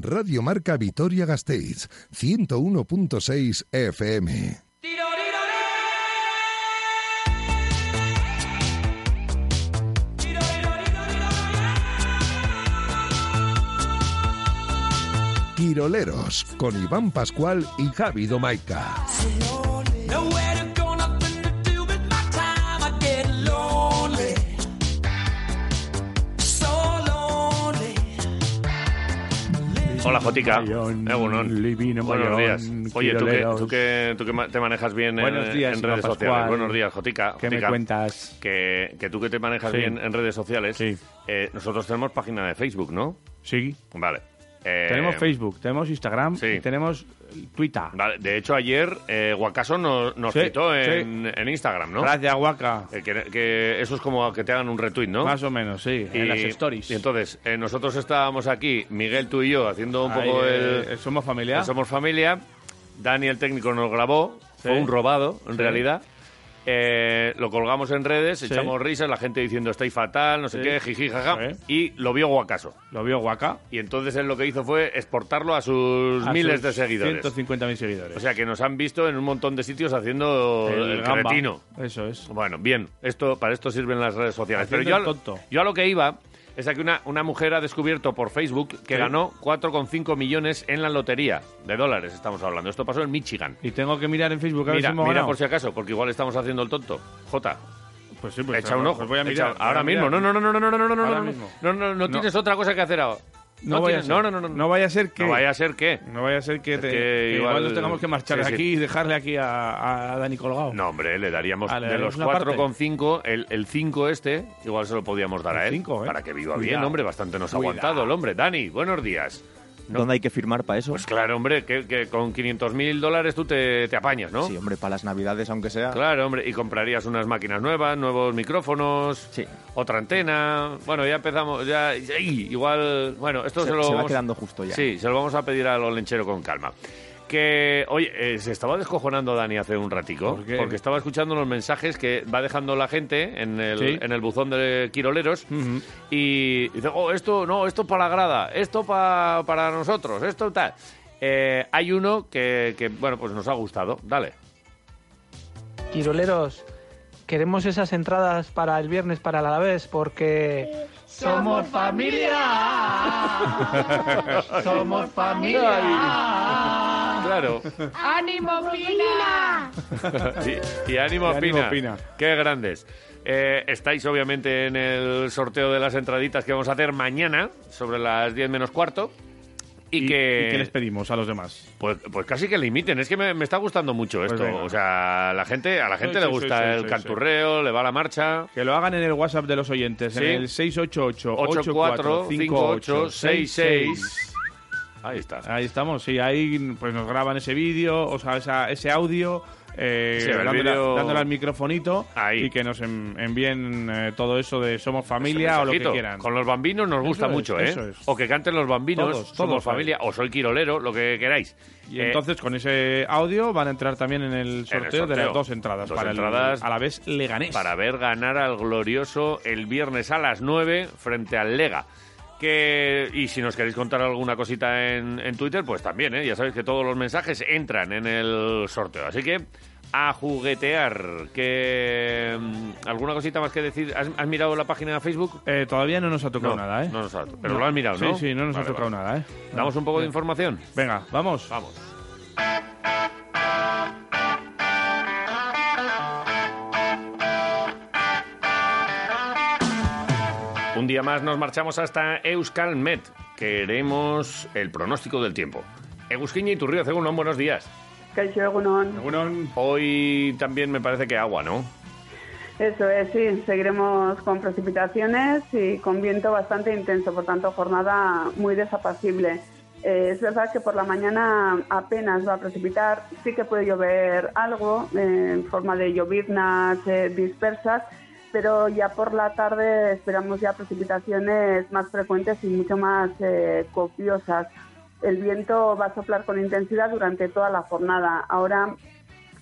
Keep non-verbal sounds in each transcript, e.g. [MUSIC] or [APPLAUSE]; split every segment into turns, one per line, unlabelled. Radio Marca Vitoria Gasteiz, 101.6 FM. Quiroleros, con Iván Pascual y Javi Domaica.
Nowhere to go, nothing to do with my time. I get lonely, so lonely.
Hola, Jotica.
Mayón,
Egunon.
Livino
Buenos
Mayón,
días. Oye, tú que,
Quiroleros.
tú que- tú que ma- te manejas bien en-
Buenos
en,
días, Iván
redes
Pascual.
sociales. Buenos días, Jotica.
¿Qué me
Jotica,
cuentas?
Que, que tú que te manejas
Sí.
bien en redes sociales,
Sí.
eh, nosotros tenemos página de Facebook, ¿no?
Sí.
Vale. Eh,
tenemos Facebook, tenemos Instagram
sí.
y tenemos Twitter.
Vale. De hecho, ayer eh, Guacaso nos, nos
Sí,
citó
sí.
en, en Instagram, ¿no?
Gracias, Waka.
Eh, que, que eso es como que te hagan un retweet, ¿no?
Más o menos, sí. en las stories.
Y entonces, eh, nosotros estábamos aquí, Miguel, tú y yo, haciendo un
Ahí,
poco
eh,
el,
somos familia.
En Somos familia. Dani, el técnico, nos grabó. Fue un robado, en
Sí.
realidad. Eh, lo colgamos en redes,
Sí.
echamos risas, la gente diciendo estoy fatal, no sé
Sí.
qué, jiji, jaja.
Sí.
Y lo vio Guacaso.
Lo vio Waka.
Y entonces él lo que hizo fue exportarlo a sus
A sus
miles de seguidores.
150.000 seguidores.
O sea que nos han visto en un montón de sitios haciendo el,
gamba.
cretino.
Eso es.
Bueno, bien, esto, para esto sirven las redes sociales. Pero
Haciendo el
yo, a-
tonto.
yo a lo que iba es a que una, una mujer ha descubierto por Facebook que
Sí.
ganó 4,5 millones en la lotería de dólares, estamos hablando. Esto pasó en Michigan.
Y tengo que mirar en Facebook a ver si
Mira,
hemos
mira
ganado.
por si acaso, porque igual estamos haciendo el tonto. Jota,
Pues sí, pues
echa un
pues
ojo.
voy a
echa-
mirar.
ahora
voy a
mismo.
mirar.
No, no, no, no, no, no, no, no,
Ahora
no, no,
mismo.
no, no, no
No.
tienes otra cosa que hacer ahora.
No, vaya a
tienes-
ser.
no, no, no, no,
No vaya a ser que.
No vaya a ser que.
no vaya a ser que, te-
que
que igual,
igual-
nos tengamos que marchar
sí, sí.
de aquí y dejarle aquí a, a Dani colgado.
No, hombre, le daríamos
Ah, le
de los
daríamos una parte.
4,5, el, el 5 este, igual se lo podíamos dar a
El
él.
cinco, ¿eh?
Para que viva
Cuidado.
bien, hombre, bastante nos ha
Cuidado.
aguantado el hombre. Dani, buenos días. No.
¿Dónde hay que firmar para eso?
Pues claro, hombre, que, que con 500.000 dólares tú te, te apañas, ¿no?
Sí, hombre, para las navidades, aunque sea.
Claro, hombre, y comprarías unas máquinas nuevas, nuevos micrófonos,
Sí.
otra antena. Bueno, ya empezamos, ya. ¡ay! Igual, bueno, esto se,
Se-
lo.
se va
vamos-
quedando justo ya.
Sí, se lo vamos a pedir a los lenchero con calma. Que, oye, eh, se estaba descojonando Dani hace un ratico,
¿Por qué?
porque estaba escuchando los mensajes que va dejando la gente en el,
Sí.
en el buzón de Quiroleros y dice, oh, esto no, esto para la grada, esto pa- para nosotros, esto tal. Eh, hay uno que, que, bueno, pues nos ha gustado, dale.
Quiroleros, queremos esas entradas para el viernes para el Alavés porque somos
[LAUGHS]
familia. somos
Claro. [LAUGHS]
¡Ánimo, Pina!
Y, y ánimo,
Y ánimo,
Pina.
Pina.
Qué grandes. Eh, estáis obviamente en el sorteo de las entraditas que vamos a hacer mañana, sobre las 10 menos cuarto. Y,
¿Y,
que.
y qué les pedimos a los demás?
Eh, pues, pues casi que limiten, es que me, me está gustando mucho
Pues
esto.
venga.
o sea, la gente, a la gente
Sí,
le
sí,
gusta
sí, sí,
el
sí,
canturreo, le va la marcha.
Que lo hagan en el WhatsApp de los oyentes,
Sí.
en el 688
845866. Ahí está.
Ahí estamos, sí, ahí pues nos graban ese vídeo, o sea, esa- ese audio, eh,
Sí, el
dándole,
vídeo-
dándole al microfonito
Ahí.
y que nos en- envíen eh, todo eso de somos familia o lo que
Mensajito.
quieran.
Con los bambinos nos gusta
es,
mucho, ¿eh?
eso es.
O que canten los bambinos,
Todos, todos
somos
ahí.
familia, o soy quirolero, lo que queráis.
Y
Eh,
entonces con ese audio van a entrar también en el sorteo, de
sorteo.
las dos entradas
Dos
para el-
entradas.
a la vez Leganés.
para ver ganar al glorioso el viernes a las 9 frente al Lega. Que, y si nos queréis contar alguna cosita en, en Twitter, pues también, ¿eh? ya sabéis que todos los mensajes entran en el sorteo. Así que a juguetear. Que, mm, ¿Alguna cosita más que decir? ¿Has, has mirado la página de Facebook?
Eh, todavía no nos ha tocado
no,
nada, ¿eh?
no nos ha- pero lo has mirado, ¿no?
Sí, sí, no nos
Vale,
ha tocado
vale.
nada, ¿eh?
¿Damos un poco de información?
Venga, vamos.
Vamos. Un día más nos marchamos hasta Euskalmet. Queremos el pronóstico del tiempo. Egusquiña y Turrío Cegulón, buenos días.
Kaixo egunon.
Hoy también me parece que agua, ¿no?
Eso es, sí, seguiremos con precipitaciones y con viento bastante intenso, por tanto jornada muy desapacible. Eh, es verdad que por la mañana apenas va a precipitar, sí que puede llover algo eh, en forma de lloviznas eh, dispersas, pero ya por la tarde esperamos ya precipitaciones más frecuentes y mucho más eh, copiosas. El viento va a soplar con intensidad durante toda la jornada. Ahora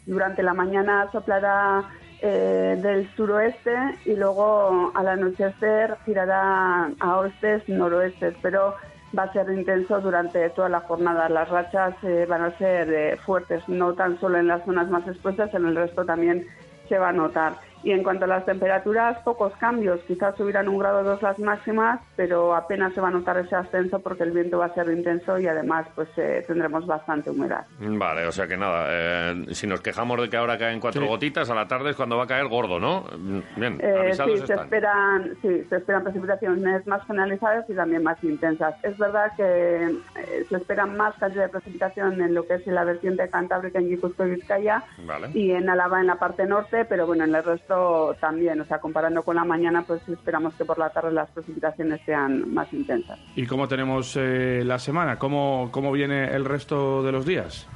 durante la mañana soplará eh, del suroeste y luego al anochecer girará a oestes, noroestes, pero va a ser intenso durante toda la jornada. Las rachas eh, van a ser eh, fuertes, no tan solo en las zonas más expuestas, en el resto también se va a notar. Y en cuanto a las temperaturas, pocos cambios. Quizás subirán un grado o dos las máximas, pero apenas se va a notar ese ascenso porque el viento va a ser intenso y además pues eh, tendremos bastante humedad.
Vale, o sea que nada, eh, si nos quejamos de que ahora caen cuatro gotitas, a la tarde es cuando va a caer gordo, ¿no? Mm, Bien,
Eh,
[LAUGHS] avisados
sí, se
están.
esperan, sí, se esperan precipitaciones más generalizadas y también más intensas. Es verdad que eh, se esperan más cantidad de precipitación en lo que es la vertiente cantábrica en Guipúzcoa y Vizcaya
Vale.
y en Álava en la parte norte, pero bueno, en el resto también. O sea, comparando con la mañana, pues esperamos que por la tarde las precipitaciones sean más intensas.
¿Y cómo tenemos eh, la semana? ¿Cómo, ¿Cómo viene el resto de los días?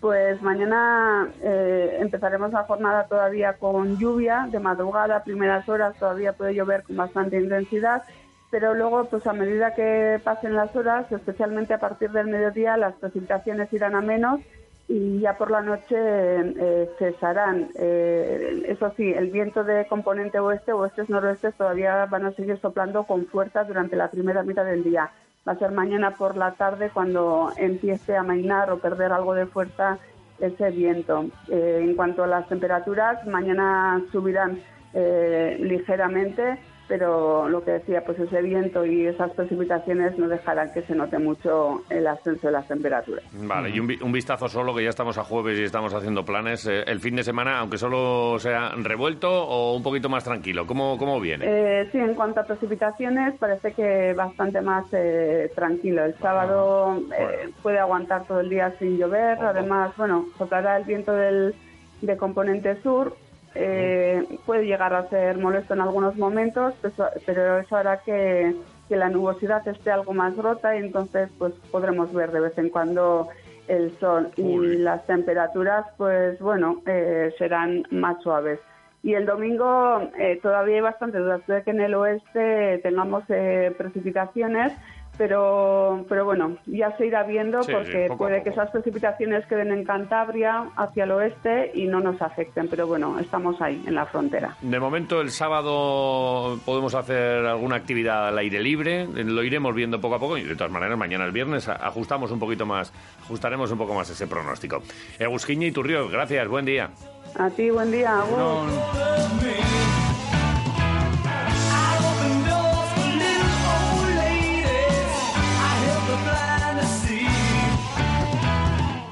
Pues mañana eh, empezaremos la jornada todavía con lluvia, de madrugada, primeras horas, todavía puede llover con bastante intensidad, pero luego, pues a medida que pasen las horas, especialmente a partir del mediodía, las precipitaciones irán a menos y ya por la noche eh, cesarán. Eh, eso sí, el viento de componente oeste, oestes, noroestes, todavía van a seguir soplando con fuerza durante la primera mitad del día. Va a ser mañana por la tarde cuando empiece a mainar o perder algo de fuerza ese viento. Eh, en cuanto a las temperaturas, mañana subirán eh, ligeramente, pero lo que decía, pues ese viento y esas precipitaciones no dejarán que se note mucho el ascenso de las temperaturas.
Vale, y un, vi- un vistazo solo, que ya estamos a jueves y estamos haciendo planes. eh, el fin de semana, aunque solo sea revuelto o un poquito más tranquilo, ¿cómo, cómo viene?
Eh, sí, en cuanto a precipitaciones, parece que bastante más eh, tranquilo. El sábado eh, puede aguantar todo el día sin llover. Además, bueno, soplará el viento del, de componente sur. Eh, Puede llegar a ser molesto en algunos momentos, pero- pero eso hará que, que la nubosidad esté algo más rota y entonces pues podremos ver de vez en cuando el sol y las temperaturas pues bueno eh, serán más suaves. Y el domingo eh, todavía hay bastantes dudas. Puede que en el oeste tengamos eh, precipitaciones, pero, pero bueno, ya se irá viendo
Sí, sí,
porque
poco a
puede que
poco.
esas precipitaciones queden en Cantabria hacia el oeste y no nos afecten. Pero bueno, estamos ahí, en la frontera.
De momento, el sábado podemos hacer alguna actividad al aire libre, eh, lo iremos viendo poco a poco y de todas maneras, mañana el viernes a- ajustamos un poquito más, ajustaremos un poco más ese pronóstico. Egusquiña y Turrios, gracias, buen día.
A ti, buen día. agur.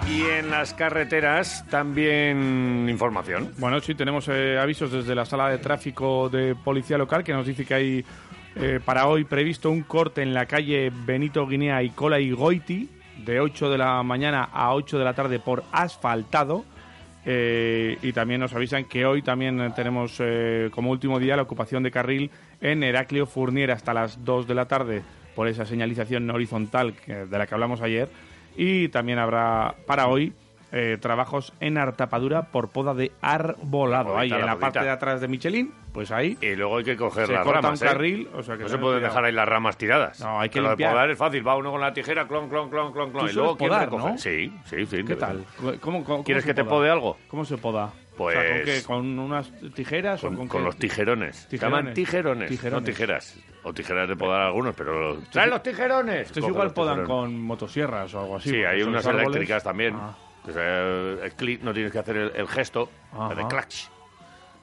Y en las carreteras también información.
Bueno, sí, tenemos eh, avisos desde la sala de tráfico de policía local que nos dice que hay eh, para hoy previsto un corte en la calle Benito Guinea y Cola y Goiti de 8 de la mañana a 8 de la tarde por asfaltado. Eh, y también nos avisan que hoy también eh, tenemos eh, como último día la ocupación de carril en Heraclio Fournier hasta las 2 de la tarde por esa señalización horizontal que- de la que hablamos ayer. Y también habrá para hoy eh, trabajos en artapadura por poda de arbolado.
Podita,
Ahí
la
en la
podita.
parte de atrás de Michelin, pues ahí
Y luego hay que coger
se
las
corta
ramas.
un
¿eh?
carril. O sea que
No se
tened
pueden
cuidado.
dejar ahí las ramas tiradas.
No, hay que
Lo de
limpiar.
podar es fácil, va uno con la tijera, clon, clon, clon, clon, clon.
Tú
Y
sabes
luego ¿quién
podar,
recoge?
¿no?
Sí, sí, sí.
¿Qué tal? ¿Cómo- cómo- cómo
¿Quieres
se
que te
poda?
pode algo?
¿Cómo se poda? O
Pues-
sea, ¿con, qué? ¿Con unas tijeras
Con,
o con,
con
qué?
los tijerones. Se
Tijerones.
llaman tijerones,
Tijerones.
no tijeras. O tijeras de podar algunos, pero... ¡Traen los tijerones!
Estos
Coge
igual
los
podan
tijerones.
con motosierras o algo así.
Sí,
Ah, porque
hay
son
unas
árboles.
eléctricas también.
Ah.
O sea, el clic, no tienes que hacer el, el gesto, el de
Ajá. Mm.
clach.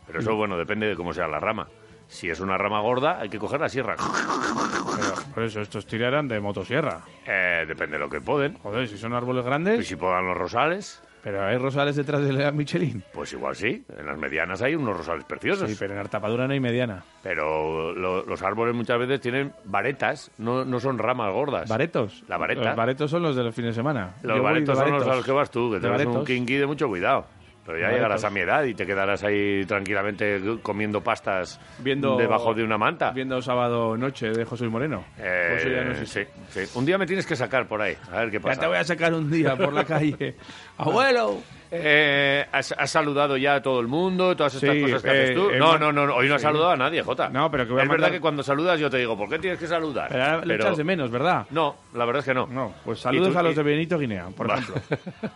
Pero eso, bueno, depende de cómo sea la rama. Si es una rama gorda, hay que coger la sierra.
Pero, por eso, estos tirarán de [LAUGHS] motosierra.
Eh, depende de lo que poden.
Joder, si son árboles
Y
grandes,
si podan los rosales,
pero hay rosales detrás de la Michelin.
pues igual sí. En las medianas hay unos rosales preciosos.
Sí, pero en artapadura no hay mediana.
Pero lo- los árboles muchas veces tienen varetas, no, no son ramas gordas.
¿Baretos? Eh,
La vareta.
Los baretos son los de los fines de semana.
Los
Yo voy
baretos
de
son los a los que vas tú, que
De
te vas un
baretos.
kinky de mucho cuidado. Pero ya
Baretos.
llegarás a mi edad y te quedarás ahí tranquilamente comiendo pastas
Viendo,
debajo de una manta.
Viendo Sábado Noche de José Luis Moreno.
Eh,
Pues eso ya no existe.
sí, sí. Un día me tienes que sacar por ahí, a ver qué
Ya
pasa.
te voy a sacar un día por
[LAUGHS]
la calle. ¡Abuelo!
Eh, has, has saludado ya a todo el mundo, todas estas
Sí,
cosas que
eh,
haces tú.
eh,
No,
man-
no, no, no, hoy no has
sí.
saludado a nadie, Jota.
No, pero que voy a
Es verdad
mandar-
que cuando saludas yo te digo, ¿por qué tienes que saludar?
Pero ahora le
Pero-
echas de menos, ¿verdad?
No, la verdad es que no.
No, pues
¿Y
saludos
tú-
a los
y-
de Benito Guinea, por
Va.
ejemplo.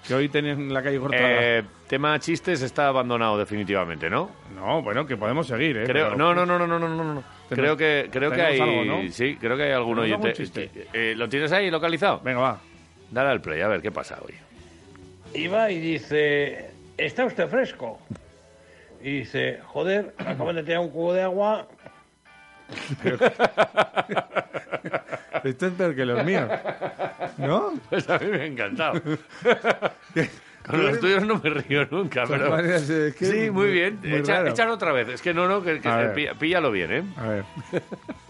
que hoy tienen la calle cortada.
Eh, tema chistes está abandonado definitivamente, ¿no?
no, bueno, que podemos seguir, ¿eh?
Creo.
pero-
No, no, no, no, no, no, no, no. creo que, creo que hay.
tenemos algo, ¿no?
Sí, creo que hay algún
Tenemos
oyente.
algún chiste.
Eh, ¿Lo tienes ahí localizado?
Venga, va.
Dale al play, a ver qué pasa hoy.
[LAUGHS] Iba y dice, ¿está usted fresco? Y dice, joder, acabo de tirar un cubo de agua.
Esto Este es peor que los míos. ¿No?
[LAUGHS] Pues a mí me ha encantado. Con los tuyos no me río nunca,
Son
pero.
varias, eh, que
sí, muy bien.
muy
Echa-
raro.
échalo otra vez. Es que no, no, que, que-
A
eh,
ver.
pilla- píllalo bien, ¿eh?
A ver.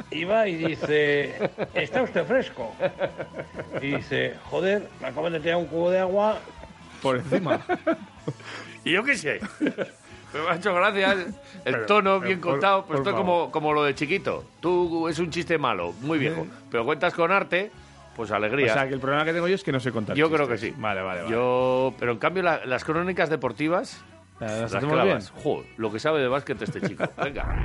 Iba y dice, ¿está usted fresco?
[LAUGHS]
Y dice, joder, acabo de tirar un cubo de agua.
[LAUGHS] Por encima.
Y yo qué
[LAUGHS]
sé. Me ha hecho gracia el tono, bien
pero por-
contado. Pues
por
esto es como, como lo de chiquito. Tú es un chiste malo, muy viejo. Pero cuentas con arte, pues
O
alegría.
sea, que el problema que tengo yo es que no sé contar.
yo creo que
chistes.
sí.
Vale, vale, vale.
Yo, pero en cambio, la- las crónicas deportivas.
Ah, ¿Las
Las
hacemos
clavas.
bien?
Jo, lo que sabe de básquet este chico. Venga.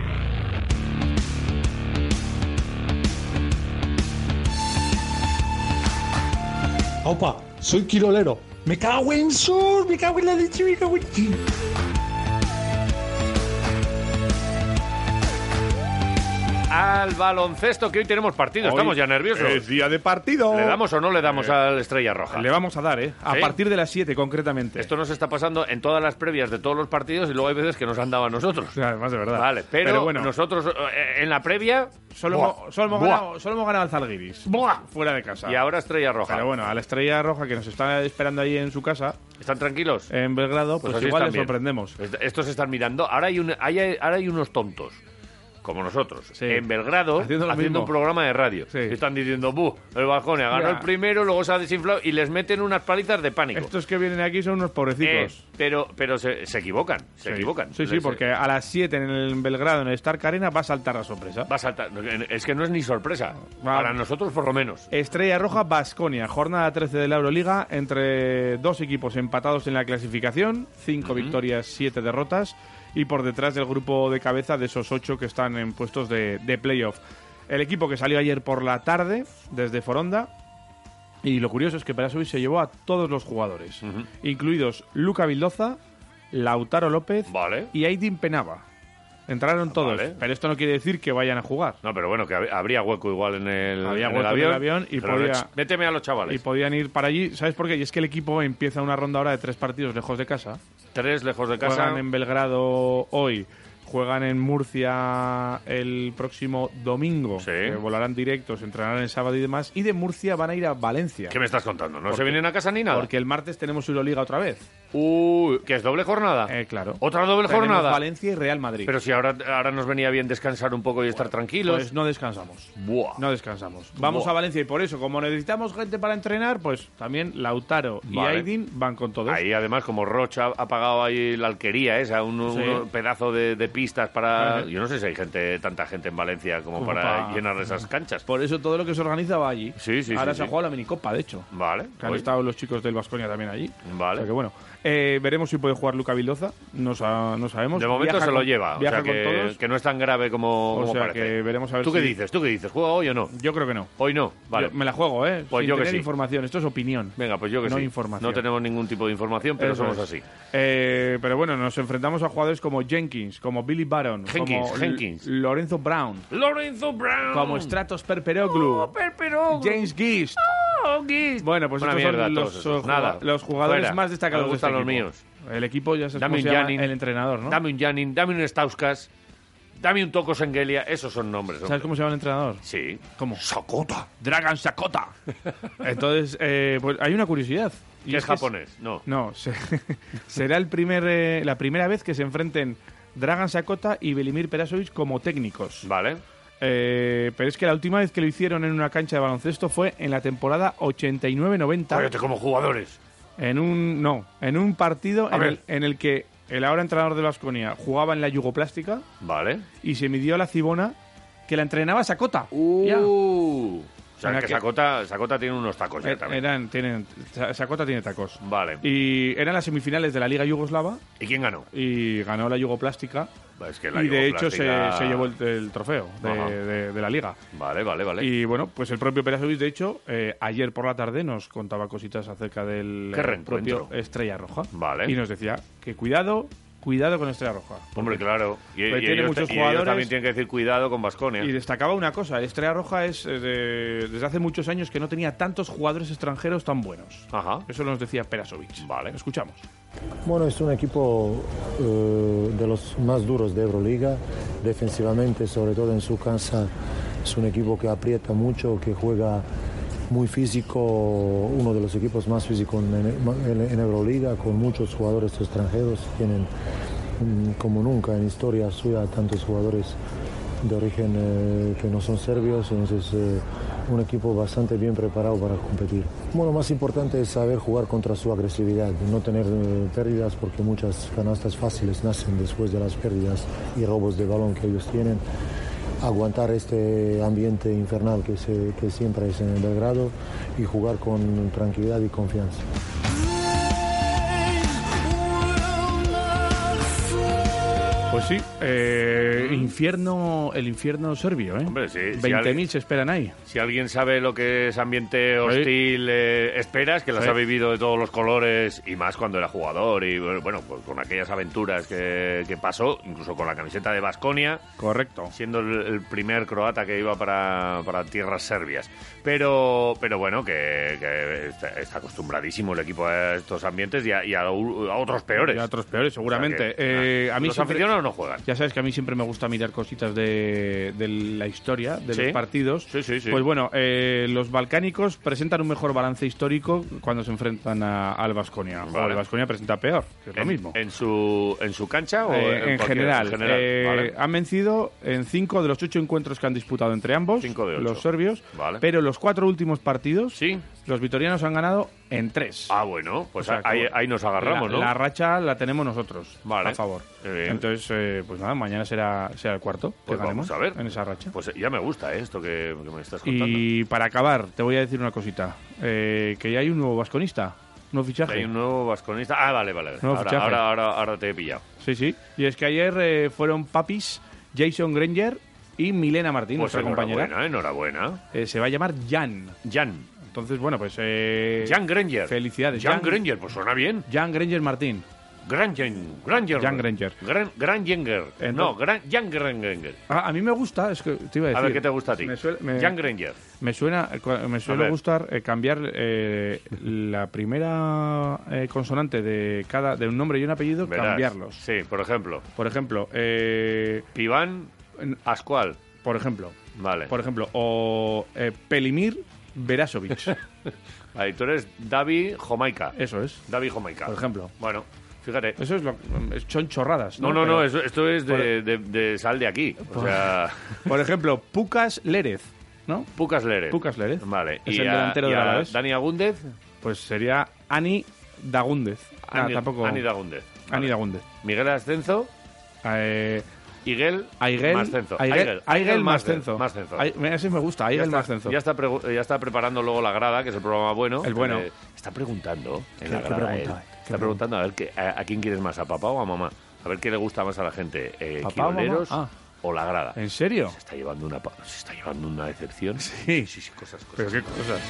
Opa, soy Quirolero. Me cago en sur, me cago en la leche, me cago en ti.
Al baloncesto, que hoy tenemos partido.
Hoy
Estamos ya nerviosos.
Es día de partido. Eh,
¿Le damos o no le damos al Estrella Roja?
Le vamos a dar, ¿eh? A
¿Sí?
partir de las 7, concretamente.
Esto nos está pasando en todas las previas de todos los partidos y luego hay veces que nos han dado a nosotros.
O sea, además, de verdad.
Vale, pero,
bueno,
nosotros eh, en la previa
solo,
Buah,
hemos, solo, hemos
buah,
ganado, solo hemos ganado al Zalgiris.
buah.
Fuera de casa.
y ahora Estrella Roja.
Pero bueno, a la estrella roja que nos está esperando ahí en su casa,
¿Están tranquilos?
en Belgrado, pues,
así
igual le
están bien.
sorprendemos.
Est- Estos están mirando. Ahora hay, un, hay, ahora hay unos tontos, como nosotros,
Sí.
en Belgrado,
Haciendo
haciendo,
lo mismo.
un programa de radio.
Sí.
Y Están diciendo, ¡buh! El Bajonia ganó
Ya.
el primero, luego se ha desinflado y les meten unas palizas de pánico.
Estos que vienen aquí son unos
Eh,
pobrecitos.
pero pero se, se equivocan, se
Sí.
equivocan.
Sí, sí,
Les- eh,
porque a las 7 en el Belgrado, en el Stark Arena, va a saltar la sorpresa.
Va a saltar. Es que no es ni sorpresa.
Va.
Para nosotros, por lo menos.
Estrella Roja Basconia, jornada 13 de la Euroliga, entre dos equipos empatados en la clasificación, cinco victorias, siete derrotas, y por detrás del grupo de cabeza de esos ocho que están en puestos de, de playoff. El equipo que salió ayer por la tarde desde Foronda, y lo curioso es que Perasovic se llevó a todos los jugadores, incluidos Luca Vildoza, Lautaro López
Vale.
y Aidin Penaba. Entraron todos,
Vale.
pero esto no quiere decir que vayan a jugar.
No, pero bueno, que hab- habría hueco igual en el,
Había
en
hueco en el avión y
Pero
podía-
ch- Méteme a los chavales.
Y podían ir para allí, ¿sabes por qué? Y es que el equipo empieza una ronda ahora de tres partidos lejos de casa.
Tres lejos de casa.
Juegan en Belgrado hoy, juegan en Murcia el próximo domingo,
Sí.
que volarán directos, entrenarán el sábado y demás, y de Murcia van a ir a Valencia.
¿Qué me estás contando? ¿No
¿Por
se
qué?
vienen a casa ni nada?
Porque el martes tenemos Euroliga otra vez.
Uy, que es doble jornada.
Eh, claro.
¿Otra doble
Tenemos
jornada?
Valencia y Real Madrid.
Pero si ahora, ahora nos venía bien descansar un poco y estar tranquilos.
pues no descansamos.
Buah.
No descansamos. Vamos
Buah.
a Valencia y por eso, como necesitamos gente para entrenar, pues también Lautaro y
Vale.
Aidin van con todos.
Ahí además como Rocha ha pagado ahí la alquería esa, un,
Sí. Ah,
un pedazo de, de pistas para...
Ajá.
Yo no sé si hay gente, tanta gente en Valencia como,
Como
para
pa-
llenar esas canchas.
Por eso todo lo que se organiza va allí.
Sí, sí,
Ahora
sí,
se ha
sí.
jugado la minicopa, de hecho.
Vale.
Que han
oye,
estado los chicos del Vasconia también allí. O
Vale.
sea que bueno. Eh, veremos si puede jugar Luca Vildoza. No, sa- no sabemos.
De momento
Viaja
se lo
con-
lleva. O
Viaja
sea
con
que,
todos.
que no es tan grave como,
O
como
sea
parece.
que veremos a ver
¿Tú qué
si-
dices? ¿Tú qué dices? ¿Juega hoy o no?
Yo creo que no.
Hoy no. Vale.
Yo me la juego, ¿eh?
Pues
Sin
yo que
tener
sí.
información. Esto es opinión.
Venga, pues yo que
no
sí.
información.
No tenemos ningún tipo de información, pero
Eso
somos
es.
así.
Eh, pero bueno, nos enfrentamos a jugadores como Jenkins, como Billy Baron,
Jenkins,
como
Jenkins.
L- Lorenzo Brown,
Lorenzo Brown.
como Stratos Perperoglu, James Gist. Bueno, pues
Oh, Una
estos
mierda,
son
todos
los,
esos.
eh,
Nada.
los jugadores
Fuera.
más destacados
Me
de este
gustan los
equipo.
míos.
El equipo ya sabes
Dame
cómo
un
se llama,
Janin.
el entrenador, ¿no?
Dame un Janin, dame un Stauskas, dame un Tocos Engelia. Esos son nombres.
¿Sabes
hombre.
cómo se llama el entrenador?
Sí.
¿Cómo?
¡Sacota!
Dragon
[LAUGHS]
Sakota. Entonces, eh, pues hay una curiosidad. Y
¿Qué es
que
japonés? No.
No, se- [LAUGHS] será el primer, eh, la primera vez que se enfrenten Dragan Sakota y Belimir Perasovic como técnicos.
Vale.
Eh, pero es que la última vez que lo hicieron en una cancha de baloncesto fue en la temporada 89-90.
Cállate como jugadores.
En un no, en un partido
A
en
ver.
el, en el que el ahora entrenador de Vasconia jugaba en la Yugoplástica
Vale.
y se midió a la Cibona que la entrenaba Sakota. Ya.
Uh. O sea,
Venga,
que
que-
Sakota, Sakota tiene unos tacos ya
Er-
también.
Eran, tienen, Sa- Sakota tiene tacos.
Vale. ¿Y,
Y eran las semifinales de la Liga Yugoslava
quién ganó?
y ganó la Yugoplástica.
Es que la
y de hecho se,
Yugoplástica-
se llevó el, el trofeo de,
Ajá.
de- de la Liga.
Vale, vale, vale.
Y bueno, pues el propio Perasovic, de hecho, eh, ayer por la tarde nos contaba cositas acerca del
Qué
eh,
reencuentro.
propio Estrella Roja.
Vale.
Y nos decía que cuidado, cuidado con Estrella Roja.
Hombre, claro. Y,
Porque
y
Pues tiene
ellos,
muchos
y ellos
jugadores.
también tienen que decir cuidado con Vasconia.
Y destacaba una cosa, el Estrella Roja es eh, de- desde hace muchos años que no tenía tantos jugadores extranjeros tan buenos. Eso nos decía Perasovic. Vale. Escuchamos.
Bueno, es un equipo eh, de los más duros de Euroliga, defensivamente, sobre todo en su casa. Es un equipo que aprieta mucho, que juega muy físico, uno de los equipos más físicos en, en- en Euroliga, con muchos jugadores extranjeros. Tienen, mm, como nunca en historia suya, tantos jugadores de origen eh, que no son serbios, entonces eh, un equipo bastante bien preparado para competir. Bueno, más importante es saber jugar contra su agresividad, no tener eh, pérdidas porque muchas canastas fáciles nacen después de las pérdidas y robos de balón que ellos tienen. Aguantar este ambiente infernal que, se- que siempre es en Belgrado y jugar con tranquilidad y confianza.
Pues sí, eh, infierno, el infierno serbio, ¿eh?
Hombre, sí. si
20.000 se esperan ahí.
Si alguien sabe lo que es ambiente hostil, eh, esperas, que las
Sí.
ha vivido de todos los colores y más cuando era jugador y bueno, bueno, pues con aquellas aventuras que, que pasó, incluso con la camiseta de Basconia.
Correcto.
Siendo el, el primer croata que iba para, para tierras serbias. Pero, pero bueno, que, que está, está acostumbradísimo el equipo a estos ambientes y a, y a u- a otros peores.
Y a otros peores, seguramente.
O sea que,
Eh,
ah,
a mí
los
siempre-
aficionados no juegan.
Ya sabes que a mí siempre me gusta mirar cositas de, de la historia, de
Sí.
los partidos.
sí.
Pues bueno, eh, los balcánicos presentan un mejor balance histórico cuando se enfrentan a, al Vasconia. O
Vale.
el Vasconia presenta peor, que es lo
En-
mismo.
En su, ¿En su cancha o
Eh, en,
cualquier-
general, eh,
Vale.
han vencido en cinco de los ocho encuentros que han disputado entre ambos, los serbios, pero los cuatro últimos partidos, los vitorianos han ganado en tres.
Ah, bueno, pues
O sea, que
ahí,
bueno,
ahí nos agarramos,
la,
¿no?
La racha la tenemos nosotros,
Vale.
a favor.
Qué bien.
Entonces, eh, pues nada, mañana será, será el cuarto que
Pues
ganemos
vamos a ver.
en esa racha.
Pues ya me gusta eh, esto que, que me estás contando.
Y para acabar, te voy a decir una cosita, eh, que ya hay un nuevo vasconista, un nuevo fichaje.
Hay un nuevo vasconista. Ah, vale, vale. vale.
Nuevo
Ahora,
fichaje.
ahora, ahora, ahora te he pillado.
Sí, sí. Y es que ayer eh, fueron papis Jason Granger y Milena Martín,
Pues
nuestra compañera.
enhorabuena, enhorabuena.
Eh, se va a llamar Jan.
Jan.
Entonces, bueno, pues... eh,
Jan Granger.
Felicidades.
Jan Granger, pues suena bien.
Jan Granger Martín.
Granger. Granger.
Jan Granger.
Gran, Gran Jenger. No, Gran, Jan Granger.
Ah, a mí me gusta, es que te iba a
A,
decir.
ver qué te gusta a ti.
me-
Jan Granger.
Me suena, eh, me
A
suele
ver.
gustar eh, cambiar eh, la primera eh, consonante de cada de un nombre y un apellido,
Verás.
cambiarlos.
Sí, por ejemplo.
Por ejemplo, eh,
Piván Ascual.
Por ejemplo.
Vale.
Por ejemplo, o eh, Pelimir Verasovic.
[LAUGHS] Ahí tú eres David Jamaica.
Eso es.
David Jamaica.
Por ejemplo.
Bueno, fíjate.
Eso es lo, son chorradas.
No,
No,
no, no,
Pero-
eso- esto es
Por-
de, de- de sal de aquí. O
Por-
sea,
Por ejemplo, Pucas Lérez, ¿no?
Pucas Lérez.
Pucas Lérez.
Vale.
[LAUGHS] Es
y
el
a-
delantero
y
de
a
la Alavés.
Dani Agúndez.
Pues sería Ani Dagúndez. Ah,
Ani-
tampoco.
Ani Dagúndez.
Ani Dagúndez.
Miguel Ascenso.
Eh,
Higuel.
Aigel,
Mascenzo.
Aigel, Aigel Mascenzo.
Mascenzo.
Ay- mira, ese me gusta,
Ya
Aigel
está-
Mascenzo.
Ya está, pregu- eh, ya está preparando luego la grada, que es el programa bueno.
El bueno.
Eh, está preguntando en
¿Qué-
la
qué
grada.
pregunta? eh,
él.
¿Qué
Está preguntando a ver qué- a, a quién quieres más, a papá o a mamá. A ver qué le gusta más a la gente, eh,
¿Papá o mamá?
Quiroleros
Ah.
o la grada.
¿En serio?
Se está llevando una, pa- se está llevando una decepción.
Sí.
sí, sí, cosas,
Pero
cosas.
qué cosas.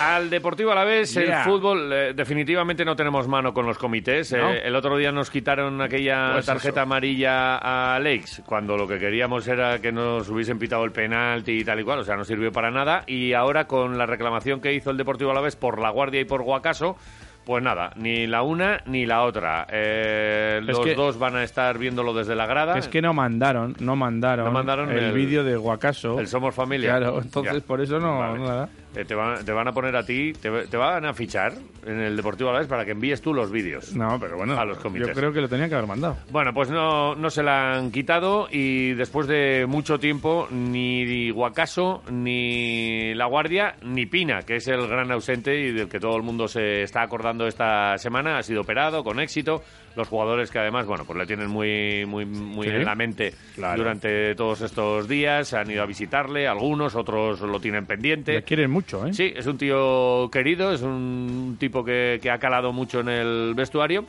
Al Deportivo a la vez,
Yeah.
el fútbol, eh, definitivamente no tenemos mano con los comités.
No.
Eh, el otro día nos quitaron aquella
Pues
tarjeta
eso.
amarilla a Alex, cuando lo que queríamos era que nos hubiesen pitado el penalti y tal y cual, o sea, no sirvió para nada. Y ahora con la reclamación que hizo el Deportivo a la vez por La Guardia y por Guacaso, pues nada, ni la una ni la otra. Eh,
Es
los
que-
dos van a estar viéndolo desde la grada.
Es que no mandaron, no mandaron,
No mandaron
el,
el-
vídeo de Guacaso.
el Somos Familia.
Claro, entonces
Ya.
por eso no,
Vale.
nada.
Eh, te, van, te van a poner a ti, te, te van a fichar en el Deportivo Alavés para que envíes tú los vídeos.
No, pero bueno,
A los comités.
yo creo que lo tenían que haber mandado.
Bueno, pues no, no se la han quitado y después de mucho tiempo ni Guacaso, ni La Guardia, ni Pina, que es el gran ausente y del que todo el mundo se está acordando esta semana, ha sido operado con éxito. Los jugadores que además, bueno, pues le tienen muy, muy, muy
Sí.
en la mente durante todos estos días, han ido a visitarle, algunos, otros lo tienen pendiente.
Le quieren mucho, ¿eh?
Sí, es un tío querido, es un tipo que, que ha calado mucho en el vestuario.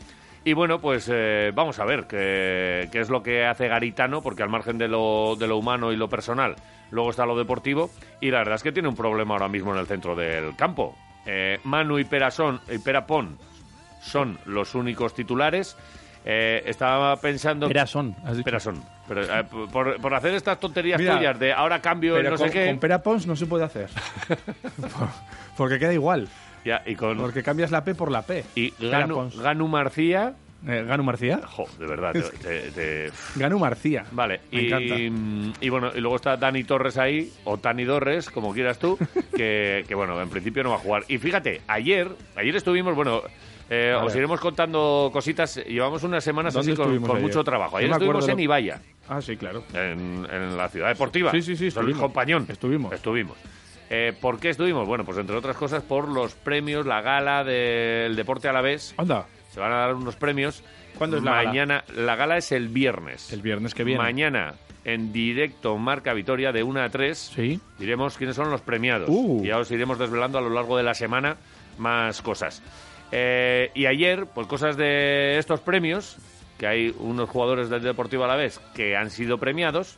Y Y bueno, pues eh, vamos a ver qué, qué es lo que hace Garitano, porque al margen de lo, de lo humano y lo personal, luego está lo deportivo. Y la verdad es que tiene un problema ahora mismo en el centro del campo. Eh, Manu y, Perasón, y Perapón son los únicos titulares. Eh, estaba pensando.
Perasón, has dicho.
Perasón. Pero, eh, por, por hacer estas tonterías
Mira,
tuyas de ahora cambio en
pero
no
con,
sé qué.
con Perapons no se puede
[LAUGHS]
hacer. Por- Porque queda igual.
Ya, y con-
Porque cambias la P por la P.
Y Ganu,
Perapons.
Ganu Marcía.
Eh, ¿Ganu Marcía?
Jo, de verdad. te- te- te-
Ganu Marcía.
Vale,
Me
y, y bueno, y luego está Dani Torres ahí, o Tani Torres, como quieras
[LAUGHS]
tú, que, que bueno, en principio no va a jugar. Y fíjate, ayer, ayer estuvimos, bueno, eh,
A
os
ver.
iremos contando cositas, llevamos unas semanas
¿Dónde
así con,
estuvimos
con
ayer?
mucho trabajo.
No
Ayer
me acuerdo
estuvimos
lo-
en Ibaya,
Ah, sí, claro.
en, en la ciudad deportiva.
Sí, sí, sí,
Don Luis
estuvimos.
Compañón. Estuvimos. Estuvimos. Eh, ¿Por qué estuvimos? Bueno, pues entre otras cosas por los premios, la gala del deporte a la vez.
Anda.
Se van a dar unos premios.
¿Cuándo es la gala?
Mañana, la gala es el viernes. El
viernes que viene.
Mañana, en directo, Marca Vitoria, de 1 a 3.
Sí.
Diremos quiénes son los premiados.
Uh.
Y Ya os iremos desvelando a lo largo de la semana más cosas. Eh, y ayer, pues cosas de estos premios, que hay unos jugadores del Deportivo a la vez que han sido premiados,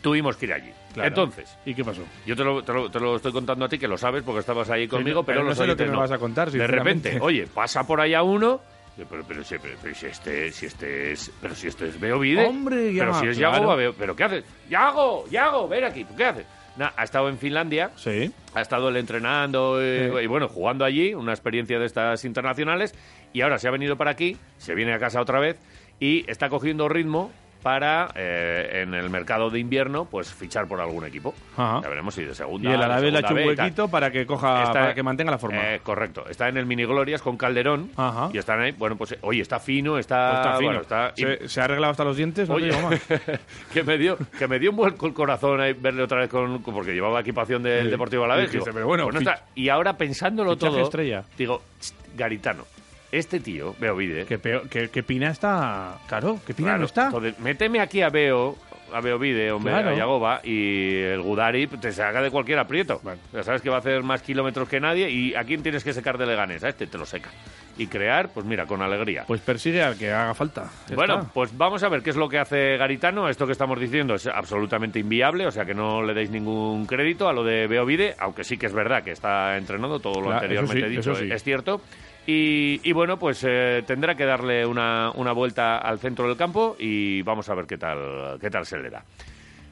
tuvimos que ir allí.
Claro.
Entonces,
¿Y qué pasó?
yo te lo, te lo- te lo estoy contando a ti, que lo sabes porque estabas ahí conmigo,
no-
pero,
pero no
los
sé lo que
oyentes
me
no.
vas a contar,
De repente,
sinceramente.
oye, pasa por allá uno... Pero, pero, pero si- pero- pero si este, si este es, pero si este es Beovide,
Hombre,
pero
llama-
si es Yago
claro.
Babeo- pero ¿qué haces? Yago, Yago, ven aquí, ¿qué haces? Nah, ha estado en Finlandia,
Sí.
ha estado él entrenando eh, y bueno, jugando allí, una experiencia de estas internacionales, y ahora se ha venido para aquí, se viene a casa otra vez y está cogiendo ritmo para eh, en el mercado de invierno pues fichar por algún equipo.
Ajá.
Ya veremos si de
Y
segunda.
el Alavés
de
le ha hecho
segunda
un
B y tal.
huequito para que coja,
Está-
para que mantenga la forma.
Eh, correcto, está en el Mini Glorias con Calderón y están ahí, bueno, pues eh, oye, está fino, está,
Pues está fino.
bueno, está- y-
se, se ha arreglado hasta los dientes, no te
Oye,
digo más.
[LAUGHS] que me dio que me dio un vuelco el corazón ahí verle otra vez con con- porque llevaba equipación del
Sí.
Deportivo a la vez.
Dijiste, pero bueno, fich-
y ahora pensándolo
fichaje
todo,
estrella.
digo, "Chst, Garitano, este tío, Beo Vide,
Que, peor- que- que Pina está. Claro, que Pina
claro,
no está.
joder, méteme aquí a Beo, a Beo Vide, hombre,
Claro.
a Yagoba y el Gudari te saca de cualquier aprieto. Ya sabes que va a hacer más kilómetros que nadie y a quién tienes que secar de Leganés, a este te lo seca. Y crear, pues mira, con alegría.
Pues persigue al que haga falta. Ya
Bueno,
está.
pues vamos a ver qué es lo que hace Garitano. Esto que estamos diciendo es absolutamente inviable, o sea que no le deis ningún crédito a lo de Beovide, aunque sí que es verdad que está entrenando, todo lo
Claro,
anteriormente
eso sí,
dicho ¿eh?
eso sí.
es cierto. Y, y bueno, pues eh, tendrá que darle una, una vuelta al centro del campo y vamos a ver qué tal, qué tal se le da.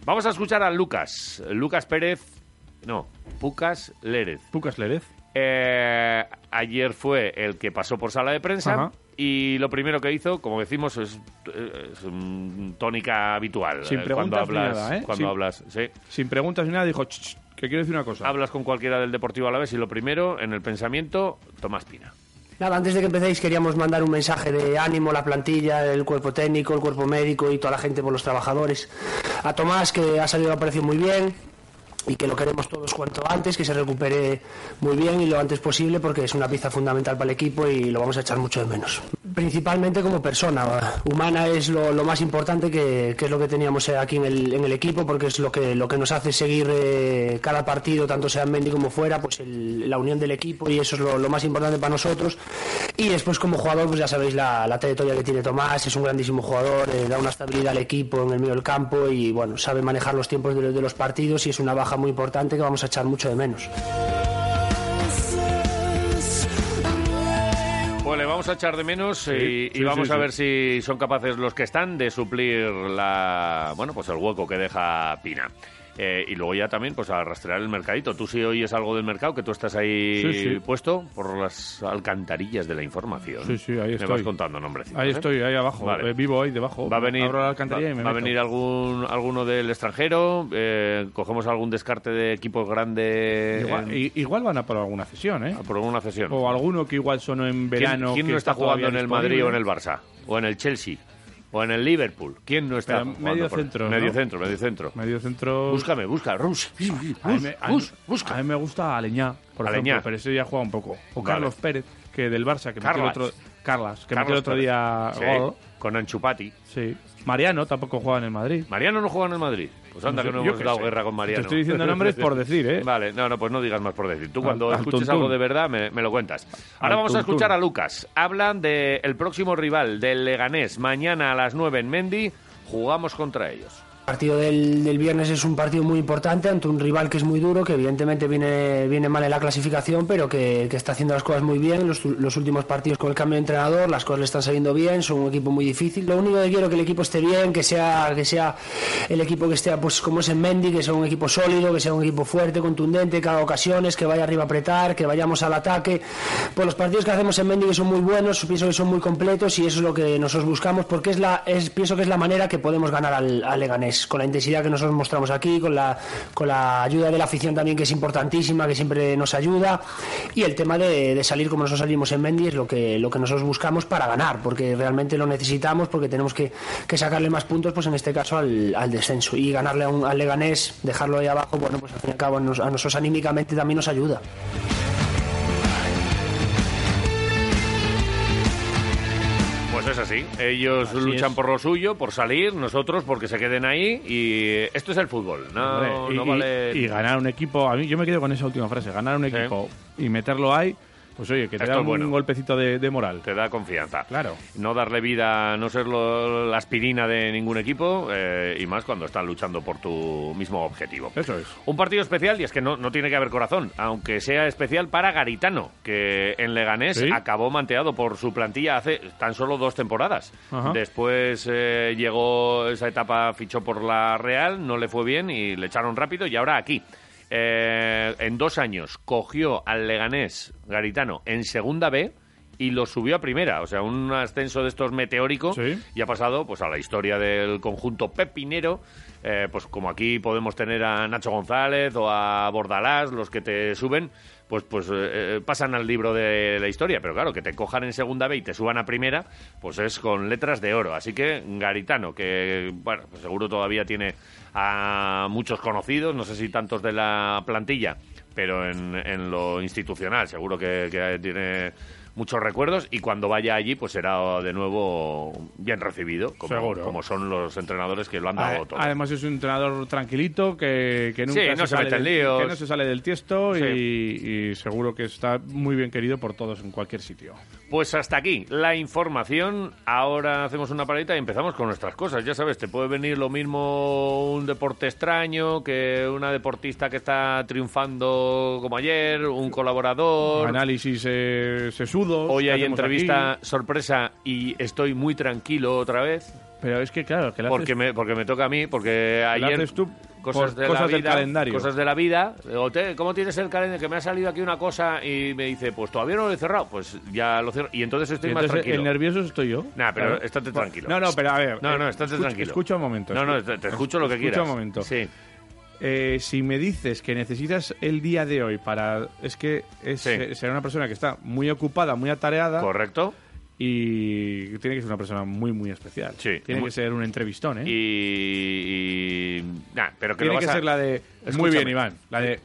Vamos a escuchar a Lucas, Lucas Pérez, no, Pucas Lérez.
Pucas Lérez.
Eh, ayer fue el que pasó por sala de prensa
Ajá.
y lo primero que hizo, como decimos, es, eh, es un tónica habitual.
Sin
eh, cuando
preguntas ni
hablas,
nada, ¿eh?
Cuando
Sin-
hablas, sí.
Sin preguntas ni nada, dijo, "Ch, ch, que quiero decir una cosa.
Hablas con cualquiera del Deportivo a la vez y lo primero, en el pensamiento, Tomás Pina.
Nada, antes de que empecéis queríamos mandar un mensaje de ánimo a la plantilla, el cuerpo técnico, el cuerpo médico y toda la gente por los trabajadores. A Tomás, que ha salido la operación muy bien y que lo queremos todos cuanto antes, que se recupere muy bien y lo antes posible porque es una pieza fundamental para el equipo y lo vamos a echar mucho de menos. Principalmente como persona, humana es lo, lo más importante que, que es lo que teníamos aquí en el, en el equipo porque es lo que, lo que nos hace seguir eh, cada partido, tanto sea en Mendy como fuera, pues el- la unión del equipo y eso es lo, lo más importante para nosotros. Y después como jugador, pues ya sabéis la, la trayectoria que tiene Tomás, es un grandísimo jugador, eh, da una estabilidad al equipo en el medio del campo y bueno, sabe manejar los tiempos de, los- de los partidos y es una baja muy importante que vamos a echar mucho de menos.
Pues le vamos a echar de menos y, y
sí,
vamos
sí,
a
sí.
ver si son capaces los que están de suplir la bueno pues el hueco que deja Pina. Eh, y luego ya también pues a rastrear el mercadito. Tú si oyes algo del mercado, que tú estás ahí
Sí, sí.
puesto por las alcantarillas de la información.
Sí, sí, ahí estoy.
Me vas contando ¿eh? nombres.
Ahí estoy, ahí abajo.
Vale.
eh, vivo ahí debajo.
Va a venir,
Abro la alcantarilla
va-
y me
va a
meto.
venir algún, alguno del extranjero, eh, cogemos algún descarte de equipos grandes.
Igual, i- igual van a por alguna cesión, ¿eh?
por alguna cesión.
O alguno que igual sonó en
¿Quién-
verano.
¿Quién
que
no está,
todavía
jugando en el Madrid o en
disponible.
el Barça? ¿O en el Chelsea? ¿O en el Liverpool? ¿Quién no está
Pero
jugando
medio
por-
centro, ¿no?
Medio centro, medio centro.
Medio centro.
Búscame, busca. Rus. Sí, sí,
A mí,
Rus,
me, a,
Rus.
a mí me gusta Aleñá, por
Aleñá.
ejemplo, pero ese ya juega un poco. O
Vale.
Carlos Pérez, que del Barça, que metió el
Carlas.
otro, Carlas, que metió el
Carlos
otro
Pérez.
día
Sí,
gol.
Con Anchupati.
Sí. Mariano tampoco juega en el Madrid.
Mariano no juega en el Madrid. Pues
No
anda
sé,
que no
yo
hemos
qué
dado
sé.
guerra con Mariano.
Te estoy diciendo nombres por decir, ¿eh?
Vale, no, no, pues no digas más por decir. Tú
Al-
cuando
al
escuches
tuntún.
algo de verdad me, me lo cuentas. Ahora
Al
vamos a
tuntún.
escuchar a Lucas. Hablan del próximo rival del Leganés. Mañana a las 9 en Mendy jugamos contra ellos.
El partido del, del viernes es un partido muy importante ante un rival que es muy duro, que evidentemente viene, viene mal en la clasificación, pero que, que está haciendo las cosas muy bien. Los, los últimos partidos con el cambio de entrenador, las cosas le están saliendo bien, son un equipo muy difícil. Lo único que quiero es que el equipo esté bien, que sea, que sea el equipo que esté pues como es en Mendy, que sea un equipo sólido, que sea un equipo fuerte, contundente, que haga ocasiones, que vaya arriba a apretar, que vayamos al ataque. Pues los partidos que hacemos en Mendy que son muy buenos, pienso que son muy completos y eso es lo que nosotros buscamos porque es la, es, pienso que es la manera que podemos ganar al, al Leganés, con la intensidad que nosotros mostramos aquí, con la, con la ayuda de la afición también que es importantísima, que siempre nos ayuda y el tema de, de salir como nosotros salimos en Mendy es lo que, lo que nosotros buscamos para ganar, porque realmente lo necesitamos, porque tenemos que, que sacarle más puntos, pues en este caso al, al descenso y ganarle a un- al Leganés, dejarlo ahí abajo, bueno, pues al fin y al cabo a nos- a nosotros anímicamente también nos ayuda.
Pues es así. Ellos luchan por lo suyo, por salir, nosotros porque se queden ahí. Y eh, esto es el fútbol. No,
Hombre, y,
no
y-
vale.
y ganar un equipo, a mí yo me quedo con esa última frase, ganar un equipo y meterlo ahí, pues oye, que te
Esto
da
es
un
bueno.
golpecito de, de moral.
Te da confianza.
Claro.
No darle vida, no ser lo- la aspirina de ningún equipo eh, y más cuando están luchando por tu mismo objetivo.
Eso es.
Un partido especial, y es que no, no tiene que haber corazón, aunque sea especial para Garitano, que en Leganés
Sí.
acabó manteado por su plantilla hace tan solo dos temporadas.
Ajá.
Después eh, llegó esa etapa, fichó por la Real, no le fue bien y le echaron rápido y ahora aquí. Eh, en dos años cogió al Leganés Garitano en segunda B y lo subió a primera, o sea, un ascenso de estos meteórico y ha pasado pues a la historia del conjunto pepinero, eh, pues como aquí podemos tener a Nacho González o a Bordalás, los que te suben, pues pues eh, eh, pasan al libro de la historia, pero claro, que te cojan en segunda B y te suban a primera, pues es con letras de oro, así que Garitano que bueno, pues seguro todavía tiene a muchos conocidos, no sé si tantos de la plantilla, pero en, en lo institucional seguro que, que tiene muchos recuerdos y cuando vaya allí pues será de nuevo bien recibido, como,
Seguro.
como son los entrenadores que lo han
A-
dado todo.
Además es un entrenador tranquilito que, que nunca
Sí, no se
sale
mete en
del-
líos.
que no se sale del tiesto
Sí.
y, y seguro que está muy bien querido por todos en cualquier sitio.
Pues hasta aquí la información. Ahora hacemos una paradita y empezamos con nuestras cosas. Ya sabes, te puede venir lo mismo un deporte extraño que una deportista que está triunfando como ayer, un colaborador.
Análisis eh, sesudos.
Hoy
que
hay
hacemos
entrevista
aquí.
sorpresa y estoy muy tranquilo otra vez.
Pero es que claro, que la
porque me, porque me toca a mí, porque
la
ayer
haces tú
cosas,
por
de la
cosas
vida,
del calendario.
cosas de la vida, digo, "Te, ¿cómo tienes el calendario? Que me ha salido aquí una cosa y me dice, pues todavía no lo he cerrado, pues ya lo cierro y entonces estoy
Y
más
entonces,
tranquilo.
el nervioso estoy yo.
Nah, pero
Claro.
estate
Bueno,
tranquilo.
No, no, pero a ver.
No,
eh,
no, estate
escucha-
tranquilo.
Escucha un momento.
No, no,
escucha-
te- te escucho lo que
Escucha
quieras.
un momento.
Sí.
Eh, si me dices que necesitas el día de hoy para... Es que es, eh, será una persona que está muy ocupada, muy atareada.
Correcto.
Y tiene que ser una persona muy, muy especial.
Sí.
Tiene
Muy-
que ser un entrevistón, ¿eh?
Y. y- nah, pero que
tiene
lo
que
vas a-
ser la de... Muy
Escúchame.
bien, Iván. La de...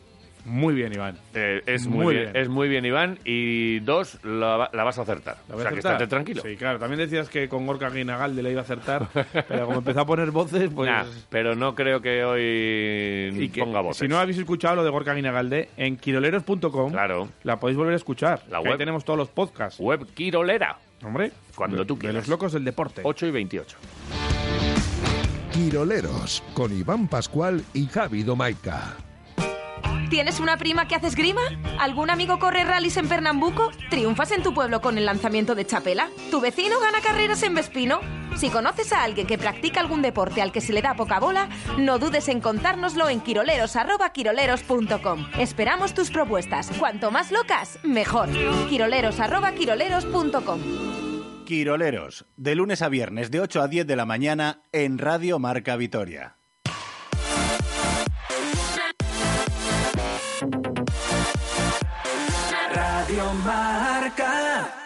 Muy bien, Iván.
Eh, es muy,
Muy
bien.
bien.
es muy bien, Iván. Y dos, la, va- la vas a acertar.
¿La
o
voy a
sea, que
acertar?
estate tranquilo.
Sí, claro. También decías que con Gorka Guinagalde le iba a acertar, [LAUGHS] pero como empezó a poner voces, pues...
Nah, pero no creo que hoy
Y que,
ponga voces.
Si no habéis escuchado lo de Gorka Guinagalde, en quiroleros.com la podéis volver a escuchar.
La
Que
web.
Ahí tenemos todos los podcasts.
Web Quirolera.
Hombre.
Cuando
de-
tú
De
quieras.
los locos del deporte.
8 y 28.
Quiroleros con Iván Pascual y Javi Domaica.
¿Tienes una prima que hace esgrima? ¿Algún amigo corre rallies en Pernambuco? ¿Triunfas en tu pueblo con el lanzamiento de chapela? ¿Tu vecino gana carreras en Vespino? Si conoces a alguien que practica algún deporte al que se le da poca bola, no dudes en contárnoslo en quiroleros.quiroleros.com. Esperamos tus propuestas. Cuanto más locas, mejor. quiroleros.quiroleros.com
Quiroleros, de lunes a viernes de 8 a 10 de la mañana en Radio Marca Vitoria.
Radio Marca.
A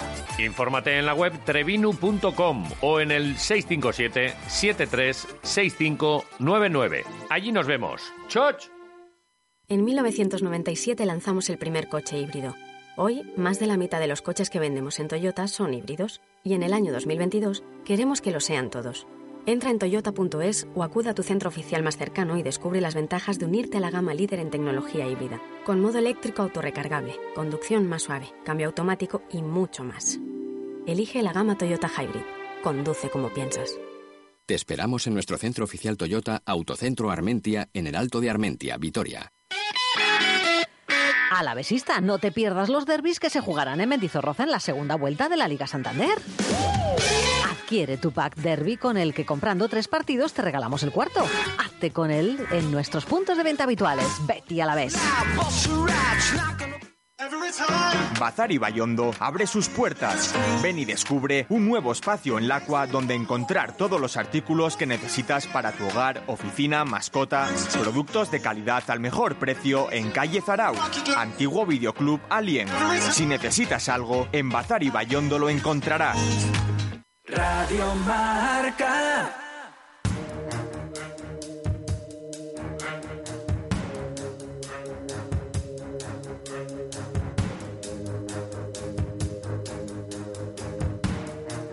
Infórmate en la web trevinu.com o en el 657-736599. Allí nos vemos. ¡Choch!
En 1997 lanzamos el primer coche híbrido. Hoy, más de la mitad de los coches que vendemos en Toyota son híbridos y en el año 2022 queremos que lo sean todos. Entra en toyota.es o acude a tu centro oficial más cercano y descubre las ventajas de unirte a la gama líder en tecnología híbrida, con modo eléctrico autorrecargable, conducción más suave, cambio automático y mucho más. Elige la gama Toyota Hybrid. Conduce como piensas.
Te esperamos en nuestro centro oficial Toyota Autocentro Armentia en el Alto de Armentia, Vitoria.
Alavesista, no te pierdas los derbis que se jugarán en Mendizorroza en la segunda vuelta de la Liga Santander. Adquiere tu pack derby con el que comprando tres partidos te regalamos el cuarto. Hazte con él en nuestros puntos de venta habituales. Betty Alavés.
Bazar Ibayondo abre sus puertas. Ven y descubre un nuevo espacio en Lacua donde encontrar todos los artículos que necesitas para tu hogar, oficina, mascota. Productos de calidad al mejor precio en calle Zarau, antiguo videoclub Alien. Si necesitas algo, en Bazar Ibayondo lo encontrarás.
Radio Marca.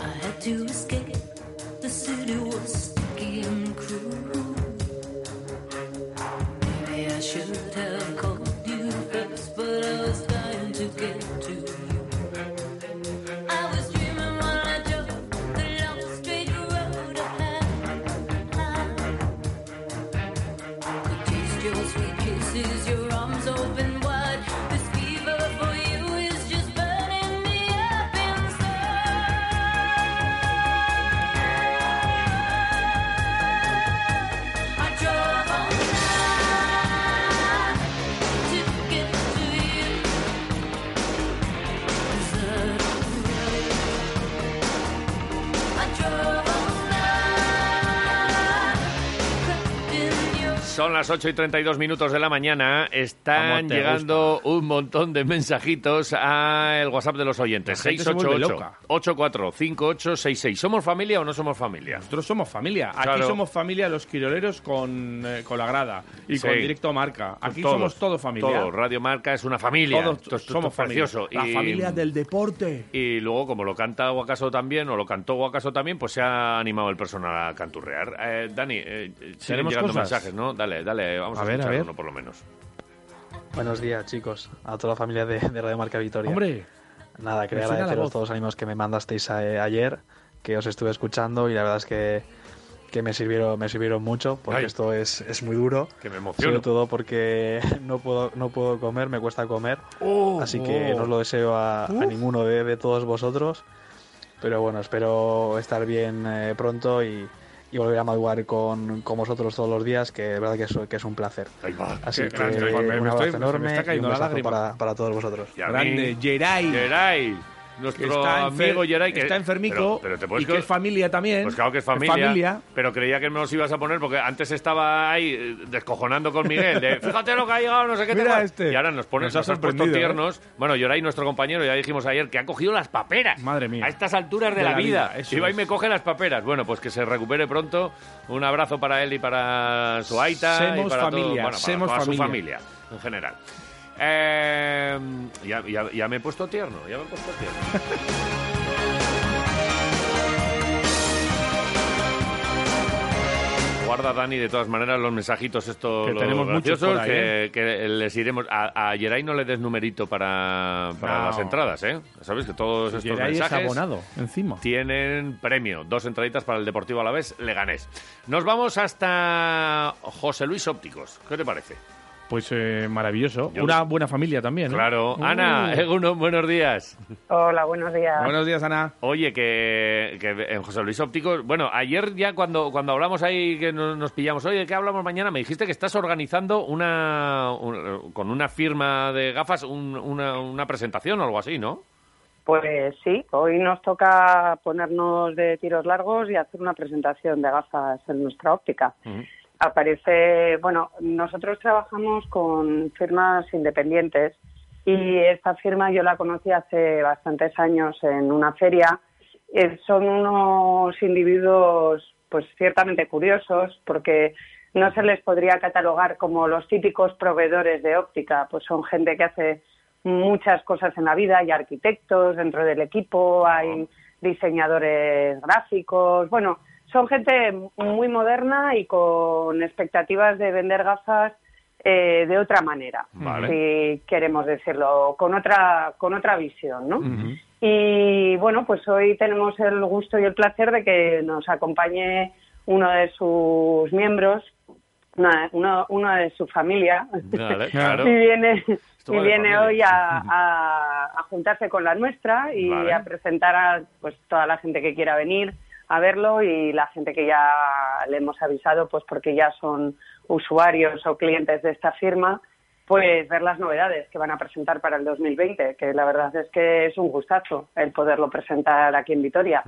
I had to escape. The city was sticky and cruel. Maybe I should have called you first, but I was dying to get to you. I was dreaming while I drove the long straight road ahead. I could taste your sweet kisses, your arms open wide. This fever for you is just burning me up inside. I drove all night to get to you. Deserted road. I drove all night, crept in your
Son las 8 y 32 minutos de la mañana. Están
Como te
llegando un montón de mensajitos al WhatsApp de los oyentes.
La gente se vuelve
688-845866. ¿Somos familia o no somos familia?
Nosotros somos familia. Aquí
Claro.
somos familia los quiroleros con, eh, con la grada y
Sí.
con directo marca. Aquí
Todos,
somos todo familia.
Todo. Radio Marca es una familia.
Todos
Esto- esto- esto
somos
es
familia.
precioso.
La
Y-
familia del deporte.
Y luego, como lo canta Guacaso también, o lo cantó Guacaso también, pues se ha animado el personal a canturrear. Eh, Dani, eh, siguen
¿Tenemos
llegando
cosas?
mensajes, ¿no? Dale, dale, vamos a,
A ver, a
escuchar
ver.
uno por lo menos.
Buenos días, chicos, a toda la familia de, de Radio Marca Vitoria.
Hombre,
Nada,
me
quería
suena la
agradeceros
voz.
todos los ánimos que me mandasteis a- ayer, que os estuve escuchando y la verdad es que, que me sirvieron me sirvieron mucho porque
Ay.
esto es, es muy duro.
Que me
Sobre
emociono.
todo porque [LAUGHS] no puedo, no puedo comer, me cuesta comer.
Oh,
así que
oh.
no os lo deseo a, a
Uf.
ninguno de, de todos vosotros. Pero bueno, espero estar bien eh, pronto y, y volver a madrugar con, con vosotros todos los días, que es verdad que es, que es un placer. Así
Qué
que
grande, Juan, me- me
un
estoy-
abrazo
se me
enorme
está
y un
cayendo la
besazo
lágrima.
para, para todos vosotros.
Y a mí-
Grande, Geray.
Geray. Nuestro
Que está enfer-
amigo Geray, que
está enfermico
pero- pero te puedes
y que
co-
es familia también.
Pues claro que es familia, Pero creía que no los ibas a poner porque antes estaba ahí eh, descojonando con
[LAUGHS]
Miguel. de, Fíjate lo que ha llegado, no sé qué te
Mira
pasa".
este.
Y ahora nos pones
Nos ha
nos has puesto
sorprendido, ¿eh?
tiernos. Bueno, Yoray, nuestro compañero, ya dijimos ayer que ha cogido las paperas. Madre mía. A estas alturas de,
De
la,
la
vida.
vida, eso
y va y
es.
me coge las paperas. Bueno, pues que se recupere pronto. Un abrazo para él y para su aita. y
Semos
para todo-
familia,
bueno, para
semos
toda su
familia.
familia en general. Eh, ya, ya- ya me he puesto tierno, ya me he puesto tierno.
[LAUGHS]
Guarda, Dani, de todas maneras, los mensajitos estos
Que
los
tenemos muchos
graciosos,
por ahí, ¿eh?
que, que les iremos... A, a Geray no le des numerito para, para
No.
las entradas, ¿eh? Sabes que todos estos
Geray es
mensajes...
abonado, encima.
Tienen premio, dos entraditas para el Deportivo Alavés Leganés. Nos vamos hasta José Luis Ópticos. ¿Qué te parece?
Pues eh, maravilloso.
Yo-
Una buena familia también. ¿eh?
Claro. Ana, eh,
Mm.
Eguno, buenos días.
Hola, buenos días.
Buenos días, Ana.
Oye, que, que en José Luis Ópticos... Bueno, ayer ya cuando, cuando hablamos ahí, que no- nos pillamos, oye, ¿qué hablamos mañana? Me dijiste que estás organizando una... un- con una firma de gafas un- una, una presentación o algo así, ¿no?
Pues sí, hoy nos toca ponernos de tiros largos y hacer una presentación de gafas en nuestra óptica. Aparece, bueno, nosotros trabajamos con firmas independientes y esta firma yo la conocí hace bastantes años en una feria. Eh, son unos individuos pues ciertamente curiosos porque no se les podría catalogar como los típicos proveedores de óptica, pues son gente que hace muchas cosas en la vida, hay arquitectos dentro del equipo, hay diseñadores gráficos, bueno, son gente muy moderna y con expectativas de vender gafas eh, de otra manera,
Vale.
si eh, queremos decirlo, con otra, con otra visión, ¿no? [LAUGHS] Y bueno, pues hoy tenemos el gusto y el placer de que nos acompañe uno de sus miembros, una, uno, uno de su familia,
Dale, claro.
y viene,
Esto
y
va de
viene
familia.
hoy a, a- a juntarse con la nuestra y
Vale.
a presentar a pues, toda la gente que quiera venir a verlo y la gente que ya le hemos avisado, pues porque ya son usuarios o clientes de esta firma, pues ver las novedades que van a presentar para el 2020, que la verdad es que es un gustazo el poderlo presentar aquí en Vitoria.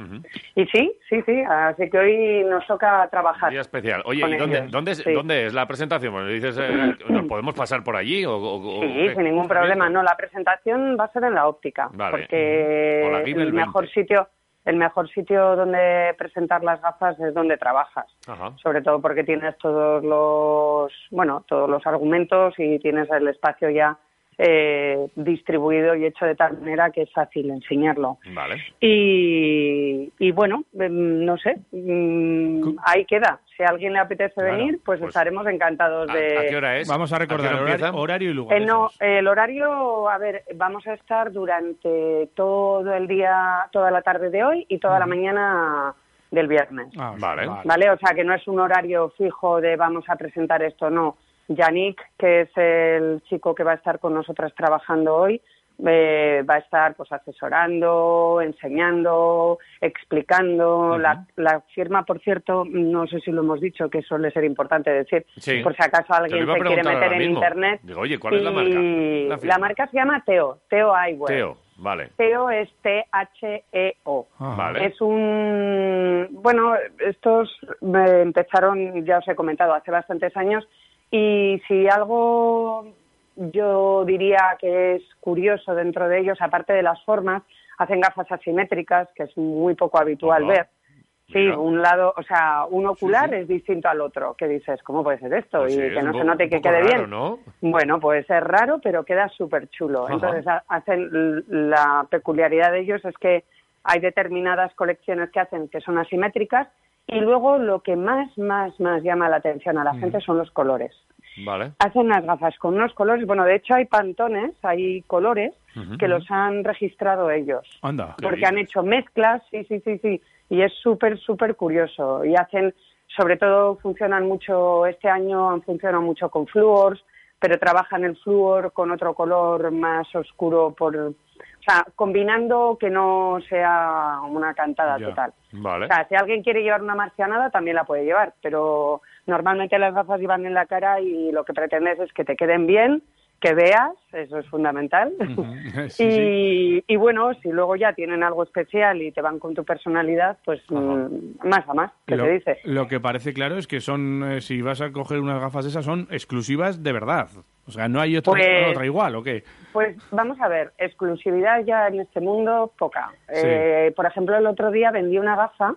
Y sí, sí, sí, así que hoy nos toca trabajar.
Día especial. Oye,
Con
¿y dónde,
ellos,
dónde, es,
sí.
dónde es la presentación? Bueno, dices,
[CLEARS THROAT]
eh, ¿nos podemos pasar por allí? O, o- o
Sí,
qué?
sin ningún problema. No, la presentación va a ser en la óptica,
Vale.
porque
O la River
el mejor sitio, el mejor sitio donde presentar las gafas es donde trabajas.
Ajá.
Sobre todo porque tienes todos los, bueno, todos los argumentos y tienes el espacio ya eh, distribuido y hecho de tal manera que es fácil enseñarlo.
Vale.
Y, y bueno, em, no sé, mm, ahí queda. Si a alguien le apetece
Claro,
venir, pues, estaremos encantados de.
Vamos a recordar
hora
horario,
empieza?
horario y lugar.
Eh, no, el horario, a ver, vamos a estar durante todo el día, toda la tarde de hoy y toda la mañana del viernes.
vale.
¿Vale? O sea, que no es un horario fijo de vamos a presentar esto, no. Yannick, que es el chico que va a estar con nosotras trabajando hoy, eh, va a estar pues asesorando, enseñando, explicando. la, la firma, por cierto, no sé si lo hemos dicho, que suele ser importante decir,
Sí.
por si acaso
Te
alguien
lo iba a
se quiere
preguntar
meter
ahora
en
mismo.
internet.
Digo, oye, ¿cuál es la marca?
Y
La
La,
firma.
marca se llama Teo, Teo Eyewear.
Teo, vale.
Teo es T-H-E-O.
Ah. Vale.
Es un. Bueno, estos eh, empezaron, ya os he comentado, hace bastantes años. Y si algo yo diría que es curioso dentro de ellos, aparte de las formas, hacen gafas asimétricas, que es muy poco habitual
Ajá.
ver. Sí,
Mira.
un lado, o sea, un ocular
sí.
es distinto al otro. Que dices, ¿cómo puede ser esto?
Pues
y
sí,
que
es
no
un
se
po-
note
un
que
poco
quede
raro,
bien.
¿no?
Bueno, pues es raro, pero queda súper chulo.
Ajá.
Entonces, ha- hacen l- la peculiaridad de ellos es que hay determinadas colecciones que hacen que son asimétricas y luego lo que más, más, más llama la atención a la gente son los colores.
Vale.
Hacen las gafas con unos colores, bueno, de hecho hay pantones, hay colores que los han registrado ellos
Anda.
porque han hecho mezclas, sí, sí, sí, sí, y es súper, súper curioso. Y hacen, sobre todo, funcionan mucho, este año han funcionado mucho con flúors, pero trabajan el flúor con otro color más oscuro, por, o sea, combinando que no sea una cantada
Ya.
total.
Vale.
O [LAUGHS] sea, si alguien quiere llevar una marcianada, también la puede llevar, pero normalmente las gafas iban en la cara y lo que pretendes es que te queden bien, que veas, eso es fundamental. y, y bueno, si luego ya tienen algo especial y te van con tu personalidad, pues mm, más a más, que
lo,
se dice.
lo que parece claro es que son, eh, si vas a coger unas gafas esas, son exclusivas de verdad. O sea, no hay otra,
Pues-
otra igual, ¿o qué?
Pues vamos a ver, exclusividad ya en este mundo poca.
Sí.
Eh, por ejemplo, el otro día vendí una gafa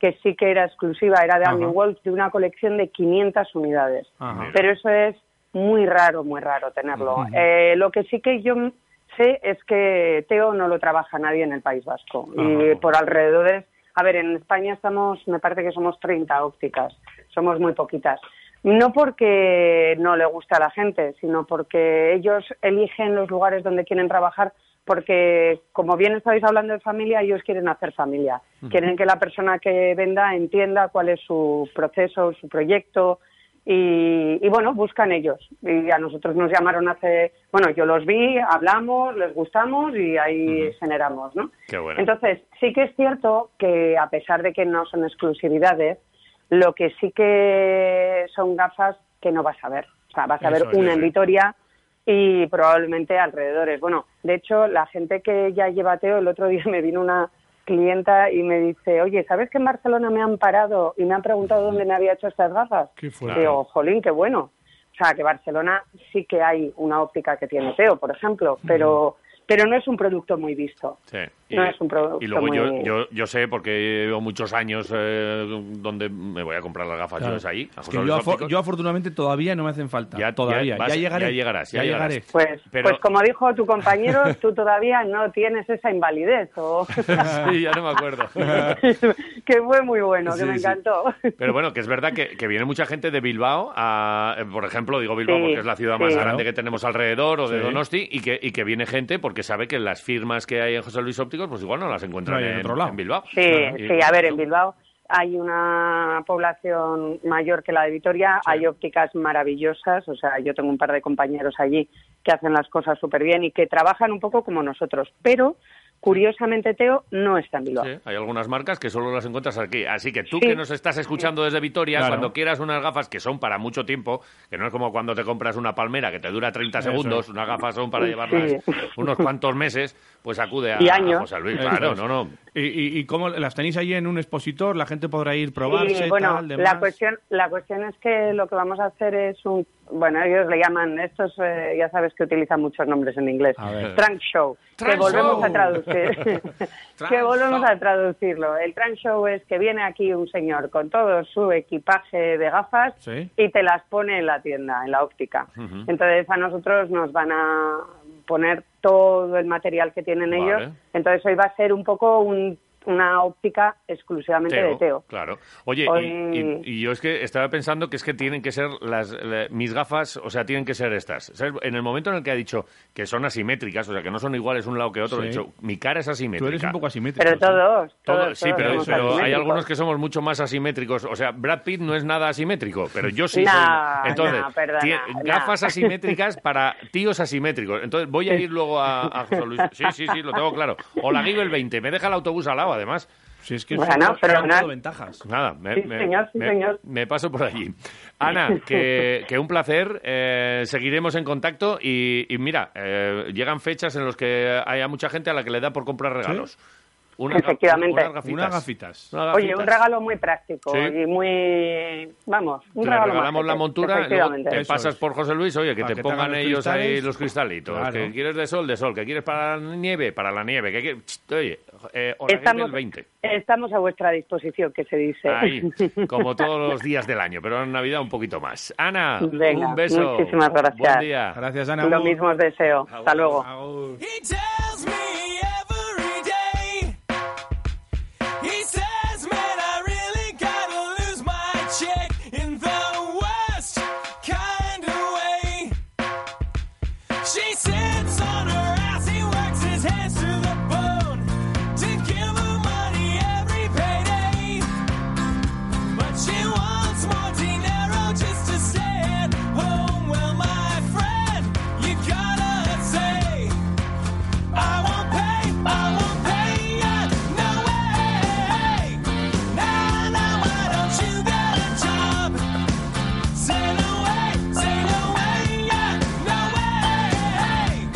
que sí que era exclusiva, era de Andy
Ajá.
Wolf, de una colección de 500 unidades.
Ajá.
Pero eso es muy raro, muy raro tenerlo.
Ujú.
Eh, lo que sí que yo m- sé es que Teo no lo trabaja nadie en el País Vasco. Y
Ajá.
por alrededores, a ver, en España estamos, me parece que somos 30 ópticas, somos muy poquitas. No porque no le gusta a la gente, sino porque ellos eligen los lugares donde quieren trabajar porque, como bien estáis hablando de familia, ellos quieren hacer familia.
Ujú.
Quieren que la persona que venda entienda cuál es su proceso, su proyecto, y, y, bueno, buscan ellos. Y a nosotros nos llamaron hace, bueno, yo los vi, hablamos, les gustamos y ahí generamos, ¿no?
Qué bueno.
Entonces, sí que es cierto que a pesar de que no son exclusividades, lo que sí que son gafas que no vas a ver. O sea, vas a
Eso
ver
es,
una
sí.
en Vitoria y probablemente alrededores. Bueno, de hecho, la gente que ya lleva Teo, el otro [LAUGHS] día me vino una clienta y me dice, oye, ¿sabes que en Barcelona me han parado y me han preguntado dónde me había hecho estas gafas?
Qué
Y Digo, jolín, qué bueno. O sea, que Barcelona sí que hay una óptica que tiene Teo, por ejemplo, pero, pero no es un producto muy visto.
Sí.
No es un producto
y luego yo,
muy-
yo, yo sé, porque llevo muchos años eh, donde me voy a comprar las gafas, yo es ahí. a
Es
José
que
Luis
yo, afo-
Ópticos.
yo afortunadamente todavía no me hacen falta. Ya, todavía. Ya,
vas-
llegaré.
ya llegarás, ya llegarás.
llegaré.
Pues,
Pero-
pues como dijo tu
[LAUGHS]
compañero, tú todavía no tienes esa invalidez. O...
[LAUGHS]
[LAUGHS]
sí, ya no me acuerdo.
[LAUGHS]
que fue muy bueno, que
Sí,
me
sí.
encantó.
Pero bueno, que es verdad que, que viene mucha gente de Bilbao, a, eh, por ejemplo, digo Bilbao
Sí,
porque es la ciudad más
sí.
grande que tenemos alrededor, o de
Sí.
Donosti, y que, y que viene gente porque sabe que las firmas que hay en José Luis Ópticos, pues igual no las encuentran
No hay en
en,
otro lado.
en Bilbao.
Sí,
Claro, y-
sí, a ver, en Bilbao hay una población mayor que la de Vitoria, hay ópticas maravillosas, o sea, yo tengo un par de compañeros allí que hacen las cosas súper bien y que trabajan un poco como nosotros, pero curiosamente Teo no está en Bilbao.
Sí, hay algunas marcas que solo las encuentras aquí. Así que tú
Sí.
que nos estás escuchando desde Vitoria,
Claro.
cuando quieras unas gafas que son para mucho tiempo, que no es como cuando te compras una palmera que te dura 30
Eso
segundos,
es.
unas gafas son para
Sí.
llevarlas unos cuantos meses, pues acude a,
Y
a
años.
José Luis.
Eso
Claro,
es.
no, no.
¿Y, y, y cómo las tenéis ahí en un expositor? La gente podrá ir probarse,
Y, bueno,
tal, demás.
la cuestión, la cuestión es que lo que vamos a hacer es un, bueno, ellos le llaman, estos eh, ya sabes que utilizan muchos nombres en inglés,
ver.
trunk show,
Trunk
que volvemos a
show.
traducir, [LAUGHS] que volvemos a traducirlo. El trunk show es que viene aquí un señor con todo su equipaje de gafas
Sí.
y te las pone en la tienda, en la óptica.
Ujú.
Entonces a nosotros nos van a poner todo el material que tienen
Vale.
ellos. Entonces hoy va a ser un poco un- una óptica exclusivamente de Teo.
Claro. Oye, y-
Hoy-
y, y yo es que estaba pensando que es que tienen que ser las la- mis gafas, o sea, tienen que ser estas. ¿Sabes? En el momento en el que ha dicho que son asimétricas, o sea, que no son iguales un lado que otro,
Sí.
he dicho, mi cara es asimétrica.
Tú eres un poco asimétrico.
Pero todos,
Todo-
todos,
sí,
todos
pero,
somos
pero hay
asimétricos.
algunos que somos mucho más asimétricos. O sea, Brad Pitt no es nada asimétrico, pero yo
[LAUGHS]
sí.
No,
soy- Entonces,
no, perdona,
tie-
no.
gafas asimétricas para tíos asimétricos. Entonces, voy a ir luego a, a José Luis. Sí, sí, sí, lo tengo claro. O la Gigo el 20, me deja el autobús al lado, además.
Sí, es
que Bueno, son- pero son nada. todo
ventajas.
Nada, me,
Sí,
me-
señor, sí,
me-
señor.
me paso por
[LAUGHS]
allí. Ana, que, que un placer. eh, seguiremos en contacto y, y mira, eh, llegan fechas en las que haya mucha gente a la que le da por comprar regalos. Unas ga-
Efectivamente.
Unas gafitas.
Unas
Unas
Oye,
gafitas.
un regalo muy práctico
Sí.
y muy... Vamos, un
Le
regalo
regalamos
mágico,
la montura, luego
efectivamente.
te pasas por José Luis, oye, que
Para
te
que te
pongan
hagan los
ellos ahí
cristales.
los cristalitos.
Claro.
Que quieres de sol, de sol. Que quieres para la nieve, para la nieve. Que quieres... Chst, Oye, eh, hora
Estamos-
del 20.
Estamos a vuestra disposición, que se dice. [LAUGHS]
Ahí, como todos los días del año, pero en Navidad un poquito más. Ana,
Venga,
un beso.
muchísimas gracias.
Buen día.
Gracias,
Lo mismo os deseo. Hasta luego.
He tells me every day. He says, man, I really gotta lose my check in the worst kind of way. She sits on her ass, he works his hands to the bone to give her money every payday. But she wants more dinero just to stay at home. Well, my friend, you gotta say. I won't pay, I won't pay ya, no way. Now, now, why don't you get a job? Sail away, sail away, yeah, no way.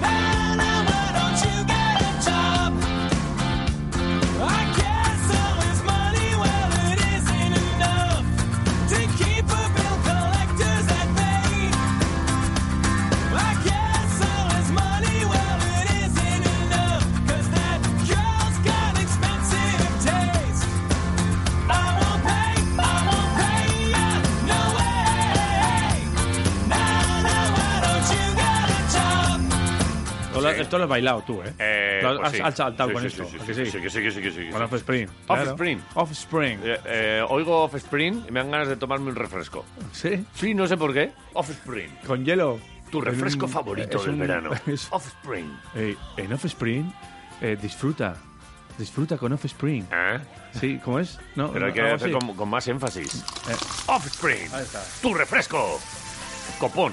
Now, now, why don't you get a job? I guess all this money, well, it isn't enough to keep a bill collectors at bay. I guess all his money, well, it isn't enough, 'cause that girl's got expensive taste. I won't pay, I won't pay ya, no way. Now, now, why don't you get a job?
Esto lo- Esto lo has bailado tú, ¿eh?
Eh,
Lo has,
pues sí.
has saltado
Sí,
con
sí,
esto.
sí,
¿a
sí,
que
sí,
sí?
sí, que sí, que sí, que sí, que
Con
sí.
Offspring. claro.
Offspring.
Offspring.
Eh, eh, oigo Offspring y me dan ganas de tomarme un refresco.
¿Sí?
Sí, no sé por qué. Offspring.
Con hielo.
Tu refresco
Es un- [LAUGHS]
favorito
es
del
un-
verano.
es-
Offspring.
Eh, en Offspring, eh, disfruta Disfruta con Offspring. Sí, ¿cómo es? No,
¿Eh? Pero hay que
algo
hacer
así. Eh,
con, con más énfasis. Offspring, tu refresco. Copón.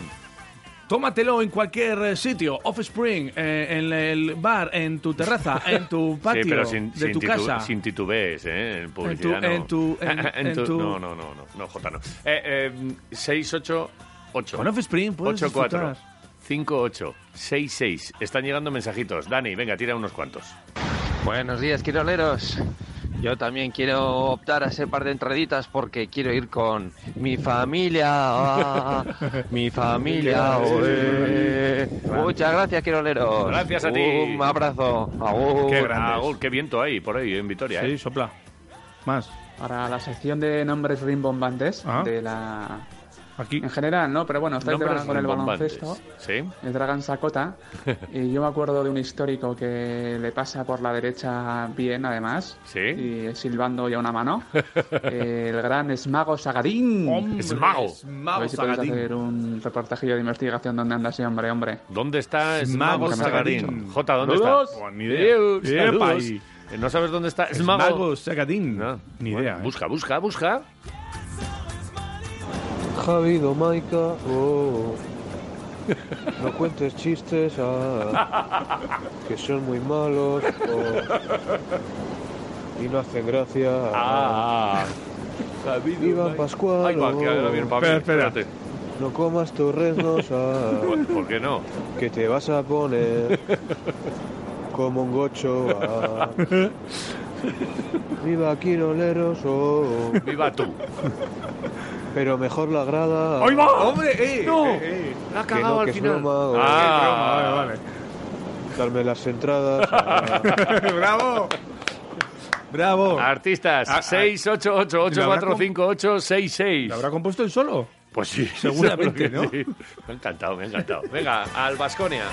Tómatelo en cualquier eh, sitio, Offspring, eh, en el bar, en tu
[LAUGHS]
terraza, en tu patio,
sí, pero sin,
de
sin
tu
titu-
casa.
Sin titubees, ¿eh? En publicidad.
en tu-
[LAUGHS]
en-
no.
en tu-
No, no, no, no. No, Jota, no. Eh, eh, 6, 8, 8.
Con Offspring puedes
8, 4,
disfrutar.
5, 8, 6, 6. Están llegando mensajitos. Dani, venga, tira unos cuantos.
Buenos días, quiroleros. Yo también quiero optar a ese par de entraditas porque quiero ir con mi familia.
[LAUGHS]
ah, mi familia. olé. Muchas gracias, quiroleros.
Gracias a ti.
Un abrazo. Agur.
Qué, agur, qué viento hay por ahí en Vitoria.
Sí,
¿eh?
sopla. Más.
Para la sección de nombres rimbombantes de la...
Aquí.
En general, ¿no? Pero bueno, estáis de
Nombres
verano con el
rimbombantes,
baloncesto.
Sí.
El Dragan Sakota.
[LAUGHS]
y yo me acuerdo de un histórico que le pasa por la derecha bien, además.
Sí.
Y silbando ya una
[LAUGHS]
mano. el gran Esmago Sagadín.
Hombre, Esmago.
A ver si podéis
Sagadín.
hacer un reportajillo de investigación donde anda ese hombre, hombre.
¿Dónde está Smago
Esmago
Sagadín? Jota, ¿dónde
Saludos.
está?
Buah, ni idea.
Adiós,
Epa,
saludos.
y-
Eh, ¿No
Pues,
sabes dónde está Smago?
Smago Sagadín. Ni idea. ¿eh?
Ah, Busca, busca, busca.
Javi, Domaica, oh. No cuentes chistes, ah, que son muy malos, oh, y no hacen gracia. ah. Iván Pascual,
Ay, va, que ahora
oh.
viene Pablo. Espérate.
No comas torreznos, ah,
¿Por qué no?
que te vas a poner como un gocho. ah. Viva Quiroleros, oh.
Viva tú.
Pero mejor la grada.
¡Ahí va!
¡Hombre, eh!
¡No!
eh, eh.
La ha
Que
cagado
no,
al
que es
final.
broma, o-
Ah,
que es broma,
vale,
Darme las entradas.
[LAUGHS]
[LAUGHS]
¡Bravo!
¡Bravo! Artistas,
Ah, ah.
688-845-866.
¿Lo habrá compuesto él solo?
Pues sí, [LAUGHS]
Seguramente,
seguro
¿no?
que sí. Me ha encantado, me ha encantado. Venga, al Basconia.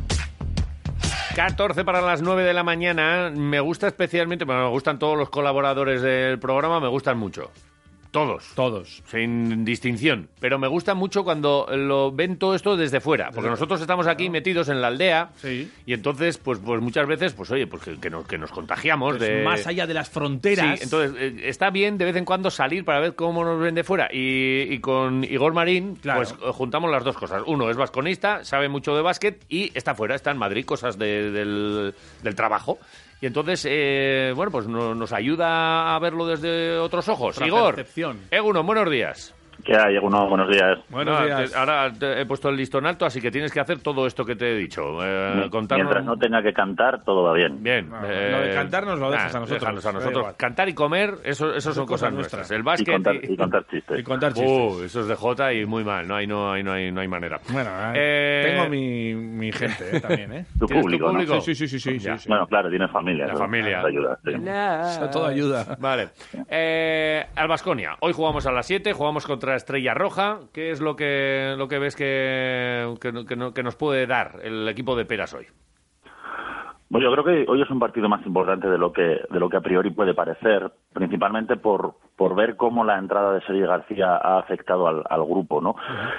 Vale. 14 para las 9 de la mañana. Me gusta especialmente, bueno, me gustan todos los colaboradores del programa, me gustan mucho. Todos.
Todos.
Sin distinción. Pero me gusta mucho cuando lo ven todo esto desde fuera. Porque nosotros estamos aquí metidos en la aldea. Y entonces, pues, pues muchas veces, pues oye, pues que, que nos, que nos contagiamos
Pues
de.
Más allá de las fronteras.
Sí, entonces eh, está bien de vez en cuando salir para ver cómo nos ven de fuera. Y, y con Igor Marín, pues eh, juntamos las dos cosas. Uno es vasconista, sabe mucho de básquet y está fuera, está en Madrid, cosas de- del, del trabajo. Y entonces, eh, bueno, pues no- nos ayuda a verlo desde otros ojos.
Otra
Igor,
percepción.
Eguno, buenos días.
¿Qué hay, uno Buenos días.
Ah, te- ahora te he puesto el listón alto, así que tienes que hacer todo esto que te he dicho. Eh,
Mi-
contarnos-
Mientras no tenga que cantar, todo va bien.
Bien. eh,
lo de cantarnos lo dejas a
nah,
nosotros,
déjanos a
da
nosotros.
igual.
Cantar y comer, eso, eso son cosas
cosas
nuestras.
nuestras.
El básquet
Y contar- y contar chistes.
Y contar
chistes.
Uh, eso es de Jota y muy mal. No hay, no hay, no hay, no hay manera.
Bueno,
Eh,
tengo mi, mi gente eh, también, ¿eh?
Tu
¿Tienes tu
público, ¿no?
público?
Sí, sí, sí, sí, sí, sí.
Bueno, claro, tienes familia.
La
eso
familia.
te ayuda, sí.
todo ayuda.
Vale. Eh, al Baskonia. Hoy jugamos a las 7, jugamos contra Estrella Roja. ¿Qué es lo que, lo que ves que, que, no- que no- que nos puede dar el equipo de Peras hoy?
Bueno, yo creo que hoy es un partido más importante de lo que de lo que a priori puede parecer, principalmente por por ver cómo la entrada de Sergio García ha afectado al, al grupo, ¿no?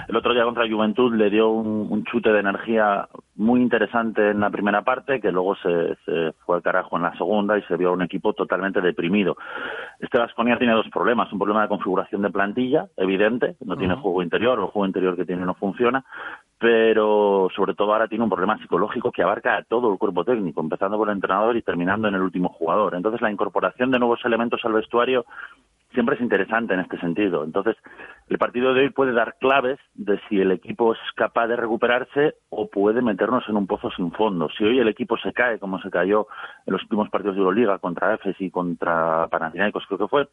El otro día contra Juventud le dio un, un chute de energía muy interesante en la primera parte, que luego se, se fue al carajo en la segunda y se vio a un equipo totalmente deprimido. Este Vasconia tiene dos problemas, un problema de configuración de plantilla, evidente, no tiene juego interior, o el juego interior que tiene no funciona, pero sobre todo ahora tiene un problema psicológico que abarca a todo el cuerpo técnico, empezando por el entrenador y terminando en el último jugador. Entonces la incorporación de nuevos elementos al vestuario siempre es interesante en este sentido. Entonces, el partido de hoy puede dar claves de si el equipo es capaz de recuperarse o puede meternos en un pozo sin fondo. Si hoy el equipo se cae, como se cayó en los últimos partidos de Euroliga contra EFES y contra Panathinaikos, creo que fue,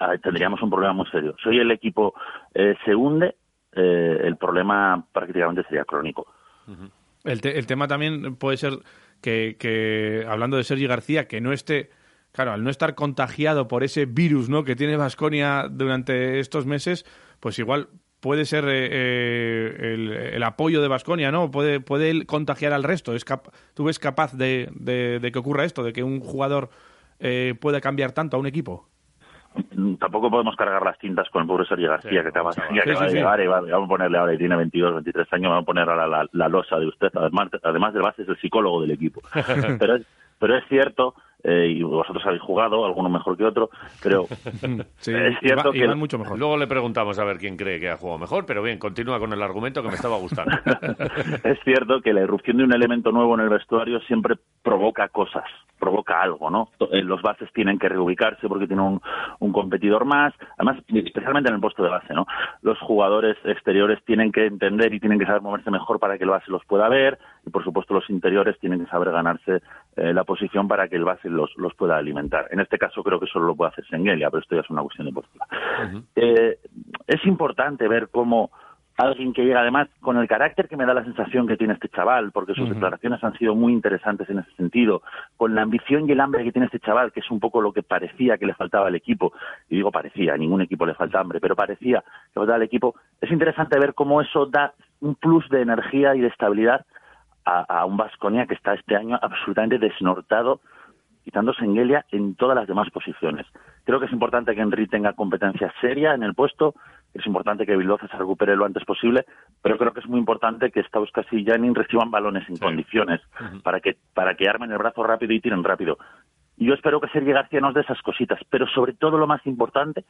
ah, tendríamos un problema muy serio. Si hoy el equipo eh, se hunde, eh, el problema prácticamente sería crónico.
El, te- el tema también puede ser que, que, hablando de Sergi García, que no esté, claro, al no estar contagiado por ese virus ¿no? que tiene Vasconia durante estos meses, pues igual puede ser eh, eh, el, el apoyo de Vasconia, ¿no? Puede, puede él contagiar al resto. Es cap- ¿Tú ves capaz de, de- de que ocurra esto, de que un jugador eh, pueda cambiar tanto a un equipo?
Mm, Tampoco podemos cargar las tintas con el pobre Sergio García que acaba, que
Sí,
acaba
sí,
de
sí.
llegar y va- vamos a ponerle ahora, y tiene 22, 23 años, vamos a poner ahora la, la, losa de usted. Además, además de base es el psicólogo del
[LAUGHS]
equipo. pero, es, pero es cierto, eh, y vosotros habéis jugado, alguno mejor que otro, pero es cierto que...
mucho mejor.
Luego le preguntamos a ver quién cree que ha jugado mejor, pero bien, continúa con el argumento que me estaba
[LAUGHS]
gustando.
es cierto que la irrupción de un elemento nuevo en el vestuario siempre provoca cosas, provoca algo, ¿no? To- eh, Los bases tienen que reubicarse porque tienen un, un competidor más, además, especialmente en el puesto de base, ¿no? Los jugadores exteriores tienen que entender y tienen que saber moverse mejor para que el base los pueda ver y, por supuesto, los interiores tienen que saber ganarse eh, la posición para que el base los, los pueda alimentar. En este caso creo que solo lo puede hacer Sengelia, pero esto ya es una cuestión de postura. Eh, es importante ver cómo alguien que llega además con el carácter que me da la sensación que tiene este chaval, porque sus declaraciones han sido muy interesantes en ese sentido, con la ambición y el hambre que tiene este chaval, que es un poco lo que parecía que le faltaba al equipo, y digo parecía, a ningún equipo le falta hambre, pero parecía que faltaba al equipo, es interesante ver cómo eso da un plus de energía y de estabilidad a, a un Vasconia que está este año absolutamente desnortado quitando Sengelia en todas las demás posiciones. Creo que es importante que Henry tenga competencia seria en el puesto, es importante que Bilbao se recupere lo antes posible, pero creo que es muy importante que Stauskas y Janin reciban balones en condiciones para que para que armen el brazo rápido y tiren rápido. Y yo espero que Sergio García nos dé esas cositas, pero sobre todo lo más importante,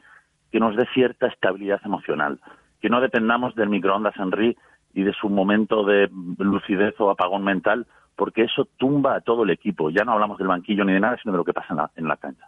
que nos dé cierta estabilidad emocional, que no dependamos del microondas Henry y de su momento de lucidez o apagón mental, porque eso tumba a todo el equipo. Ya no hablamos del banquillo ni de nada, sino de lo que pasa en la, en la cancha.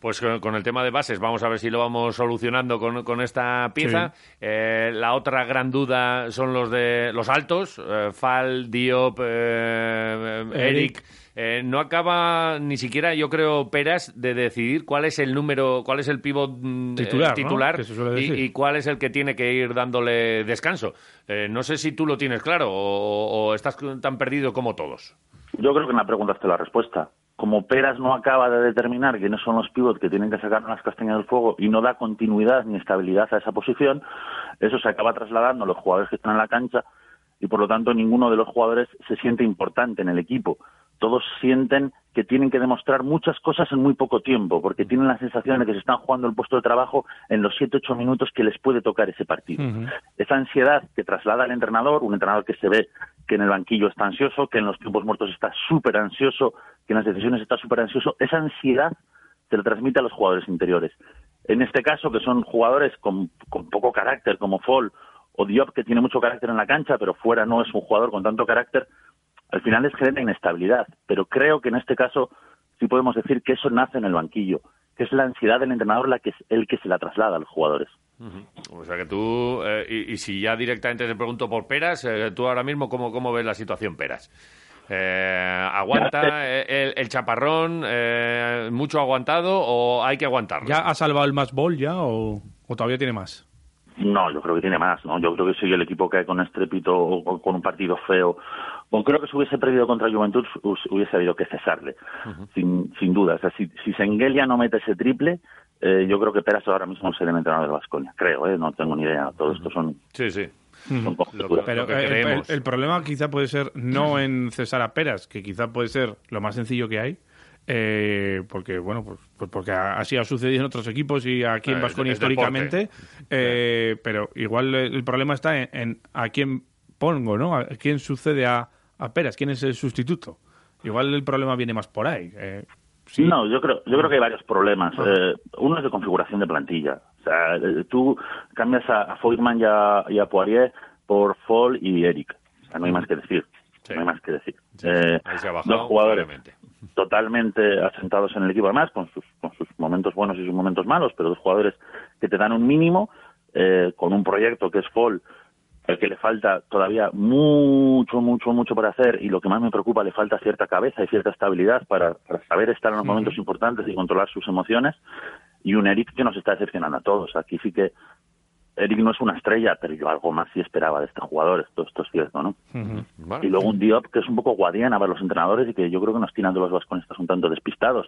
Pues con, con el tema de bases, vamos a ver si lo vamos solucionando con, con esta pieza. Eh, la otra gran duda son los de los altos, eh, Fal, Diop, eh,
Eric.
eh, Eric. Eh, no acaba ni siquiera, yo creo, Peras de decidir cuál es el número, cuál es el pivot mm, eh,
Titular, ¿no?
titular
Que se suele
y,
decir.
y cuál es el que tiene que ir dándole descanso. Eh, no sé si tú lo tienes claro o- o estás tan perdido como todos.
Yo creo que en la pregunta está la respuesta. Como Peras no acaba de determinar quiénes son los pivots que tienen que sacar las castañas del fuego y no da continuidad ni estabilidad a esa posición, eso se acaba trasladando a los jugadores que están en la cancha y por lo tanto ninguno de los jugadores se siente importante en el equipo. Todos sienten que tienen que demostrar muchas cosas en muy poco tiempo, porque tienen la sensación de que se están jugando el puesto de trabajo en los 7-8 minutos que les puede tocar ese partido esa ansiedad que traslada al entrenador, un entrenador que se ve que en el banquillo está ansioso, que en los tiempos muertos está súper ansioso, que en las decisiones está súper ansioso, esa ansiedad se la transmite a los jugadores interiores. En este caso, que son jugadores con, con poco carácter, como Fall o Diop, que tiene mucho carácter en la cancha, pero fuera no es un jugador con tanto carácter, al final es genera inestabilidad. Pero creo que en este caso sí podemos decir que eso nace en el banquillo, que es la ansiedad del entrenador la que es el que se la traslada a los jugadores.
Ujú. O sea que tú, eh, y, y si ya directamente te pregunto por Peras, eh, tú ahora mismo, ¿cómo, cómo ves la situación, Peras? Eh, ¿Aguanta eh, el, el chaparrón? eh, ¿Mucho aguantado o hay que aguantarlo?
¿Ya ha salvado el más bol ya o, o todavía tiene más?
No, yo creo que tiene más, ¿no? Yo creo que si el equipo cae con estrépito o o con un partido feo, o creo que si hubiese perdido contra Juventud, hus- hubiese habido que cesarle, sin, sin duda. O sea, si, si Sengelia no mete ese triple, eh, yo creo que Peras ahora mismo sería el entrenador de Vasconia. Creo, ¿eh? No tengo ni idea. Todo esto son...
Sí, sí.
Son conjeturas.
Pero eh, el, el- el problema quizá puede ser no en cesar a Peras, que quizá puede ser lo más sencillo que hay, eh, porque bueno, pues, pues porque ha- así ha sucedido en otros equipos y aquí en
Eh,
Vasconia
es- es
históricamente, eh, pero igual eh, el problema está en, en a quién pongo, ¿no? A quién sucede a, a Peras, quién es el sustituto. Igual el problema viene más por ahí. eh, sí.
No, yo creo, yo creo que hay varios problemas.
Ah.
Eh, uno es de configuración de plantilla. O sea, eh, tú cambias a, a Foytman y a, y a Poirier por Fall y Eric. O sea, no hay más que decir. No hay más que decir. Eh,
Ahí se ha bajado,
dos jugadores totalmente asentados en el equipo, además, con sus, con sus momentos buenos y sus momentos malos, pero dos jugadores que te dan un mínimo, eh, con un proyecto que es Fall, al que le falta todavía mucho, mucho, mucho por hacer, y lo que más me preocupa, le falta cierta cabeza y cierta estabilidad para, para saber estar en los momentos importantes y controlar sus emociones, y un Eric que nos está decepcionando a todos. Aquí sí que Eric no es una estrella, pero yo algo más sí esperaba de este jugador, esto, esto es cierto, ¿no? Y luego un Diop que es un poco guardián a ver los entrenadores y que yo creo que nos tiran de los vasconistas un tanto despistados.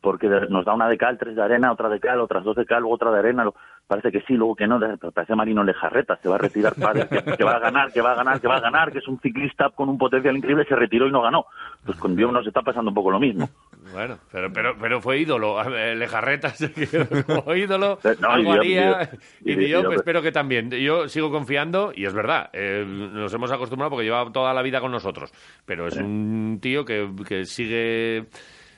Porque de- nos da una de cal, tres de arena, otra de cal, otras dos de cal, luego otra de arena. lo- parece que sí, luego que no, de- parece Marino Lejarreta, se va a retirar, padre, que, que va a ganar, que va a ganar, que va a ganar, que es un ciclista con un potencial increíble, se retiró y no ganó. Pues con Dios nos está pasando un poco lo mismo.
Bueno, pero, pero, pero fue ídolo. A ver, Lejarreta
[LAUGHS]
se quedó como ídolo.
No, y
algo
yo-
haría.
y- pues
Y,
y- y-
yo
y-
espero que también. Yo sigo confiando y es verdad. eh, nos hemos acostumbrado porque lleva toda la vida con nosotros. Pero es un tío que, que sigue...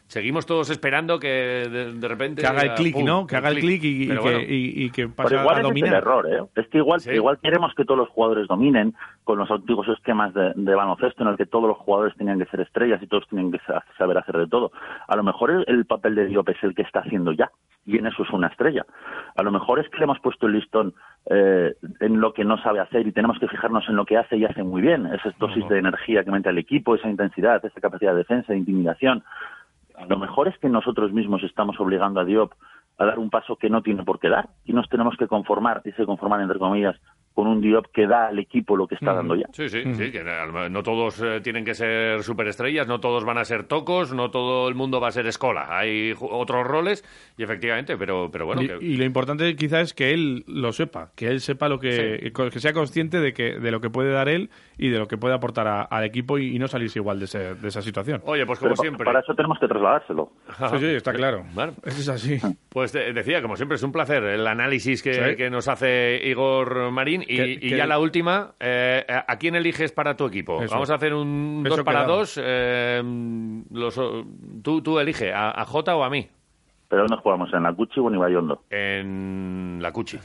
Seguimos todos esperando que de, de repente...
Que haga el clic,
¡pum!
¿no? Que haga el clic y, y que,
Pero bueno.
y- y que
Pero
pase
igual
a
ese
dominar.
Es el error, ¿eh? Es que igual, igual queremos que todos los jugadores dominen con los antiguos esquemas de, de baloncesto en el que todos los jugadores tenían que ser estrellas y todos tienen que sa- saber hacer de todo. A lo mejor el, el papel de Diop es el que está haciendo ya y en eso es una estrella. A lo mejor es que le hemos puesto el listón eh, en lo que no sabe hacer y tenemos que fijarnos en lo que hace y hace muy bien. Esas dosis de energía que mete al equipo, esa intensidad, esa capacidad de defensa, de intimidación. A lo mejor es que nosotros mismos estamos obligando a Diop a dar un paso que no tiene por qué dar y nos tenemos que conformar, dice conformar entre comillas, con un Diop que da al equipo lo que está dando ya.
Sí, sí, sí, que no no todos eh, tienen que ser superestrellas, no todos van a ser tocos, no todo el mundo va a ser escola. Hay ju- otros roles y efectivamente, pero, pero bueno,
y,
que-
y lo importante quizás es que él lo sepa, que él sepa lo que, co- que sea consciente de que de lo que puede dar él y de lo que puede aportar a- al equipo y, y no salirse igual de, ese- de esa situación.
Oye, pues como
Pero pa-
siempre.
Para eso Ah. tenemos que trasladárselo.
Sí, sí, está claro.
Vale.
Eso es así.
Pues te- decía, como siempre, es un placer el análisis que,
Sí.
que nos hace Igor Marín. Y,
Que-
y
que-
ya la última, eh, ¿a a quién eliges para tu equipo?
Eso.
Vamos a hacer un
Eso
dos para
quedaba.
dos. eh, los, o- tú, tú elige, ¿a, a Jota o a mí?
Pero nos jugamos en la Cuchi o en Ibayondo.
En la Cuchi.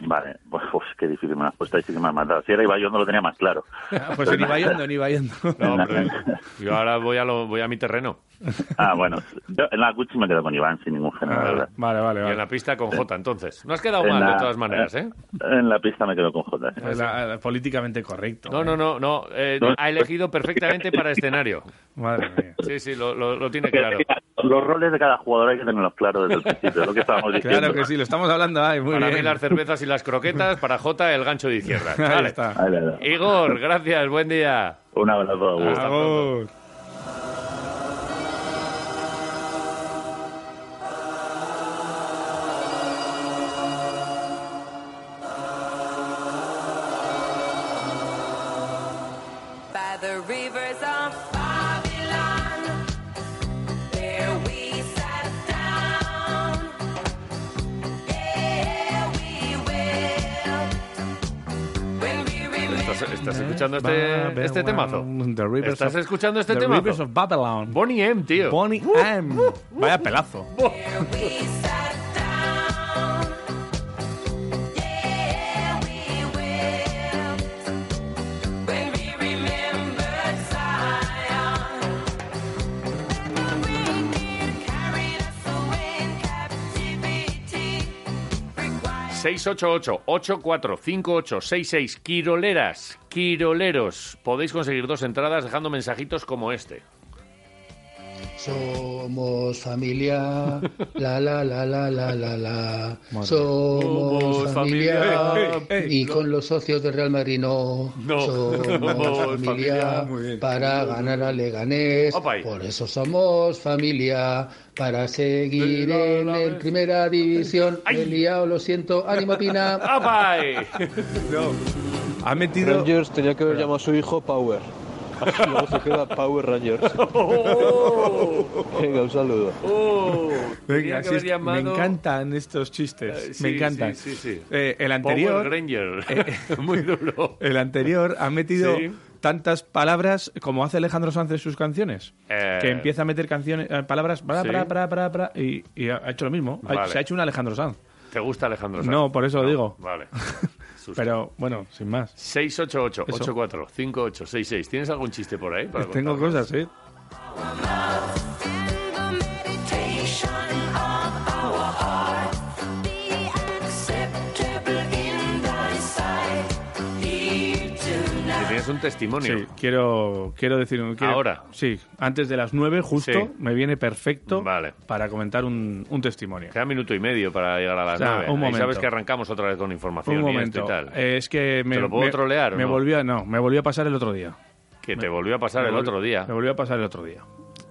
Vale, pues, uf, qué difícil me la has puesto, ahí sí que me has matado. Si era Ibayondo lo tenía más claro.
[LAUGHS] Pues en Ibayondo, en Ibayondo.
[LAUGHS] No, hombre,
[LAUGHS]
yo ahora voy a, lo- voy a mi terreno.
[LAUGHS] Ah, bueno, yo en la Cuchi me quedo con Iván sin ningún género, la verdad.
Ah, Vale, vale,
Y en la pista con Jota, entonces. No has quedado
En
mal,
la-
de todas maneras, ¿eh?
En la pista me quedo con Jota. sí.
La- la- políticamente correcto.
No, no, no, no. eh,
No.
ha elegido perfectamente para escenario.
Madre
[LAUGHS]
mía.
Sí, sí, lo, lo- lo tiene claro.
Los roles de cada jugador hay que tenerlos claros desde el principio, es lo que estábamos diciendo.
[LAUGHS] Claro que sí, lo estamos hablando. Ay, muy
para
bien.
mí las cervezas y las croquetas, para Jota el gancho de izquierda.
Ahí
Vale.
está.
Igor, gracias, buen día.
Un abrazo. Agur.
Hasta
Agur.
by the rivers of Babylon. There we sat down. There we will. When we
¿Estás, estás escuchando este, este temazo?
The Rivers
¿Estás
of-
escuchando este
The
temazo?
Rivers of Babylon.
Bonnie M, tío. Uh,
Bonnie M. Vaya pelazo.
remember
688-845866. Quiroleras, quiroleros. Podéis conseguir dos entradas dejando mensajitos
[LAUGHS]
como este.
Somos familia, la la la la la la la.
Madre.
Somos
Somos familia.
familia [LAUGHS]
Ey, ey,
y con los socios de Real Madrid no. Somos
[LAUGHS] Somos familia.
familia para ganar al Leganés.
Opa ahí.
Por eso somos familia para seguir en el Primera División. Me he liado, lo siento. Ánimo Pina.
[LAUGHS] ¡Apa ahí!
Ha metido.
Rangers tenía que haber llamado a su hijo
[LAUGHS]
Power. Así luego se queda Power Rangers.
Oh.
Venga, un saludo.
Venga,
que
sí, es
haber
que me
llamado-
encantan estos chistes.
Eh, sí,
me encantan.
sí, sí, sí.
Eh, el anterior. eh,
Power Ranger. [LAUGHS] Muy duro.
El anterior ha metido
Sí.
tantas palabras como hace Alejandro Sanz en sus canciones.
Eh.
Que empieza a meter canciones, eh, palabras, bra,
Sí.
bra, bra, bra, bra, y, y ha hecho lo mismo. Ha-
Vale.
Se ha hecho un Alejandro Sanz.
¿Te gusta Alejandro Sanz?
No, por eso digo. [LAUGHS]
Vale. Susto.
Pero bueno, sin más.
688-84-5866. ¿Tienes algún chiste por ahí? para
Tengo
contarnos?
cosas, ¿eh?
Tienes un testimonio.
Sí, quiero, quiero decir. quiero-
Ahora.
Sí, antes de las nueve, justo,
Sí.
me viene perfecto
Vale.
para comentar un, un testimonio.
Queda minuto y medio para llegar a las
O sea,
nueve.
un
Ahí
momento.
sabes que arrancamos otra vez con información
Un
y esto
momento.
y tal.
Eh, es que me,
¿Te lo puedo
me-
trolear o
me
no?
volvió, no, me volvió a pasar el otro día.
Que te volvió a pasar
me
el
volvió-
otro día.
Me volvió a pasar el otro día.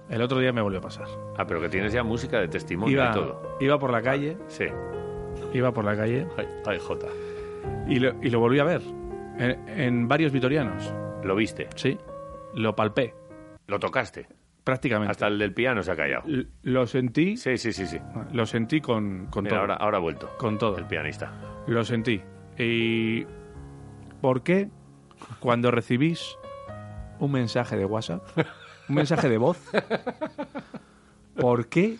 El otro día me volvió a pasar.
Ah, pero que tienes ya música de testimonio y
Iba,
todo.
iba por la calle
Sí.
Iba por la calle.
Ay, Jota.
Y lo, y lo volví a ver. En, en varios vitorianos.
¿Lo viste?
Sí. Lo palpé.
Lo tocaste.
Prácticamente.
Hasta el del piano se ha callado.
Lo sentí.
Sí, sí, sí, sí.
Lo sentí con, con
Mira,
todo.
ahora, ahora ha vuelto.
Con todo.
El pianista.
Lo sentí. ¿Y por qué cuando recibís un mensaje de WhatsApp, un mensaje de voz, por qué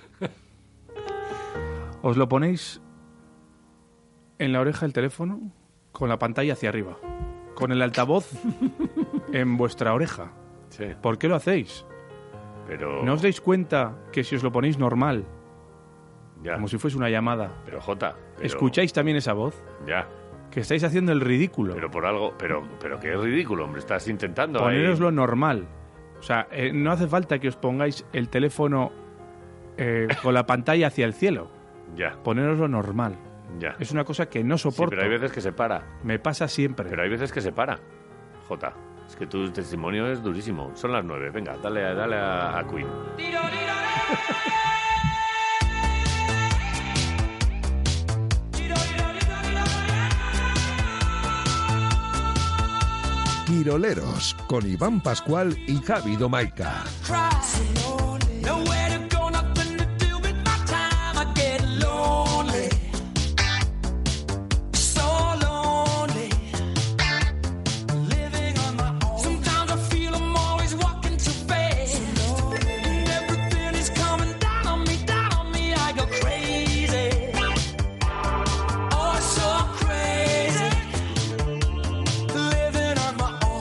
os lo ponéis en la oreja del teléfono con la pantalla hacia arriba, con el altavoz en vuestra oreja? ¿Por qué lo hacéis?
Pero.
¿No os dais cuenta que si os lo ponéis normal, como si fuese una llamada,
Pero Jota. pero-
escucháis también esa voz?
Ya.
Que estáis haciendo el ridículo.
Pero por algo. Pero, pero que es ridículo, hombre. Estás intentando. ahí-
Poneros lo normal. O sea, eh, no hace falta que os pongáis el teléfono eh, con la [LAUGHS] pantalla hacia el cielo.
Ya.
Poneros lo normal.
Ya.
Es una cosa que no
Sí,
soporto.
pero hay veces que se para.
Me pasa siempre.
Pero hay veces que se para. Jota. Es que tu testimonio es durísimo. Son las nueve. Venga, dale, a- dale a, a Queen.
Quiroleros con Iván Pascual y Javi Domaica.
Nowhere to go, nothing to do with my time. I get lonely, so lonely. Living on my own. Sometimes I feel I'm always walking too fast, and everything is coming down on me, down on me. I go crazy, oh so crazy. Living on my own.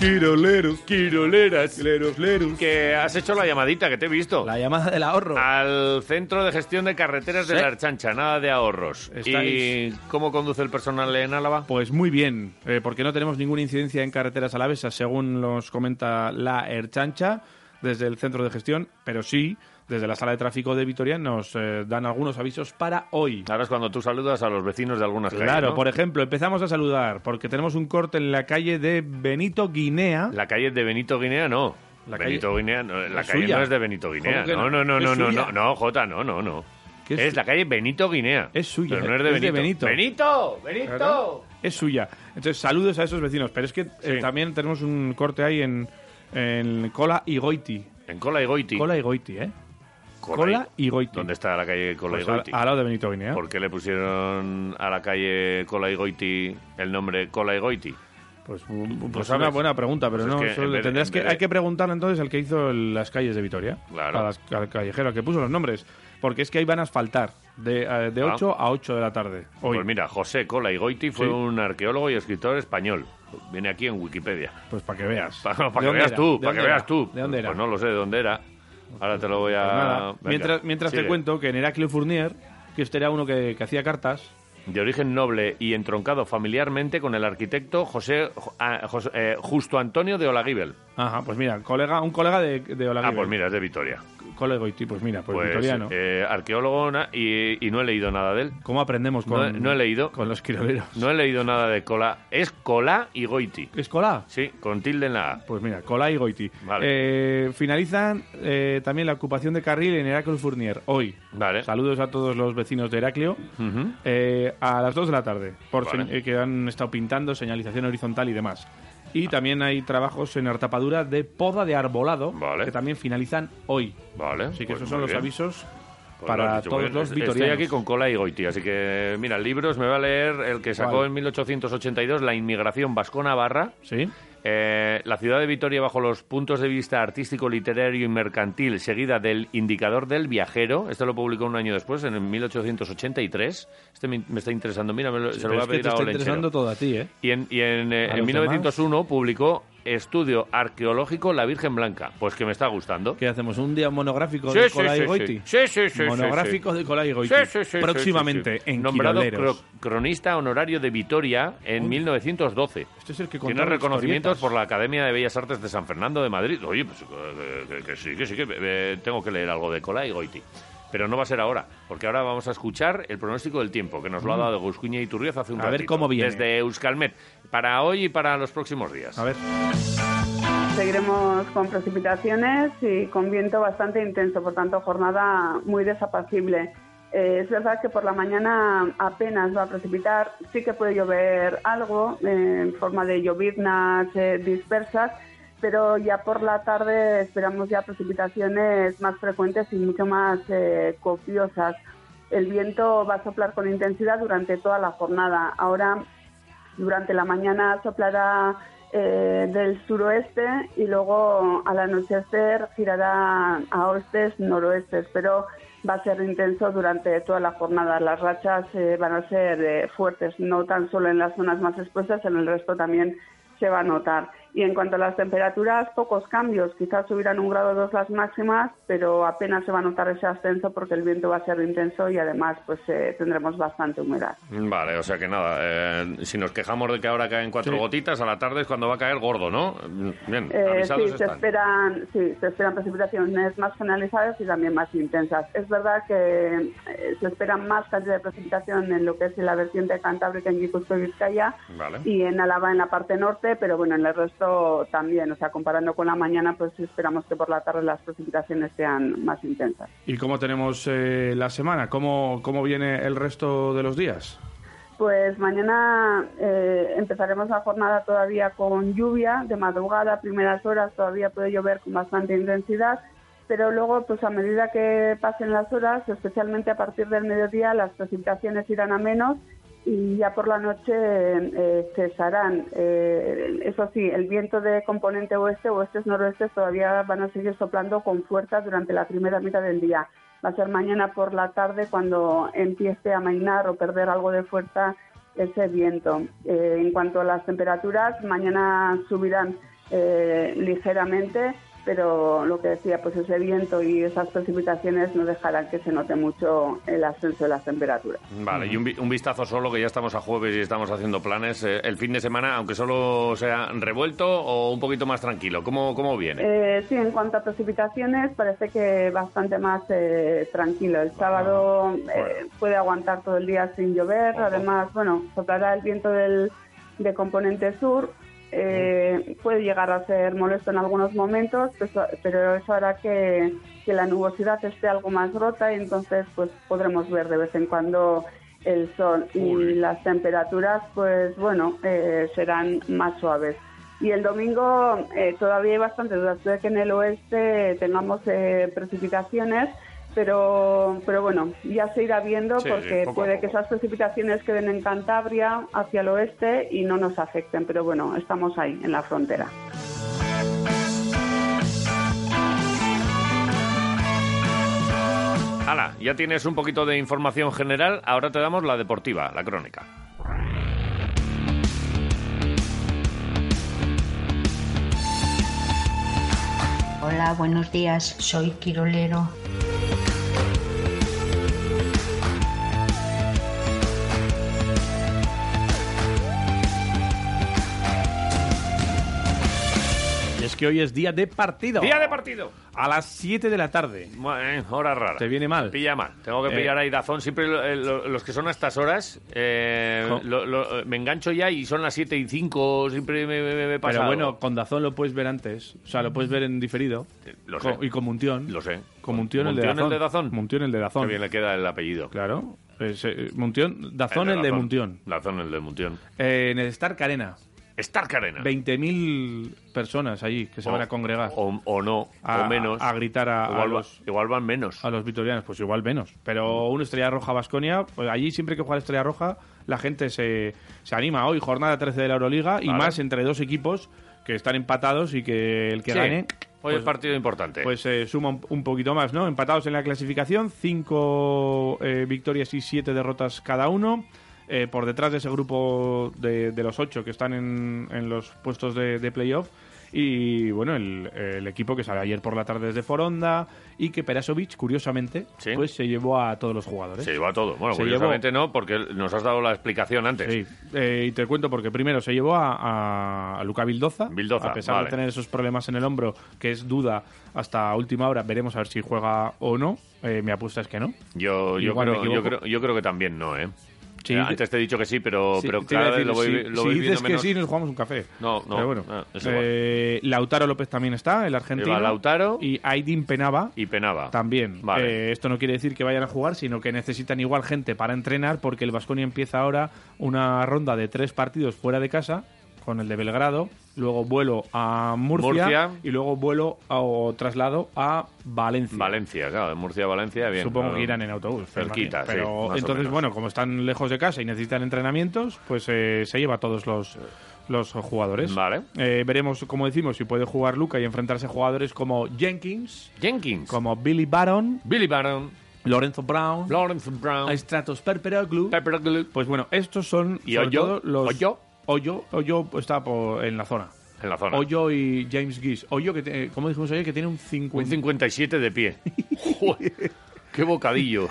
Quiroleros, quiroleros, quiroleras. Que has hecho la llamadita, que te he visto. La
llamada del ahorro.
Al Centro de Gestión de Carreteras de
Sí.
la Archancha, nada de ahorros.
Estáis-
¿Y cómo conduce el personal en Álava?
Pues muy bien, eh, porque no tenemos ninguna incidencia en carreteras alavesas, según nos comenta la Erchancha, desde el centro de gestión, pero sí, desde la sala de tráfico de Vitoria nos eh, dan algunos avisos para hoy.
Ahora es cuando tú saludas a los vecinos de algunas calles,
Claro,
¿no?
por ejemplo, empezamos a saludar, porque tenemos un corte en la calle de Benito Guinea.
La calle de Benito Guinea no.
La calle-
Benito Guinea no, la
Es
calle
suya.
no es de Benito Guinea.
¿Cómo que
No,
no?
no, no,
Es
no, no,
suya.
no, no, Jota, no, no, no.
¿Qué es
Es la calle Benito Guinea.
Es suya. eh,
Pero no es de
es de Benito.
Benito. Benito, Benito.
Claro. Es suya. Entonces, saludos a esos vecinos. Pero es que eh, también tenemos un corte ahí en, en Cola y Goiti.
En Cola y Goiti.
Cola y Goiti, ¿eh? Cola y Goiti.
¿Dónde está la calle Cola
Pues
y
al-
Goiti?
Al, lado de Benito Guinea.
¿Por qué le pusieron a la calle Cola y Goiti el nombre Cola y Goiti?
Pues, pues
¿Lo
es
sabes?
una buena pregunta, pero
Pues es
no.
que
eso
en
le
vez de-
tendrás
en
que,
vez de-
hay que preguntarle entonces al que hizo el- las calles de Vitoria.
Claro.
A las- al callejero, al que puso los nombres. Porque es que ahí van a asfaltar de, eh, de
Ah.
8 a 8 de la tarde. Hoy.
Pues mira, José Cola y Goiti fue
Sí.
un arqueólogo y escritor español. Viene aquí en Wikipedia.
Pues para que veas.
[LAUGHS] Pa- Para,
¿De
que
dónde
veas
era?
tú,
¿De
para que
dónde
veas
era?
tú.
¿De dónde era?
Pues no lo sé de dónde era. Ahora te lo voy a...
Pues nada.
Venga,
Mientras, mientras te
sigue.
cuento que en Heraclio Fournier, que este era uno que, que hacía cartas.
De origen noble y entroncado familiarmente con el arquitecto José, jo- ah, José- eh, Justo Antonio de Olaguibel.
Ajá, pues mira, colega, un colega de, de Olaguibel.
Ah, pues mira, es de Vitoria.
Colega Goiti, pues mira, pues,
Pues,
vitoriano.
eh, arqueólogo na- y, y no he leído nada de él.
¿Cómo aprendemos
No,
con,
he- no he leído.
con los quiroleros?
No he leído nada de Cola. Es Cola y Goiti.
¿Es Cola?
Sí, con tilde en la A.
Pues mira, Cola y Goiti. Eh, finalizan eh, también la ocupación de carril en Heraclio Fournier hoy.
Vale.
Saludos a todos los vecinos de Heraclio.
Ujú.
eh, a las 2 de la tarde, por
Vale.
señ- eh, que han estado pintando señalización horizontal y demás. Y también hay trabajos en artapadura de poda de arbolado que también finalizan hoy.
Vale.
Así que
pues
esos son
muy
los
bien.
avisos
Pues lo has
para
dicho
todos
muy bien.
los
Estoy
vitorianos.
aquí con Cola y Goiti, así que, mira, libros me va a leer el que sacó
¿Cuál?
en 1882 La inmigración vasco-navarra.
Sí.
Eh, la ciudad de Vitoria bajo los puntos de vista artístico, literario y mercantil, seguida del Indicador del Viajero. Este lo publicó un año después, en 1883. Este me, me está interesando. Mira, me lo- se lo voy
Pero
a
es que
pedir
te
a
está
Olenchero.
interesando todo a ti, ¿eh?
Y en, y en, eh,
¿A
en
los
1901 publicó Estudio Arqueológico La Virgen Blanca. Pues que me está gustando.
¿Qué hacemos? ¿Un día monográfico
Sí,
de
sí,
Colai
sí, sí.
Goiti?
Sí, sí, sí,
Monográfico
sí, sí.
de Colai Goiti.
Sí, sí, sí, sí,
Próximamente
sí, sí.
en
Nombrado
Quiroleros.
cro- cronista honorario de Vitoria en 1912.
Este es el que
Tiene
contaba
reconocimientos
historietas.
por la Academia de Bellas Artes de San Fernando de Madrid. Oye, pues eh, que, que sí, que sí, que eh, tengo que leer algo de Cola y Goiti. Pero no va a ser ahora, porque ahora vamos a escuchar el pronóstico del tiempo, que nos lo ha
Mm.
dado Guscuña y Turrioz hace un
A ver
ratito,
cómo viene.
Desde Euskalmet. para hoy y para los próximos días. A ver.
Seguiremos con precipitaciones y con viento bastante intenso, por tanto jornada muy desapacible. Eh, es verdad que por la mañana apenas va a precipitar, sí que puede llover algo eh, en forma de lloviznas eh, dispersas, pero ya por la tarde esperamos ya precipitaciones más frecuentes y mucho más eh, copiosas. El viento va a soplar con intensidad durante toda la jornada. Ahora, durante la mañana soplará eh, del suroeste y luego al anochecer girará a oestes, noroestes, pero va a ser intenso durante toda la jornada. Las rachas eh, van a ser eh, fuertes, no tan solo en las zonas más expuestas, en el resto también se va a notar. Y en cuanto a las temperaturas, pocos cambios. Quizás subirán un grado o dos las máximas, pero apenas se va a notar ese ascenso porque el viento va a ser intenso y además pues eh, tendremos bastante humedad.
Vale, o sea que nada, eh, si nos quejamos de que ahora caen cuatro
Sí.
gotitas, a la tarde es cuando va a caer gordo, ¿no? Bien,
Eh,
avisados
sí, se
están.
esperan, sí, se esperan precipitaciones más generalizadas y también más intensas. Es verdad que eh, se esperan más cantidad de precipitación en lo que es la vertiente cantábrica en Guipúzcoa y Vizcaya
Vale.
y en Álava en la parte norte, pero bueno, en el resto también. O sea, comparando con la mañana, pues esperamos que por la tarde las precipitaciones sean más intensas.
¿Y cómo tenemos eh, la semana? ¿Cómo, ¿Cómo viene el resto de los días?
Pues mañana eh, empezaremos la jornada todavía con lluvia, de madrugada, a primeras horas todavía puede llover con bastante intensidad, pero luego, pues a medida que pasen las horas, especialmente a partir del mediodía, las precipitaciones irán a menos y ya por la noche eh, cesarán. Eh, eso sí, el viento de componente oeste, oestes, noroestes, todavía van a seguir soplando con fuerza durante la primera mitad del día. Va a ser mañana por la tarde cuando empiece a mainar o perder algo de fuerza ese viento. Eh, en cuanto a las temperaturas, mañana subirán eh, ligeramente, pero lo que decía, pues ese viento y esas precipitaciones no dejarán que se note mucho el ascenso de las temperaturas.
Vale, y un, vi- un vistazo solo, que ya estamos a jueves y estamos haciendo planes. eh, el fin de semana, aunque solo sea revuelto o un poquito más tranquilo, ¿cómo, cómo viene?
Eh, sí, en cuanto a precipitaciones, parece que bastante más eh, tranquilo. El sábado eh, puede aguantar todo el día sin llover. Además, bueno, soplará el viento del, de componente sur. Eh, puede llegar a ser molesto en algunos momentos, pues, pero eso hará que, que la nubosidad esté algo más rota y entonces pues podremos ver de vez en cuando el sol y las temperaturas pues bueno eh, serán más suaves y el domingo eh, todavía hay bastantes dudas puede que en el oeste tengamos eh, precipitaciones pero pero bueno ya se irá viendo
Sí, sí,
porque
poco a
puede que esas precipitaciones queden en Cantabria hacia el oeste y no nos afecten pero bueno estamos ahí en la frontera
Hala, ya tienes un poquito de información general, ahora te damos la deportiva, la crónica.
Hola, buenos días, soy Quirolero.
Y es que hoy es día de partido.
Día de partido.
A las 7 de la tarde.
eh, hora rara.
Te viene mal.
Pilla mal. Tengo que
Eh.
pillar ahí Dazón. Siempre lo- eh, lo- los que son a estas horas, eh, lo- lo- eh, me engancho ya y son las 7 y 5. Siempre me, me, me pasa.
Pero
algo.
bueno, con Dazón lo puedes ver antes. O sea, lo puedes ver en diferido.
Eh, lo sé.
Co- Y con Muntión. Lo
sé.
Con Muntión,
¿Muntión el
el
de
de Dazón. Muntión el de Dazón.
Qué bien le queda el apellido.
Claro. Pues, eh, Muntión, Dazón
de
el de
Dazón.
Muntión.
Dazón el de Muntión.
Eh, en el Stark Arena.
Stark Arena.
20.000 personas allí que se
O-
van a congregar.
O, no,
a,
o menos.
A gritar a, a
Igual va-
los...
Igual van menos.
A los vitorianos, pues igual menos. Pero una estrella roja Vasconia, pues allí siempre que juega la estrella roja, la gente se, se anima. Hoy jornada 13 de la Euroliga y
Vale.
más entre dos equipos que están empatados y que el que
Sí.
gane.
Hoy es partido importante.
Pues eh, suma un, un poquito más, ¿no? Empatados en la clasificación, cinco eh, victorias y siete derrotas cada uno. Eh, por detrás de ese grupo de, de los ocho que están en, en los puestos de, de playoff. Y bueno, el, el equipo que salió ayer por la tarde desde Foronda y que Perasovic, curiosamente, pues se llevó a todos los jugadores.
Se llevó a todo. Bueno,
Se
curiosamente no, porque nos has dado la explicación antes.
Sí, eh, y te cuento porque primero se llevó a, a- a Luca Vildoza,
Vildoza,
a pesar
vale.
de tener esos problemas en el hombro, que es duda hasta última hora, veremos a ver si juega o no. Eh, mi apuesta es que no.
Yo, yo,
Igual me
creo, yo,
equivoco.
creo, yo creo que también no, ¿eh?
Si
Eh,
dice-
Antes te he dicho que sí, pero,
Sí,
pero
te iba a
cada
decir,
vez lo voy,
si-
lo
si
voy
dices
viendo
que
menos.
sí, nos jugamos un café.
No, no,
Pero bueno,
ah, es
eh, Lautaro López también está, el argentino.
Lleva Lautaro.
Y Aidin Penaba.
Y penaba.
También. Eh, esto no quiere decir que vayan a jugar, sino que necesitan igual gente para entrenar, porque el Vasconia empieza ahora una ronda de tres partidos fuera de casa, con el de Belgrado, luego vuelo a Murcia,
Murcia.
y luego vuelo a- o traslado a Valencia.
Valencia, claro, de Murcia a Valencia, bien.
Supongo
Ah,
que irán en autobús.
Cerquita, sí, más
Pero
o
entonces,
menos.
bueno, como están lejos de casa y necesitan entrenamientos, pues eh, se lleva a todos los, los jugadores.
Vale.
Eh, veremos, como decimos, si puede jugar Luca y enfrentarse a jugadores como Jenkins.
Jenkins.
Como Billy Baron.
Billy Baron.
Lorenzo Brown.
Lorenzo Brown.
Stratos Perperoglu. Pues bueno, estos son
Y
sobre
Oyo.
todo los...
Oyo.
Oyo. Oyo está por- en la zona.
En la zona.
Oyo y James Gish. Oyo, que te- eh, como dijimos ayer, que tiene un 50...
Un 57
[LAUGHS]
de pie. Joder, ¡Qué bocadillo!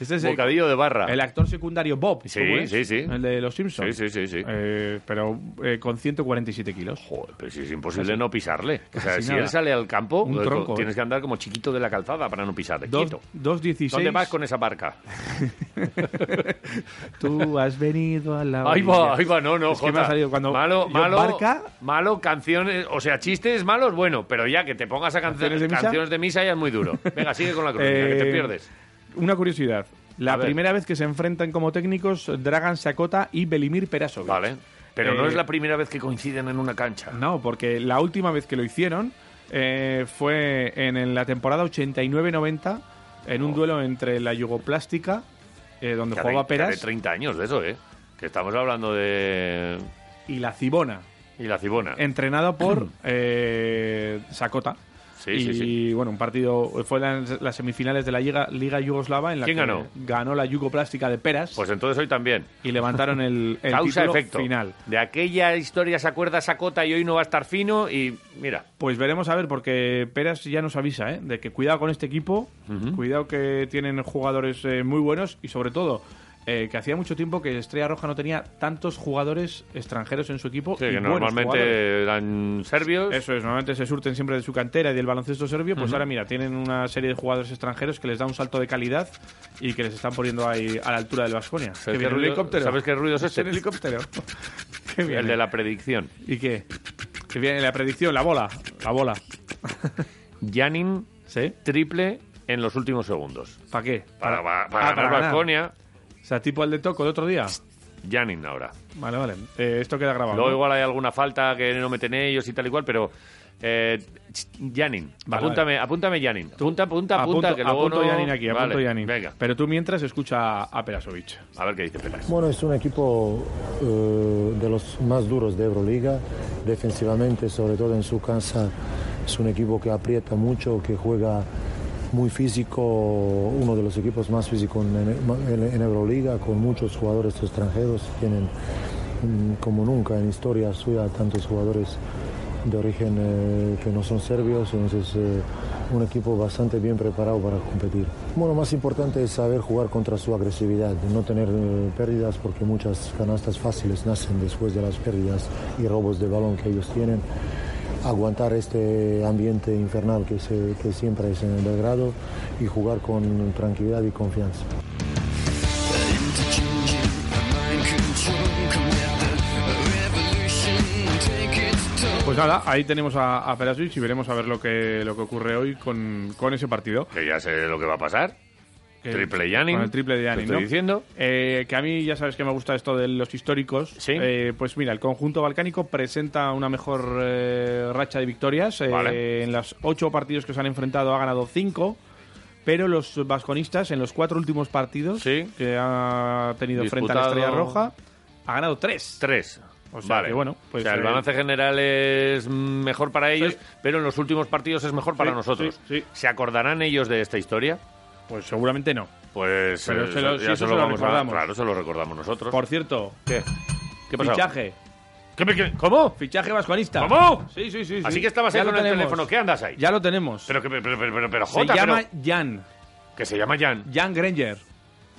Este es el-
bocadillo de barra.
El actor secundario Bob.
Sí,
¿cómo es?
sí, sí.
El de Los Simpsons.
Sí, sí, sí. sí.
Eh, pero eh, con 147 kilos.
Joder, pero si es imposible no pisarle. O sea,
Casi
si
nada.
él sale al campo,
Un
eh, co-
tronco,
tienes
eh.
que andar como chiquito de la calzada para no pisarle.
Dos-
Quieto.
2.16.
¿Dónde vas con
[LAUGHS]
esa barca?
Tú has venido a la.
Ahí va,
orilla.
ahí va, no, no,
Es que me
Jota.
ha salido cuando.
malo,
yo,
malo,
Barca,
malo, canciones, o sea, chistes malos, bueno, pero ya que te pongas a
¿Canciones
canciones,
de misa?
canciones de misa ya es muy duro. Venga, sigue con la crónica, que te
Eh,
pierdes.
Una curiosidad. La
A ver.
primera vez que se enfrentan como técnicos Dragan Sakota y Belimir Perasovic. Vale.
Pero no es la primera vez que coinciden en una cancha.
No, porque la última vez que lo hicieron eh, fue en, en la temporada 89-90, en un duelo entre la Yugoplástica, eh, donde
Oh. Que hace-
jugaba
que hace
Peras,
30 años de eso, ¿eh? Que estamos hablando de...
y la Cibona,
Y la Cibona.
entrenado por eh, Sakota.
Sí,
y
sí,
bueno, un partido fue las, las semifinales de la Liga, Liga Yugoslava en la
¿Quién
que
ganó?
ganó la Yugoplástica de Peras.
Pues entonces hoy también.
Y levantaron
[LAUGHS]
el, el título
Causa-efecto.
final.
De aquella historia se acuerda Sacota y hoy no va a estar fino y mira.
Pues veremos a ver, porque Peras ya nos avisa, ¿eh? De que cuidado con este equipo, cuidado que tienen jugadores eh, muy buenos y sobre todo eh, que hacía mucho tiempo que Estrella Roja no tenía tantos jugadores extranjeros en su equipo.
Sí,
y
que
buenos jugadores.
normalmente eran serbios.
Eso es, normalmente se surten siempre de su cantera y del baloncesto serbio, pues
Ujú.
ahora mira, tienen una serie de jugadores extranjeros que les da un salto de calidad y que les están poniendo ahí a la altura del Vasconia.
¿Sabes qué, ruido, ¿Sabes qué ruido es este?
El
[LAUGHS]
helicóptero. Que viene.
El de la predicción.
¿Y qué? Que viene la predicción, la bola, la bola.
Janin triple en los últimos segundos.
¿Para qué?
Para, para,
Ah,
ganar Baskonia.
O sea, tipo el de Toco de otro día.
Janin ahora.
Vale, vale. Eh, esto queda grabado.
Luego
¿no?
igual hay alguna falta que no meten ellos y tal y cual, pero... eh, Janin,
Vale,
apúntame, apúntame Janin. Apunta, apunta, apunta,
Apunto-
que luego
apunto
no...
Yanin aquí, apunto
Vale,
Yanin.
Venga,
Pero tú mientras escucha a Perasovic.
a ver qué dice Pelas.
Bueno, es un equipo eh, de los más duros de Euroliga, defensivamente, sobre todo en su casa. Es un equipo que aprieta mucho, que juega muy físico, uno de los equipos más físicos en, en- en Euroliga, con muchos jugadores extranjeros. Tienen, mm, como nunca en historia suya, tantos jugadores de origen eh, que no son serbios, entonces eh, un equipo bastante bien preparado para competir. Bueno, más importante es saber jugar contra su agresividad, no tener eh, pérdidas porque muchas canastas fáciles nacen después de las pérdidas y robos de balón que ellos tienen. Aguantar este ambiente infernal que, se- que siempre es en el Belgrado y jugar con tranquilidad y confianza.
Pues nada, ahí tenemos a, a Perasovic y veremos a ver lo que, lo que ocurre hoy con, con ese partido.
Que ya sé lo que va a pasar.
Que-
triple Janin.
Con el triple de
te
Yanin,
estoy
¿no?
diciendo.
Eh, que a mí ya sabes que me gusta esto de los históricos. Eh, pues mira, el conjunto balcánico presenta una mejor eh, racha de victorias. Eh,
Vale.
En los ocho partidos que se han enfrentado ha ganado cinco. Pero los vasconistas en los cuatro últimos partidos que ha tenido frente a la
Disputado.
Estrella Roja ha ganado tres.
Tres.
O sea
vale.
que bueno, pues,
o sea, el
eh,
balance general es mm, mejor para ellos, pero en los últimos partidos es mejor para
Sí,
nosotros. ¿Se acordarán ellos de esta historia?
Pues seguramente no.
Pues
Pero
eh,
se lo-
ya
si eso
se
se lo
vamos a-
recordamos.
claro, se lo recordamos nosotros.
Por cierto,
¿Qué? ¿Qué pasó?
fichaje.
¿Cómo?
Fichaje vasconista.
¿Cómo?
Sí, sí, sí.
Así
sí.
que estabas
Ya
ahí
lo
con el
tenemos.
teléfono. ¿Qué andas ahí?
Ya lo tenemos.
Pero, que- pero, pero, pero, pero,
Se
Jota,
llama
pero-
Jan.
que se llama Jan.
Jan Granger.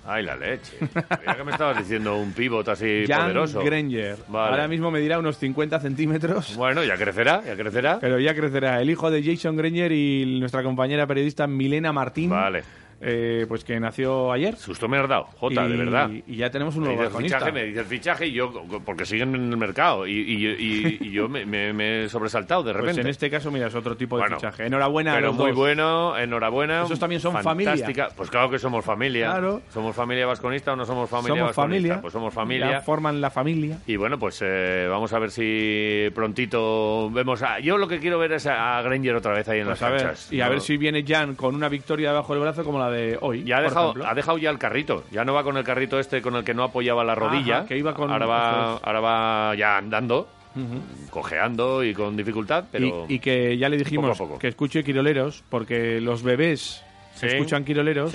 Ay, la
[LAUGHS]
leche. Mira que me estabas diciendo un pivot así
Jan
poderoso.
Granger.
Vale.
Ahora mismo medirá unos 50 centímetros.
Bueno, ya crecerá, ya crecerá.
Pero ya crecerá. El hijo de Jason Granger y nuestra compañera periodista Milena Martín. Vale. eh, pues que nació ayer.
Susto me has dado, Jota,
Y-
de verdad.
Y ya tenemos un
Me
nuevo
dices
balconista.
fichaje, me dices fichaje y yo, porque siguen en el mercado. Y, y- y- y yo me, me- me he sobresaltado de repente.
Pues en este caso, mira, es otro tipo de
Bueno,
fichaje. Enhorabuena a
Pero
los
muy
dos.
bueno, enhorabuena.
Esos también son familia.
Fantástica. Pues claro que somos familia.
Claro.
¿Somos familia vasconista o no somos familia
somos
vasconista?
familia.
Pues somos
Ya
familia.
forman la familia.
Y bueno, pues eh, vamos a ver si prontito vemos a... Yo lo que quiero ver es a Granger otra vez ahí en
Pues
las
a ver,
canchas.
y a
Yo-
ver si viene Jan con una victoria debajo del brazo como la de hoy.
Ya ha
por
dejado,
ejemplo.
ha dejado ya el carrito. Ya no va con el carrito este con el que no apoyaba la rodilla.
Ajá, que iba con-
ahora,
eso
va,
es.
ahora va ya andando,
Ujú.
cojeando y con dificultad, pero...
y, y que ya le dijimos
poco a poco.
que escuche Quiroleros, porque los bebés que
Sí.
escuchan Quiroleros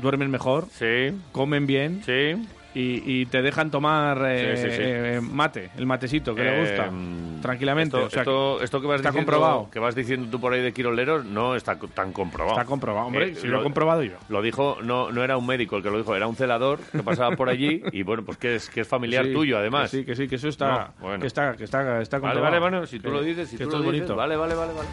duermen mejor, comen bien y, y te dejan tomar eh,
Sí, sí, sí.
eh, mate, el matecito que le
Eh,
gusta,
mm,
tranquilamente.
Esto,
o sea,
esto- esto que vas
está
diciendo,
comprobado.
que vas diciendo tú por ahí de quiroleros no está co- tan comprobado.
Está comprobado, hombre,
Eh,
si lo he comprobado yo.
Lo dijo, no, no era un médico el que lo dijo, era un celador que pasaba
[LAUGHS]
por allí y bueno, pues que es, que es familiar
Sí,
tuyo además.
que sí, que sí, que eso está,
No, bueno.
que está, que está, está
Vale,
comprobado.
vale, bueno, si tú
Que-
lo dices, si
que
tú
esto
lo
es
dices,
bonito.
vale, vale, vale, vale.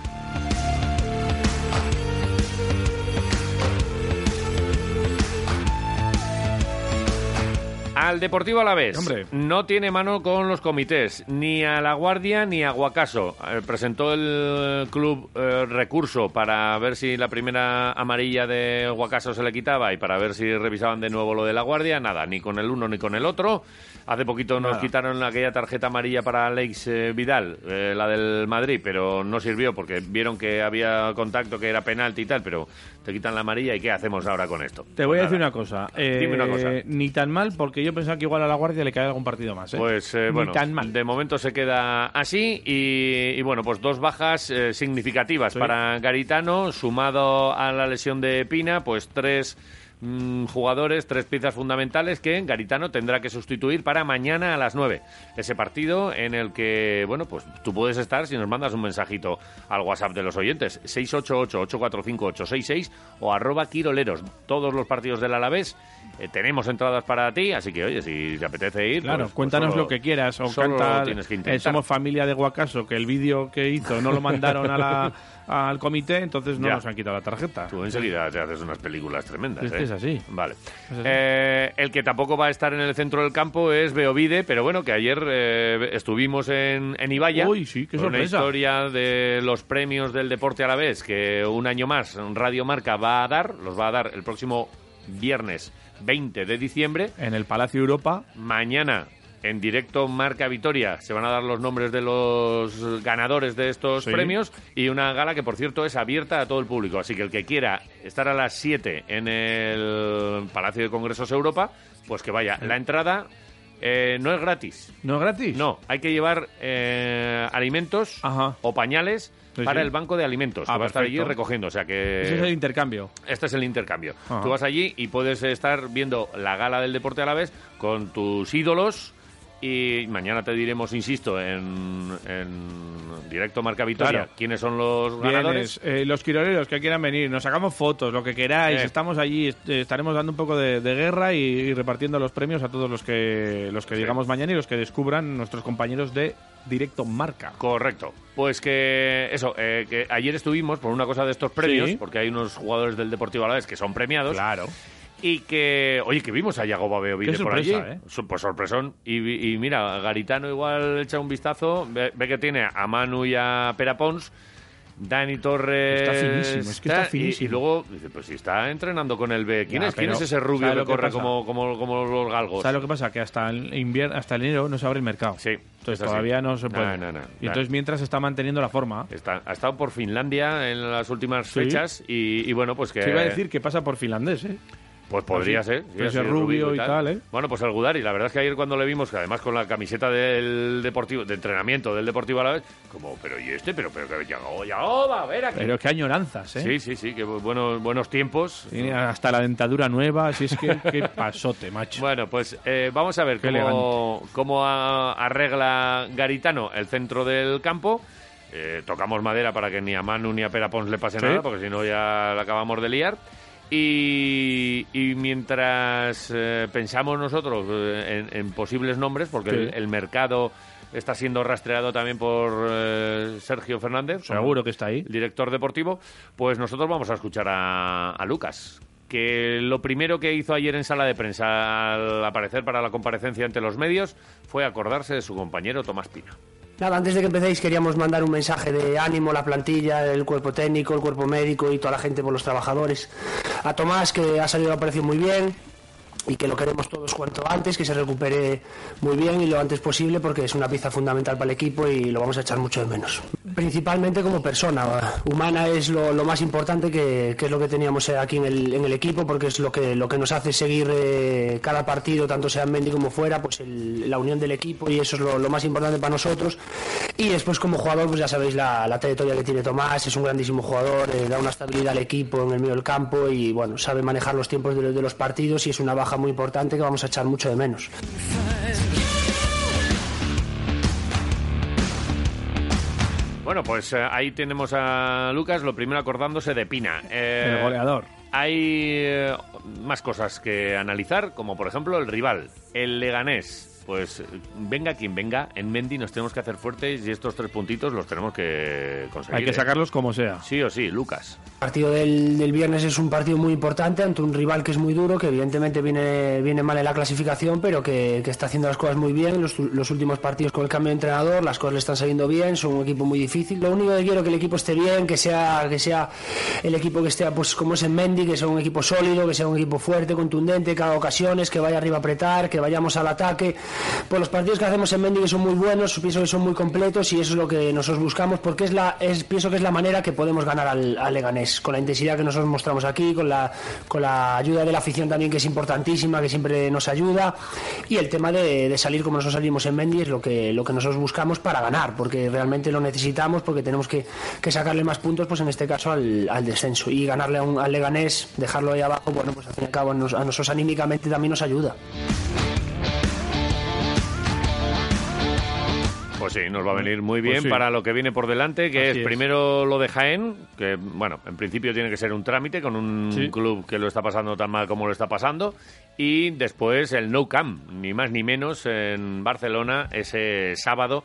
Al Deportivo a la vez.
Hombre.
No tiene mano con los comités, ni a La Guardia ni a Guacaso. Eh, presentó el club eh, recurso para ver si la primera amarilla de Guacaso se le quitaba y para ver si revisaban de nuevo lo de La Guardia. Nada, ni con el uno ni con el otro. Hace poquito nos
Nada.
quitaron aquella tarjeta amarilla para Alex eh, Vidal, eh, la del Madrid, pero no sirvió porque vieron que había contacto, que era penalti y tal, pero te quitan la amarilla y ¿qué hacemos ahora con esto?
Te voy a decir una cosa. eh,
pues Dime una cosa.
Ni tan mal, porque yo pensaba que igual a la Guardia le cae algún partido más. ¿eh?
Pues eh,
Ni
bueno,
tan mal.
de momento se queda así y, y, bueno, pues dos bajas eh, significativas
Sí.
para Garitano, sumado a la lesión de Pina, pues tres mm, jugadores, tres piezas fundamentales que Garitano tendrá que sustituir para mañana a las 9. Ese partido en el que, bueno, pues tú puedes estar si nos mandas un mensajito al WhatsApp de los oyentes, 688-845-866 o arroba quiroleros. Todos los partidos del Alavés eh, tenemos entradas para ti, así que oye, si te apetece ir,
Claro,
pues- pues
cuéntanos
solo-
lo que quieras o
solo
canta
tienes que
eh,
intentar.
somos familia de Guacaso, que el vídeo que hizo no lo mandaron a
[LAUGHS]
la- al comité, entonces no
Ya.
nos han quitado la tarjeta.
Tú enseguida te haces unas películas tremendas.
Es que
¿eh?
es así.
Vale.
así.
Eh, el que tampoco va a estar en el centro del campo es Beovide, pero bueno, que ayer eh, estuvimos en, en Ibaya.
Uy, sí, qué
con Una
sorpresa.
historia de los premios del deporte a la vez que un año más Radio Marca va a dar, los va a dar el próximo viernes 20 de diciembre.
En el Palacio Europa,
Mañana, en directo Marca Vitoria, se van a dar los nombres de los ganadores de estos
Sí.
premios y una gala que, por cierto, es abierta a todo el público. Así que el que quiera estar a las 7 en el Palacio de Congresos Europa, pues que vaya. La entrada eh, no es gratis.
¿no es gratis?
No, hay que llevar eh, alimentos o pañales
Sí,
para
sí.
el banco de alimentos,
Ah,
que va a estar allí
perfecto.
recogiendo. O sea
Ese es
que
el intercambio.
este es el intercambio.
Ajá.
Tú vas allí y puedes estar viendo la gala del deporte a la vez con tus ídolos. Y mañana te diremos, insisto, en, en directo Marca Vitoria,
Claro.
quiénes son los ganadores.
Vienes, eh, los quiroleros que quieran venir, nos sacamos fotos, lo que queráis,
Eh.
estamos allí, est- eh, estaremos dando un poco de, de guerra y, y repartiendo los premios a todos los que los que digamos mañana y los que descubran nuestros compañeros de Directo Marca.
Correcto. Pues que eso, eh, que ayer estuvimos por una cosa de estos premios,
Sí.
porque hay unos jugadores del Deportivo Alavés que son premiados. Claro. Y que, oye, que vimos a Yago Beovide
Qué
por allí.
sorpresa, ¿eh?
So- Pues sorpresón. Y, vi- y mira, Garitano igual echa un vistazo, ve, ve que tiene a Manu y a Perapons. Dani Torres.
Está finísimo, es que está
y- Y,
finísimo.
luego, dice, pues si está entrenando con el B. ¿Quién,
Ya,
es, ¿quién
pero,
es ese rubio
¿sabe
que
lo que
corre
pasa?
como, como, como los galgos?
¿Sabes lo que pasa? Que hasta el invierno, hasta el enero no se abre el mercado. Sí. Entonces
es así.
todavía no se
No,
puede.
no, no,
y
no.
entonces mientras está manteniendo la forma.
Está, ha estado por Finlandia en las últimas
Sí.
fechas y, y bueno, pues que...
Se iba a decir que pasa por finlandés, ¿eh?
Pues podría
Así,
ser. sí,
que
así,
sea rubio y tal, ¿eh?
Bueno, pues el Gudari, la verdad es que ayer cuando le vimos, que además con la camiseta del deportivo, de entrenamiento del deportivo a la vez, como, pero ¿y este? Pero, pero, que ya, ya, oh, va a ver aquí.
Pero qué añoranzas, ¿eh?
Sí, sí, sí, que bu- buenos, buenos tiempos.
Tiene hasta la dentadura nueva, así
[LAUGHS]
es que qué pasote, macho.
Bueno, pues eh, vamos a ver
Qué
cómo, cómo a- arregla Garitano el centro del campo. Eh, tocamos madera para que ni a Manu ni a Perapons le pase
Sí.
nada, porque si no ya la acabamos de liar. Y, y mientras eh, pensamos nosotros eh, en, en posibles nombres, porque
Sí.
el, el mercado está siendo rastreado también por eh, Sergio Fernández,
Seguro que está ahí.
el director deportivo, pues nosotros vamos a escuchar a, a Lucas, que lo primero que hizo ayer en sala de prensa al aparecer para la comparecencia ante los medios fue acordarse de su compañero Tomás Pina.
Nada, antes de que empecéis queríamos mandar un mensaje de ánimo a la plantilla, el cuerpo técnico, el cuerpo médico y toda la gente por los trabajadores. A Tomás, que ha salido a operación muy bien y que lo queremos todos cuanto antes, que se recupere muy bien y lo antes posible porque es una pieza fundamental para el equipo y lo vamos a echar mucho de menos. Principalmente como persona, ¿va? humana es lo, lo más importante que, que es lo que teníamos aquí en el, en el equipo porque es lo que, lo que nos hace seguir eh, cada partido, tanto sea en Mendy como fuera, pues el- la unión del equipo y eso es lo, lo más importante para nosotros. Y después como jugador, pues ya sabéis la, la trayectoria que tiene Tomás, es un grandísimo jugador, eh, da una estabilidad al equipo en el medio del campo y bueno, sabe manejar los tiempos de, los- de los partidos y es una baja muy importante que vamos a echar mucho de menos.
Bueno, pues eh, ahí tenemos a Lucas, lo primero acordándose de Pina. Eh,
El goleador.
Hay eh, más cosas que analizar, como por ejemplo el rival, el Leganés. Pues eh, venga quien venga, en Mendy nos tenemos que hacer fuertes y estos tres puntitos los tenemos que conseguir.
Hay que
¿eh?
sacarlos como sea.
Sí o sí, Lucas.
El partido del, del viernes es un partido muy importante ante un rival que es muy duro, que evidentemente viene, viene mal en la clasificación, pero que, que está haciendo las cosas muy bien. Los, los últimos partidos con el cambio de entrenador, las cosas le están saliendo bien, son un equipo muy difícil. Lo único que quiero es que el equipo esté bien, que sea, que sea el equipo que esté pues como es en Mendy, que sea un equipo sólido, que sea un equipo fuerte, contundente, que haga ocasiones, que vaya arriba a apretar, que vayamos al ataque. Pues los partidos que hacemos en Mendy que son muy buenos, pienso que son muy completos y eso es lo que nosotros buscamos porque es la, es, pienso que es la manera que podemos ganar al, al Leganés, con la intensidad que nosotros mostramos aquí, con la, con la ayuda de la afición también que es importantísima, que siempre nos ayuda y el tema de, de salir como nosotros salimos en Mendy es lo que, lo que nosotros buscamos para ganar, porque realmente lo necesitamos porque tenemos que, que sacarle más puntos pues en este caso al, al descenso y ganarle a un, al Leganés, dejarlo ahí abajo, bueno pues al fin y al cabo a nos- a nosotros anímicamente también nos ayuda.
Pues sí, nos va a venir muy
Pues
bien
sí.
para lo que viene por delante, que
Así
es
es.
primero lo de Jaén, que bueno, en principio tiene que ser un trámite con un
Sí.
club que lo está pasando tan mal como lo está pasando, y después el No Camp, ni más ni menos, en Barcelona ese sábado,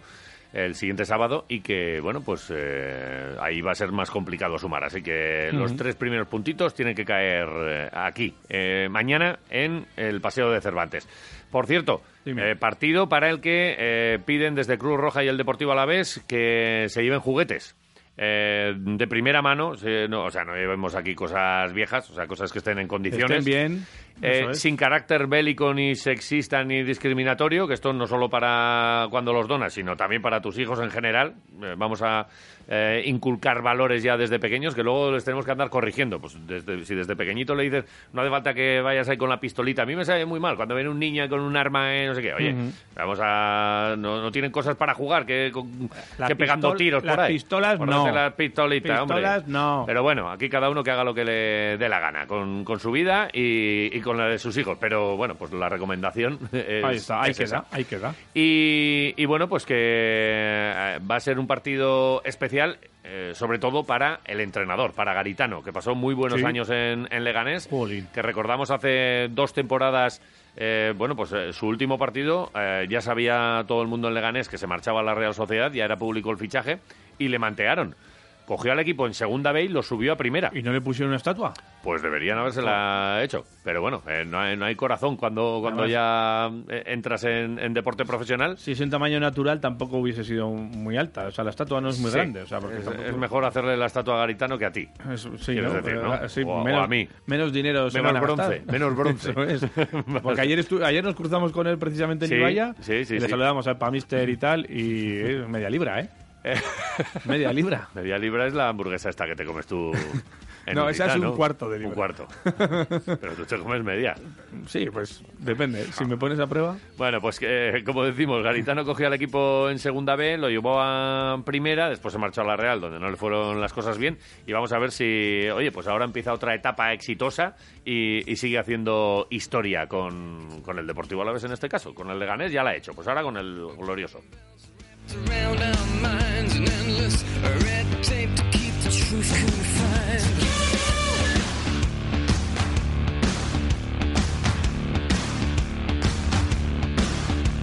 el siguiente sábado, y que bueno, pues eh, ahí va a ser más complicado sumar, así que los
Ujú.
tres primeros puntitos tienen que caer eh, aquí, eh, mañana en el Paseo de Cervantes. Por cierto, eh, partido para el que eh, piden desde Cruz Roja y el Deportivo Alavés que se lleven juguetes. Eh, de primera mano, se- no, o sea, no llevemos aquí cosas viejas, o sea, cosas que estén en condiciones.
Estén bien.
Eh,
eso es.
sin carácter bélico, ni sexista, ni discriminatorio, que esto no solo para cuando los donas, sino también para tus hijos en general. Eh, vamos a eh, inculcar valores ya desde pequeños que luego les tenemos que andar corrigiendo. Pues desde- si desde pequeñito le dices, no hace falta que vayas ahí con la pistolita, a mí me sale muy mal cuando viene un niño con un arma, eh, no sé qué, oye,
Ujú.
vamos a. No, no tienen cosas para jugar que, con-
La
que pegando
pistol-
tiros
las
por ahí.
pistolas,
Acuérdate
no.
Las pistolitas, hombre.
Pistolas, no.
Pero bueno, aquí cada uno que haga lo que le dé la gana, con, con su vida y, y con la de sus hijos. Pero bueno, pues la recomendación [LAUGHS] es,
ahí está, ahí
es
queda,
esa.
ahí queda.
Y, y bueno, pues que eh, va a ser un partido especial, eh, sobre todo para el entrenador, para Garitano, que pasó muy buenos
Sí.
años en, en Leganés, que recordamos hace dos temporadas. eh, bueno, pues eh, su último partido eh, ya sabía todo el mundo en Leganés que se marchaba a la Real Sociedad, ya era público el fichaje y le mantearon. Cogió al equipo en segunda B y lo subió a primera.
¿Y no le pusieron una estatua?
Pues deberían habérsela hecho. Pero bueno, eh, no, hay, no hay corazón cuando, cuando
Además-
ya eh, entras en, en deporte profesional.
Si es en tamaño natural, tampoco hubiese sido muy alta. O sea, la estatua no es muy
Sí.
grande. O sea, porque
es,
tampoco-
es mejor hacerle la estatua a Garitano que a ti.
Eso, sí,
Quieres
¿no?
decir,
Pero,
¿no?
sí,
o, a- o
menos,
a mí.
Menos dinero se
Menos
van a
bronce,
gastar.
menos bronce.
[LAUGHS] Eso es.
[LAUGHS]
Porque ayer, estu- ayer nos cruzamos con él precisamente en
Sí,
Ibaya.
sí, sí,
Le
sí.
saludamos al Pamister y tal. Y eh, media libra, ¿eh? [LAUGHS]
[LAUGHS]
media libra.
Media libra es la hamburguesa esta que te
[LAUGHS]
comes tú. en
No, esa es
Unicitano.
un cuarto de libra.
Un cuarto. Pero tú te comes media.
Sí, pues depende. Si me pones a prueba.
Bueno, pues que, [LAUGHS] como decimos, Garitano cogió al equipo en segunda B, lo llevó a primera, después se marchó a la Real, donde no le fueron las cosas bien, y vamos a ver si, oye, pues ahora empieza otra etapa exitosa y, y sigue haciendo historia con, con el Deportivo Alavés en este caso, con el Leganés ya la ha hecho, pues ahora con el Glorioso.
Around our minds, an endless red tape to keep the truth confined.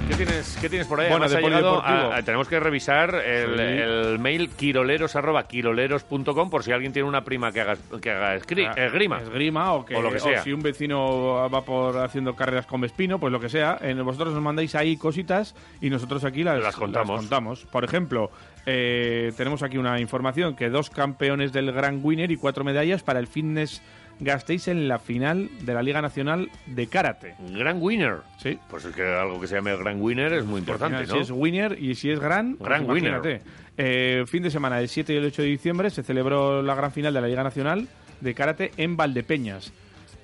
¿Qué tienes, ¿Qué tienes por ahí?
Bueno,
Además,
de
ha llegado
polideportivo.
a- a- tenemos que revisar el,
Sí.
el mail quiroleros arroba quiroleros.com por si alguien tiene una prima que haga, que haga escri- esgrima.
Ah, Esgrima o que,
O lo que sea.
si un vecino va por haciendo carreras con Vespino, pues lo que sea. En, vosotros nos mandáis ahí cositas y nosotros aquí las, las
contamos.
contamos. Por ejemplo, eh, tenemos aquí una información que dos campeones del Grand Winner y cuatro medallas para el fitness gastéis en la final de la Liga Nacional de Karate.
Gran winner.
Sí.
Pues es que algo que se llame gran winner es muy importante,
Al final,
¿no?
Si es winner y si es gran, pues
Gran winner.
imagínate. Eh, fin de semana, el 7 y el 8 de diciembre, se celebró la gran final de la Liga Nacional de Karate en Valdepeñas.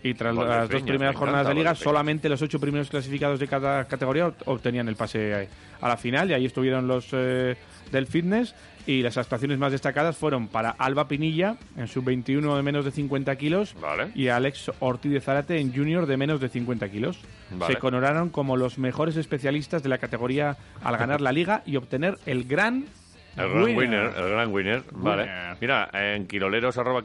Y tras las dos
Valdepeñas,
primeras
me
jornadas
encanta
de liga,
Valdepeñas.
solamente los ocho primeros clasificados de cada categoría ob- obtenían el pase a a la final. Y ahí estuvieron los eh, del fitness. Y las actuaciones más destacadas fueron para Alba Pinilla, en sub-21 de menos de 50 kilos, y Alex Ortiz de Zárate, en junior de menos de 50 kilos.
Vale.
Se coronaron como los mejores especialistas de la categoría al ganar la liga y obtener el gran
El gran winner.
winner.
el gran winner, vale.
Winner.
Mira, en quiroleros, arroba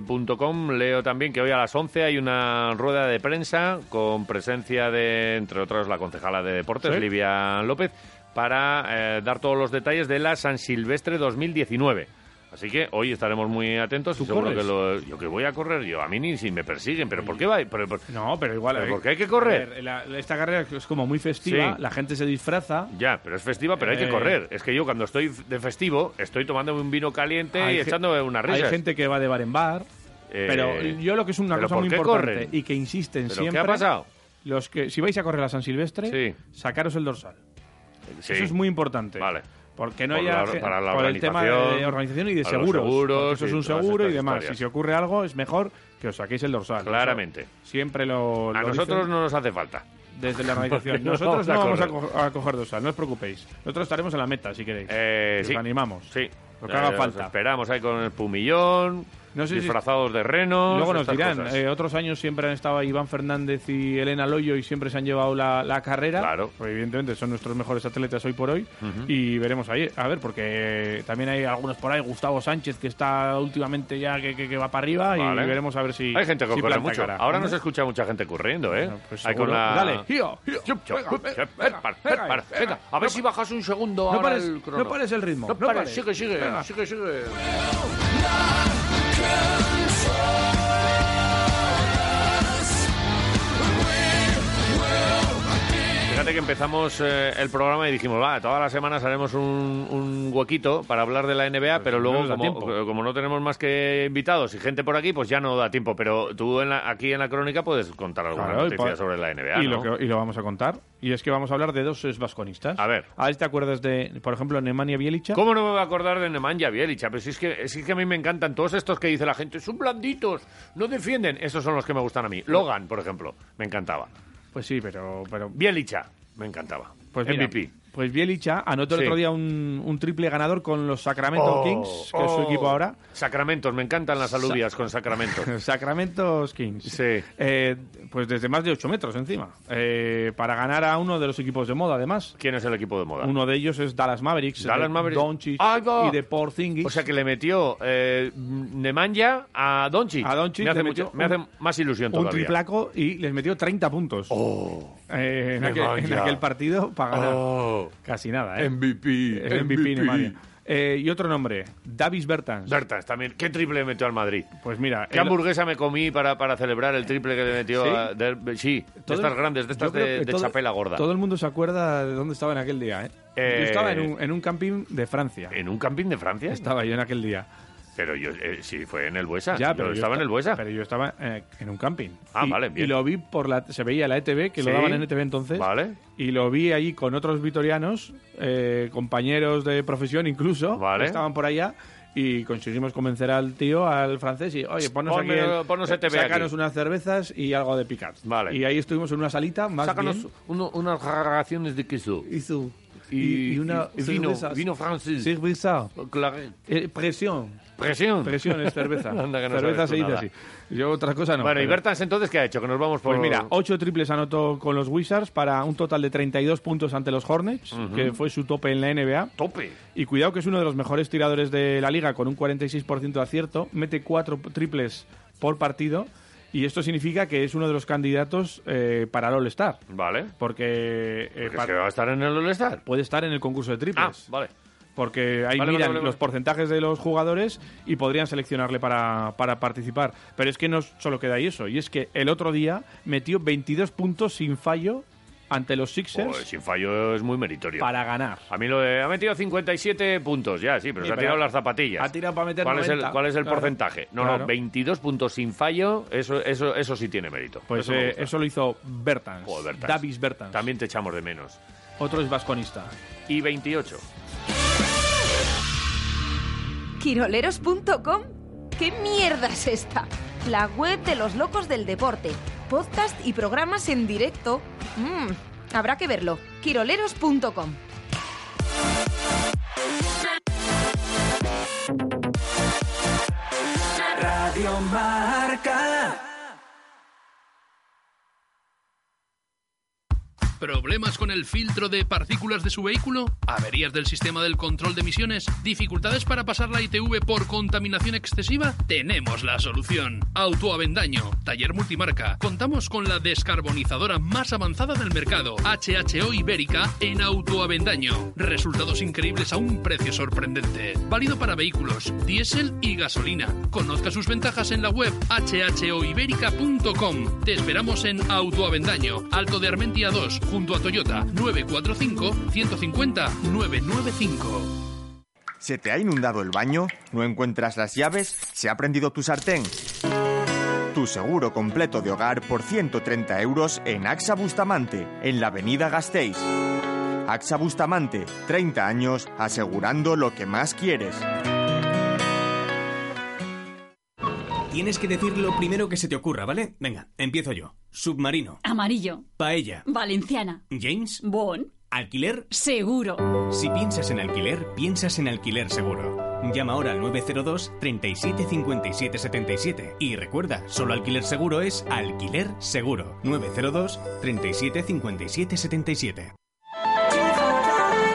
quiroleros.com leo también que hoy a las 11 hay una rueda de prensa con presencia de, entre otros, la concejala de deportes,
Sí.
Livia López, para eh, dar todos los detalles de la San Silvestre 2019. Así que hoy estaremos muy atentos y seguro
corres?
que lo, yo que voy a correr yo, a mí ni si me persiguen, pero ¿por qué va? Pero,
no, pero igual
¿Pero
eh,
por qué hay que correr?
a ver, la- esta carrera es como muy festiva,
Sí.
la gente se disfraza.
Ya, pero es festiva, pero hay
Eh.
que correr. Es que yo cuando estoy de festivo, estoy tomándome un vino caliente
Hay
y
ge-
echándome unas risas.
Hay gente que va de bar en bar.
Eh,
pero yo lo que es una
¿pero
cosa
por
muy
qué
importante
corren?
y que insisten
¿Pero qué
siempre.
ha pasado?
Los que, si vais a correr a San Silvestre, sacaros el dorsal.
Sí.
Eso es muy importante.
Vale.
Porque no
Por
haya
la-
gen-
para la
por el tema de
organización,
organización y de
para los
seguros.
seguros
porque eso
y
es un
todas
seguro y
estas
demás.
historias.
Si se ocurre algo, es mejor que os saquéis el dorsal.
Claramente.
Eso siempre lo.
A
lo
nosotros
dicen
no nos hace falta.
Desde
[LAUGHS]
la organización.
Porque
Nosotros no vamos a,
correr.
co- a coger dorsal, no os preocupéis. Nosotros estaremos en la meta si queréis.
Eh,
os
sí.
animamos.
Sí.
Lo que haga
Eh,
falta.
os esperamos ahí con el pumillón,
No sé si-
disfrazados de renos.
Luego nos
estas
dirán,
cosas.
eh, otros años siempre han estado Iván Fernández y Elena Loyo y siempre se han llevado la, la carrera. Claro. evidentemente son nuestros mejores atletas hoy por hoy.
Ujú.
Y veremos ahí, a ver, porque también hay algunos por ahí, Gustavo Sánchez, que está últimamente ya que, que- que va para arriba
Vale.
y veremos a ver si.
Hay gente que
si
corre
planta
mucho.
cara.
Ahora no
Ujú. pues
se escucha mucha gente corriendo, ¿eh? Hay
seguro.
con la...
Dale, gío,
Chup, chup, chup, per, par, per, par, venga. A ver si bajas un segundo
No
ahora
pares-
el crono.
no pares el ritmo.
No
No
pares,
pares.
sigue, sigue,
Venga.
sigue, sigue. Fíjate que empezamos eh, el programa y dijimos, va, todas las semanas haremos un, un huequito para hablar de la NBA, pero luego,
nos da
como,
tiempo.
como no tenemos más que invitados y gente por aquí, pues ya no da tiempo. Pero tú en la- aquí en la crónica puedes contar alguna
Claro, y
noticia
pod-
sobre la NBA.
y,
¿no?
lo que- y lo vamos a contar. Y es que vamos a hablar de dos es vasconistas.
A ver.
A ver si te acuerdas de, por ejemplo, Nemanja Bielicha.
¿Cómo no me voy a acordar de Nemanja Bielicha? Pero si es, que, si es que a mí me encantan todos estos que dice la gente, son blanditos, no defienden. Esos son los que me gustan a mí. Logan, por ejemplo, me encantaba.
Pues sí, pero... pero...
Bielicha, me encantaba.
Pues mira,
MVP.
Pues Bielicha anotó el
Sí.
otro día un, un triple ganador con los Sacramento
Oh,
Kings, que es su
oh.
equipo ahora.
Sacramentos, me encantan las
Sa-
alubias
[LAUGHS]
con Sacramento.
Sacramento Kings. Eh, pues desde más de 8 metros encima. Eh, para ganar a uno de los equipos de moda, además.
¿Quién es el equipo de moda?
Uno de ellos es Dallas Mavericks. de
Dallas Mavericks.
eh,
¡Ah,
Doncic
Ahí va.
y de Porzingis.
O sea que le metió eh, Nemanja a Doncic.
A Doncic
me hace,
le metió
mucho- me
un-
hace más ilusión
un
todavía. Oh.
triplaco y les metió 30 puntos. Eh, en, aquel,
Nemanja.
en aquel partido para ganar.
Oh.
Casi nada, ¿eh?
MVP.
Eh, MVP, Nemanja. Eh, y otro nombre, Davis Bertans.
Bertans también. ¿Qué triple metió al Madrid?
Pues mira,
¿Qué
el-
hamburguesa me comí para, para celebrar el triple que le metió?
¿Sí?
a- de- sí, de
Todo el-
estas grandes, de estas
yo creo
de,
que
de
todo-
chapela gorda.
Todo el mundo se acuerda de dónde estaba en aquel día, ¿eh?
Eh,
Yo estaba en un, en un camping de Francia.
¿En un camping de Francia?
Estaba yo en aquel día.
Pero yo, eh, sí, fue en el Buesa.
Ya,
Yo
pero yo
estaba en
esta-
el Buesa.
Pero yo estaba eh, en un camping.
Ah,
Y-
vale, bien.
Y lo vi por la... Se veía la ETV, que lo
Sí,
daban en ETV entonces.
vale.
Y lo vi allí con otros vitorianos, eh, compañeros de profesión incluso.
Vale.
que Estaban por allá. Y conseguimos convencer al tío, al francés, y oye, ponnos
Ponme-
aquí. el-
ponnos
eh,
ETV aquí".
Sácanos unas cervezas y algo de picar.
Vale.
Y ahí estuvimos en una salita más
Sácanos
bien.
uno- unas garragaciones de queso.
Hizo.
Y-
Y, y una
y vino- vino
francés. presión.
Presión.
Presión es cerveza.
[LAUGHS] Anda que no
cerveza
sabes tú
se dice
nada.
así. Yo otra cosa no.
bueno, y
pero-
Bertans entonces, ¿qué ha hecho? Que nos vamos por...
Pues mira, ocho triples anotó con los Wizards para un total de 32 puntos ante los Hornets,
Ujú.
que fue su tope en la NBA.
Tope.
Y cuidado que es uno de los mejores tiradores de la liga con un 46% de acierto, mete cuatro triples por partido Y esto significa que es uno de los candidatos eh, para el All-Star.
Vale.
Porque. eh,
Porque
pa-
se va a estar en el All-Star.
Puede estar en el concurso de triples.
Ah, vale.
Porque ahí
Vale, vale,
miran
vale, vale.
los porcentajes de los jugadores y podrían seleccionarle para, para participar. Pero es que no solo queda ahí eso. Y es que el otro día metió 22 puntos sin fallo ante los Sixers.
Joder, sin fallo es muy meritorio.
Para ganar.
A mí lo de... Ha metido 57 puntos ya, sí, pero
Sí,
se ha
pero
tirado las zapatillas.
ha tirado para meter
¿Cuál es el,
90,
cuál es el
claro.
porcentaje? No,
Claro.
no, 22 puntos sin fallo, eso, eso, eso sí tiene mérito.
Pues eh,
me
eso,
gusta.
lo hizo Bertans.
Joder, Bertans.
Davis Bertans.
También te echamos de menos.
Otro es vasconista.
Y 28.
¿Quiroleros.com? ¿Qué mierda es esta? La web de los locos del deporte. Podcast y programas en directo. Mm, habrá que verlo. Quiroleros.com.
Radio Marca.
¿Problemas con el filtro de partículas de su vehículo? ¿Averías del sistema del control de emisiones? ¿Dificultades para pasar la ITV por contaminación excesiva? Tenemos la solución. Autoavendaño, taller multimarca. Contamos con la descarbonizadora más avanzada del mercado, HHO Ibérica, en Autoavendaño. Resultados increíbles a un precio sorprendente. Válido para vehículos, diésel y gasolina. Conozca sus ventajas en la web hhoiberica.com. Te esperamos en Autoavendaño, Alto de Armentia 2, junto a Toyota, 945-150-995.
¿Se te ha inundado el baño? ¿No encuentras las llaves? ¿Se ha prendido tu sartén? Tu seguro completo de hogar por 130 euros en AXA Bustamante, en la avenida Gasteiz. AXA Bustamante, 30 años asegurando lo que más quieres.
Tienes que decir lo primero que se te ocurra, ¿vale? Venga, empiezo yo. Submarino.
Amarillo.
Paella.
Valenciana.
James.
Bon.
Alquiler.
Seguro.
Si piensas en alquiler, piensas en alquiler seguro. Llama ahora al 902 37 57 77 y recuerda, solo alquiler seguro es alquiler seguro. 902 37 57 77.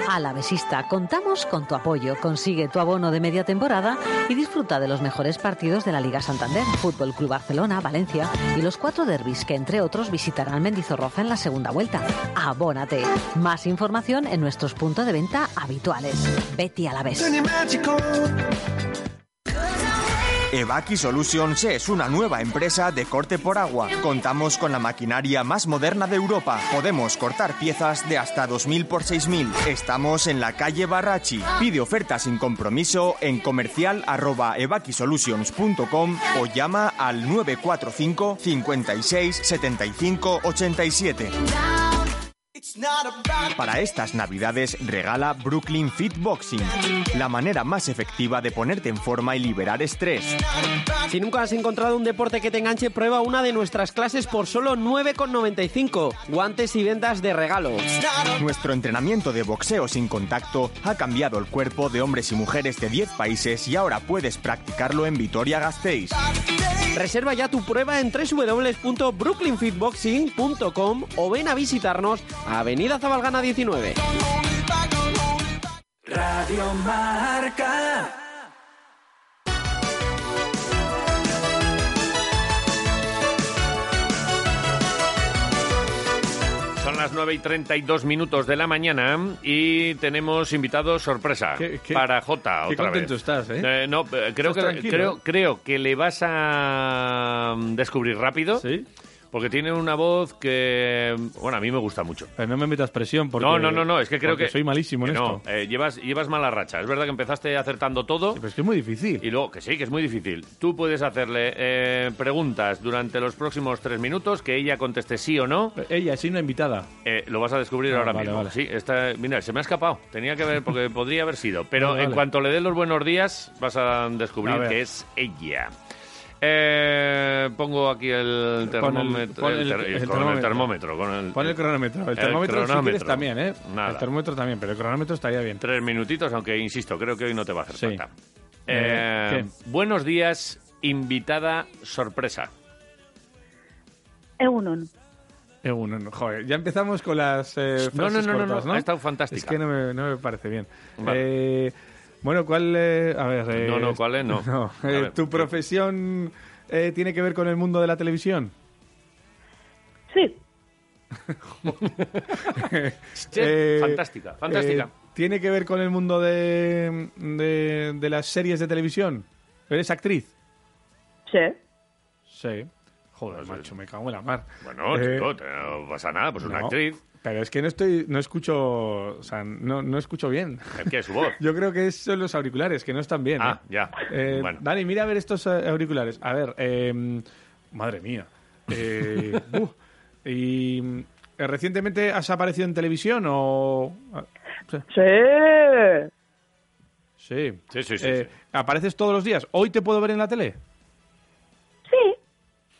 Alavesista, contamos con tu apoyo. Consigue tu abono de media temporada y disfruta de los mejores partidos de la Liga Santander, Fútbol Club Barcelona, Valencia y los cuatro derbis que, entre otros, visitarán Mendizorroza en la segunda vuelta. Abónate. Más información en nuestros puntos de venta habituales. Betty Alavés.
Evaki Solutions es una nueva empresa de corte por agua. Contamos con la maquinaria más moderna de Europa. Podemos cortar piezas de hasta 2.000 por 6.000. Estamos en la calle Barrachi. Pide ofertas sin compromiso en comercial arroba evakisolutions.com o llama al 945 56 75 87. Para estas navidades regala Brooklyn Fit Boxing, la manera más efectiva de ponerte en forma y liberar estrés.
Si nunca has encontrado un deporte que te enganche, prueba una de nuestras clases por solo 9,95. Guantes y vendas de regalo.
Nuestro entrenamiento de boxeo sin contacto ha cambiado el cuerpo de hombres y mujeres de 10 países y ahora puedes practicarlo en Vitoria-Gasteiz.
Reserva ya tu prueba en www.brooklynfitboxing.com o ven a visitarnos a Avenida Zabalgana 19.
Radio Marca.
Son las 9 y 32 minutos de la mañana y tenemos invitados sorpresa
Qué- qué-
para Jota
qué
otra
contento
vez.
estás, ¿eh?
Eh, no, eh, creo,
Estás
que,
tranquilo,
creo,
¿eh?
creo que le vas a mm, descubrir rápido. Sí. Porque tiene una voz que, mm, bueno, a mí me gusta mucho.
Pero Eh, no me metas presión porque.
no, no, no, no, es que creo
porque
que...
soy malísimo en
que
esto.
no, eh, llevas, llevas mala racha. Es verdad que empezaste acertando todo.
Pero es que es muy difícil.
Y luego, que sí, que es muy difícil. Tú puedes hacerle eh, preguntas durante los próximos tres minutos, que ella conteste sí o no.
Ella es una invitada.
Eh, lo vas a descubrir
Ah,
ahora
vale,
mismo.
vale.
Sí, está, mira, se me ha escapado. Tenía que ver porque podría haber sido. Pero
Vale,
en
vale.
cuanto le des los buenos días, vas a descubrir
A ver.
que es ella. Eh, pongo aquí el
Pon el-
termómetro.
pon el-
ter-
el
con el
termómetro.
termómetro. Con el,
Pon el cronómetro. El termómetro, si quieres, también, ¿eh?
Nada.
El termómetro también, pero el cronómetro estaría bien.
Tres minutitos, aunque insisto, creo que hoy no te va a hacer falta.
Eh,
Eh, buenos días, invitada sorpresa.
Egunon.
Egunon, Eh, joder, ya empezamos con las eh,
No,
frases
no, no, no,
cortas,
no, ha estado fantástica.
Es que no me, no me parece bien. Eh, bueno, ¿cuál... eh, a ver... eh, [LAUGHS]
No, no, ¿cuál es? No. A
eh,
ver.
tu profesión eh, tiene que ver con el mundo de la televisión? [LAUGHS]
Sí.
Eh,
fantástica, fantástica.
eh, ¿Tiene que ver con el mundo de, de, de las series de televisión? ¿Eres actriz?
Sí.
Sí. Joder, macho, me cago en la mar.
Pues Bueno,
Eh,
chico, te- no pasa nada, pues una
no,
actriz.
Pero es que no estoy, no escucho, o sea, no, no escucho bien.
Es que es su voz.
[LAUGHS] Yo creo que es- son los auriculares, que no están bien.
Ah,
¿eh?
ya.
Eh,
[LAUGHS] Bueno.
Dani, mira a ver estos eh, auriculares. A ver, eh, madre mía.
[LAUGHS]
Eh, uh, y eh, recientemente has aparecido en televisión o ah,
Sí.
sí,
sí, sí, sí,
Eh, apareces todos los días. Hoy te puedo ver en la tele.
Sí.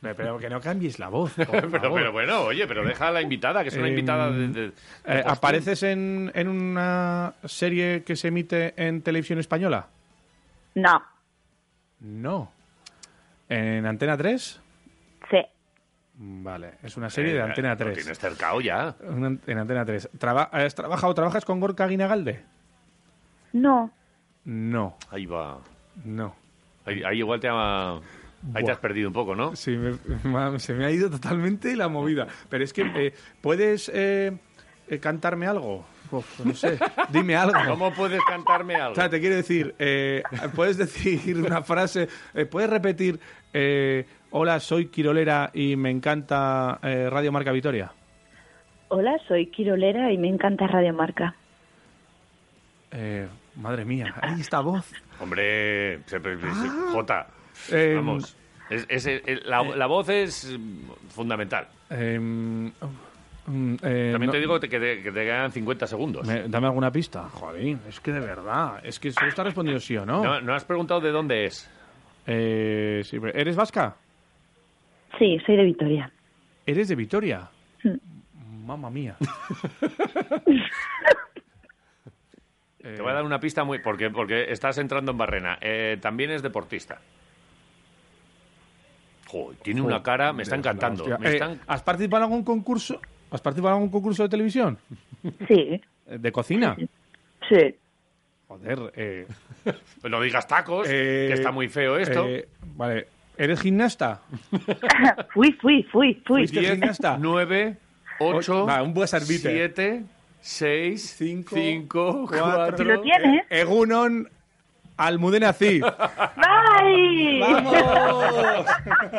Pero, pero que no cambies la voz. por
[LAUGHS] pero,
favor.
pero bueno, oye, pero deja a la invitada, que es una
Em,
invitada de. de- de
Eh,
postín.
¿Apareces en, en una serie que se emite en televisión española?
No.
No. ¿En Antena 3?
Sí.
Vale, es una serie
Eh,
de Antena 3.
Lo tienes cercao ya.
Una an- En Antena 3. Traba- ¿Has trabajado, trabajas con Gorka Guinagalde?
No.
No,
Ahí va.
no.
Ahí, ahí igual te ha. Ahí te
Buah.
has perdido un poco, ¿no?
Sí, me- [LAUGHS] ma- se me ha ido totalmente la movida. Pero es que, eh, ¿puedes eh, eh, cantarme algo? Uf, no [LAUGHS] sé, dime algo.
[LAUGHS] ¿Cómo puedes cantarme algo?
O sea, te quiero decir, eh, puedes decir una frase, eh, puedes repetir, eh, hola, soy Quirolera y me encanta eh, Radio Marca Vitoria.
Hola, soy Quirolera y me encanta Radio Marca.
Eh, madre mía, ahí está voz.
Hombre, se- se- se-
Ah.
Jota.
Eh,
Vamos. Es- es- el- la, la voz es mm, fundamental.
Eh, mm, mm, eh,
También
no-
te digo que te, que te quedan 50 segundos.
me- dame alguna pista. Joder, es que de verdad, es que solo está respondiendo sí o no.
No, no has preguntado de dónde es.
Eh, sí, pero- ¿Eres vasca?
Sí, soy de Vitoria.
¿Eres de Vitoria? Mamma mía.
Te voy a dar una pista muy. Porque, porque estás entrando en barrena. Eh, también es deportista. Jo, tiene una cara. Me está
Dios, la
encantando.
hostia.
Me
Eh,
están-
¿Has participado en algún concurso? ¿Has participado en algún concurso de televisión?
Sí.
Eh, ¿De cocina?
Sí.
Joder, [LAUGHS] eh,
No digas tacos,
eh,
que está muy feo esto.
eh, vale. ¿Eres gimnasta?
fui, fui, fui, fui.
¿Fuiste gimnasta?
9, 8,
Va, un buen servite.
7, 6, 5, 4.
¿Lo tienes?
Eh, Egunon Almudena Cid.
¡Bye!
¡Vamos!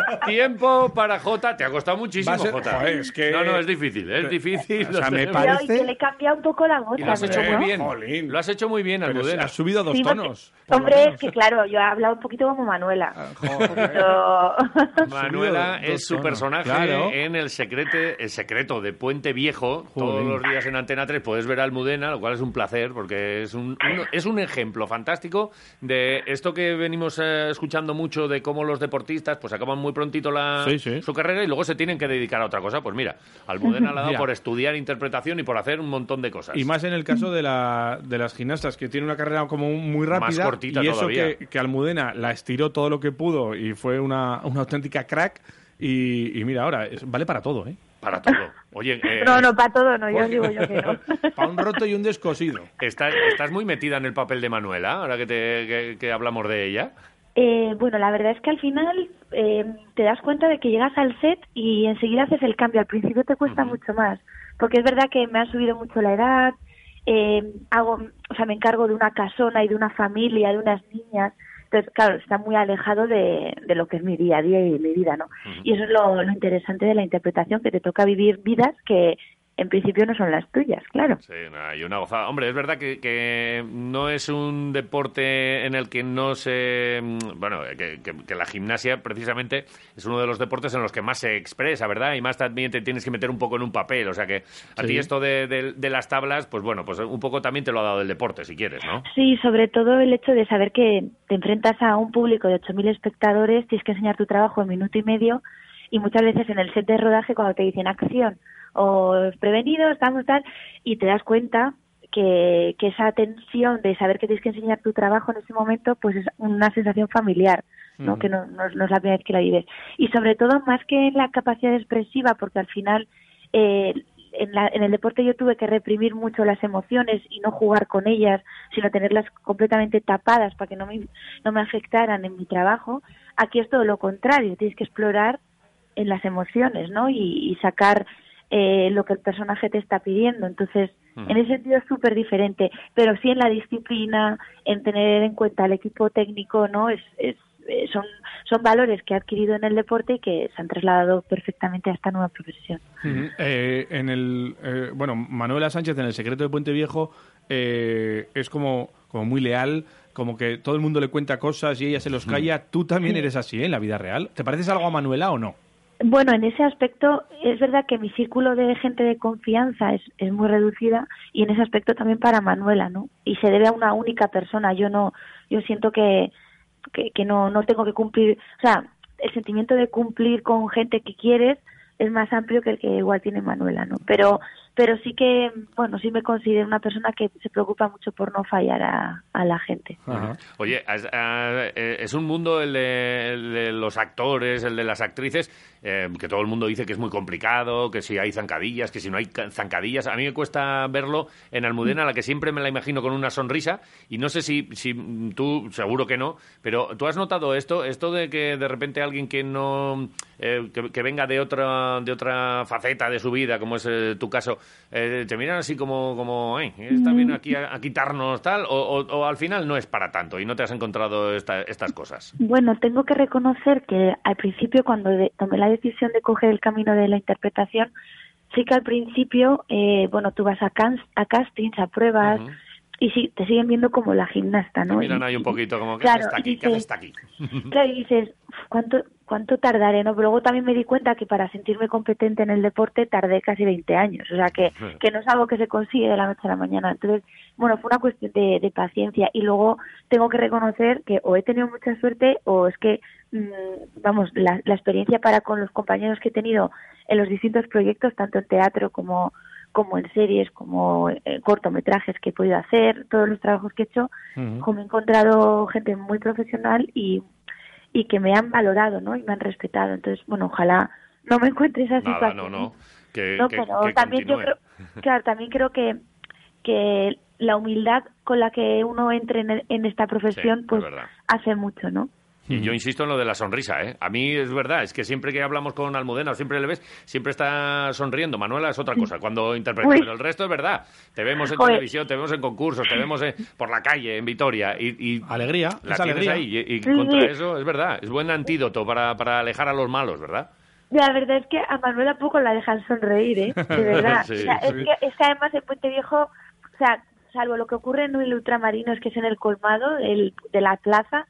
[LAUGHS] Tiempo para Jota. Te ha costado muchísimo,
Va a ser-
Jota.
Joder, es que-
No, no, es difícil, es difícil.
O sea,
lo
me
sé.
Cuidado, y
parece-
que le cambia un poco la voz.
Y lo has
¿no?
hecho muy bien.
Jolín.
Lo has hecho muy bien,
Pero se
Almudena.
ha subido dos
Sí, porque-
tonos. por lo
Hombre,
menos.
es que claro, yo he hablado un poquito como Manuela.
Ah,
Pero-
Manuela
subido
es
dos
su
tonos,
personaje
claro.
en el, secrete, el secreto de Puente Viejo. Todos
Jolín.
los días en Antena 3 puedes ver a Almudena, lo cual es un placer porque es un, un- es un ejemplo fantástico de esto que venimos eh, escuchando mucho de cómo los deportistas pues acaban muy prontito la,
Sí, sí.
su carrera y luego se tienen que dedicar a otra cosa. Pues mira, Almudena la ha dado
[LAUGHS] Mira.
por estudiar interpretación y por hacer un montón de cosas.
Y más en el caso de, la, de las gimnastas, que tiene una carrera como muy
Más
rápida.
cortita
y eso
todavía.
que, que Almudena la estiró todo lo que pudo y fue una, una auténtica crack. Y, y mira, ahora es- vale para todo, ¿eh?
Para todo. Oye, eh,
No, no, para todo no, yo digo yo que no.
Para un roto y un descosido.
¿estás, estás muy metida en el papel de Manuela, ahora que, te, que- que hablamos de ella.
Eh, bueno, la verdad es que al final eh, te das cuenta de que llegas al set y enseguida haces el cambio. Al principio te cuesta mucho más, porque es verdad que me ha subido mucho la edad. eh, hago, o sea, me encargo de una casona y de una familia, de unas niñas. Entonces, claro, está muy alejado de, de lo que es mi día a día y mi vida, ¿no? Y eso es lo, lo interesante de la interpretación, que te toca vivir vidas que en principio no son las tuyas, claro.
Sí, nada, y una gozada. Hombre, es verdad que, que no es un deporte en el que no se... mm, Bueno, que, que- que la gimnasia precisamente es uno de los deportes en los que más se expresa, ¿verdad? Y más también te tienes que meter un poco en un papel. O sea que a
Sí.
ti esto de, de- de las tablas, pues bueno, pues un poco también te lo ha dado el deporte, si quieres, ¿no?
Sí, sobre todo el hecho de saber que te enfrentas a un público de 8.000 espectadores, tienes que enseñar tu trabajo en minuto y medio y muchas veces en el set de rodaje cuando te dicen acción o prevenido, estamos tal, y te das cuenta que, que esa tensión de saber que tienes que enseñar tu trabajo en ese momento, pues es una sensación familiar, ¿no?
Ujú.
Que no, no es- no es la primera vez que la vives. Y sobre todo, más que en la capacidad expresiva, porque al final eh, en, la- en el deporte yo tuve que reprimir mucho las emociones y no jugar con ellas, sino tenerlas completamente tapadas para que no me, no me afectaran en mi trabajo. Aquí es todo lo contrario, tienes que explorar en las emociones, ¿no? Y, y sacar eh, lo que el personaje te está pidiendo. Entonces,
Ujú.
en ese sentido es súper diferente, pero sí en la disciplina, en tener en cuenta al equipo técnico, ¿no? Es, es, eh, son, son valores que he adquirido en el deporte y que se han trasladado perfectamente a esta nueva profesión.
[LAUGHS] Ujú. Eh, en el eh, bueno Manuela Sánchez en el secreto de Puente Viejo eh, es como como muy leal como que todo el mundo le cuenta cosas y ella se los calla tú también eres así ¿eh? en la vida real te pareces algo a Manuela o no
Bueno, en ese aspecto es verdad que mi círculo de gente de confianza es, es muy reducida y en ese aspecto también para Manuela, ¿no? Y se debe a una única persona. Yo no, yo siento que, que, que no, no tengo que cumplir, o sea, el sentimiento de cumplir con gente que quieres es más amplio que el que igual tiene Manuela, ¿no? Pero, pero sí que, bueno, sí me considero una persona que se preocupa mucho por no fallar a, a la gente.
Oye, has- ah, eh, es un mundo el de, el de los actores, el de las actrices, eh, que todo el mundo dice que es muy complicado, que si hay zancadillas, que si no hay ca- zancadillas. A mí me cuesta verlo en Almudena, a la que siempre me la imagino con una sonrisa, y no sé si, si mm, tú, seguro que no, pero ¿tú has notado esto? Esto de que de repente alguien que no, eh, que, que venga de otra, de otra faceta de su vida, como es eh, tu caso, eh, te miran así como, como, "Ay, esta viene aquí a, a quitarnos tal, o, o- o al final no es para tanto y no te has encontrado esta- estas
[LAUGHS]
cosas.
Bueno, tengo que reconocer que al principio, cuando de- tomé la decisión de coger el camino de la interpretación, sí que al principio, eh, bueno, tú vas a, cans- a castings, a pruebas, y sí, te siguen viendo como la gimnasta,
Te
¿no?
miran
Y-
ahí un poquito como, ¿qué
Claro,
haces aquí? ¿Qué haces
dices-
aquí?
Claro, y dices, "Uf, ¿cuánto, ¿cuánto tardaré? no Pero luego también me di cuenta que para sentirme competente en el deporte tardé casi 20 años. O sea, que,
Claro.
que no es algo que se consigue de la noche a la mañana. Entonces, bueno, fue una cuestión de, de paciencia. Y luego tengo que reconocer que o he tenido mucha suerte o es que, mm, vamos, la, la experiencia para con los compañeros que he tenido en los distintos proyectos, tanto en teatro como como en series, como eh, cortometrajes que he podido hacer, todos los trabajos que he hecho, como he encontrado gente muy profesional y, y que me han valorado, ¿no? Y me han respetado. Entonces, bueno, ojalá no me encuentre esa
Nada,
situación.
no, no. Que,
No,
que-
pero
que
también yo
continúe.
creo, claro, también creo que, que la humildad con la que uno entre en, en esta profesión,
es
pues
verdad.
hace mucho, ¿no?
Y yo insisto en lo de la sonrisa, ¿eh? A mí es verdad, es que siempre que hablamos con Almudena o siempre le ves, siempre está sonriendo. Manuela es otra cosa, cuando interpreta,
Uy.
pero el resto es verdad. Te vemos en
Joder.
televisión, te vemos en concursos, te vemos eh, por la calle, en Vitoria. Y, alegría, la
es
tienes
alegría.
ahí. Y, y
Sí,
contra
sí.
eso, es verdad, es buen antídoto para, para alejar a los malos, ¿verdad?
La verdad es que a Manuela poco la dejan sonreír, ¿eh? De
[LAUGHS]
verdad.
Sí,
O sea,
sí.
Es, que, es que además el Puente Viejo, o sea, salvo lo que ocurre en el Ultramarinos, que es en el colmado el, de la plaza,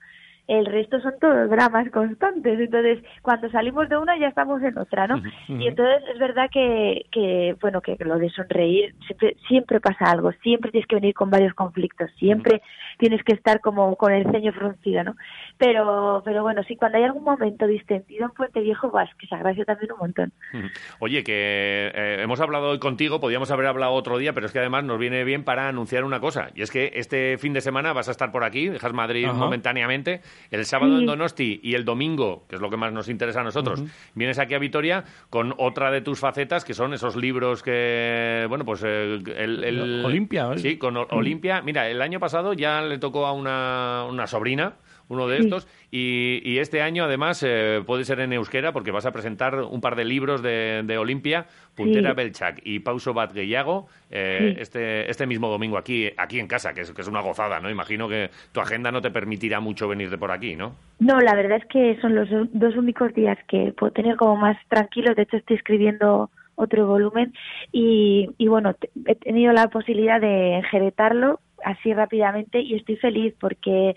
el resto son todos dramas constantes. Entonces, cuando salimos de una ya estamos en otra, ¿no? Y entonces es verdad que, que bueno, que lo de sonreír, siempre, siempre pasa algo, siempre tienes que venir con varios conflictos, siempre tienes que estar como con el ceño fruncido, ¿no? Pero, pero bueno, sí, cuando hay algún momento distendido en Puente Viejo, guau, es que se agradeció también un montón.
Ujú. [LAUGHS] Oye, que eh, hemos hablado hoy contigo, podíamos haber hablado otro día, pero es que además nos viene bien para anunciar una cosa. Y es que este fin de semana vas a estar por aquí, dejas Madrid
Ajá.
momentáneamente, el sábado
Sí.
en Donosti y el domingo, que es lo que más nos interesa a nosotros,
Ujú.
vienes aquí a Vitoria con otra de tus facetas, que son esos libros que, bueno, pues eh, el... el-
Olimpia, ¿eh?
Sí, con O- Olimpia. Mira, el año pasado ya le tocó a una, una sobrina uno de
Sí.
estos y, y este año además eh, puede ser en euskera porque vas a presentar un par de libros de, de Olimpia, Puntera
Sí.
Belchak y Pauso Batguellago eh,
Sí.
este, este mismo domingo aquí, aquí en casa, que es, que es una gozada, ¿no? Imagino que tu agenda no te permitirá mucho venir de por aquí, ¿no?
No, la verdad es que son los do- dos únicos días que puedo tener como más tranquilos. De hecho, estoy escribiendo otro volumen y, y bueno, te- he tenido la posibilidad de enjeretarlo así rápidamente y estoy feliz porque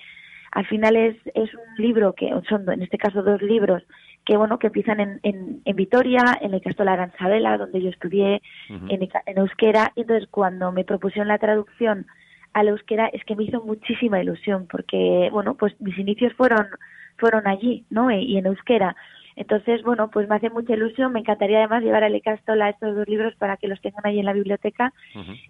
al final es, es un libro que son, en este caso, dos libros que bueno que empiezan en, en, en Vitoria, en el Casto de la Gran Sabela, donde yo estudié, en, eca- en euskera. Y entonces, cuando me propusieron la traducción al euskera, es que me hizo muchísima ilusión, porque, bueno, pues mis inicios fueron, fueron allí, ¿no? E- Y en euskera. Entonces, bueno, pues me hace mucha ilusión. Me encantaría además llevar a Lecastola estos dos libros para que los tengan ahí en la biblioteca.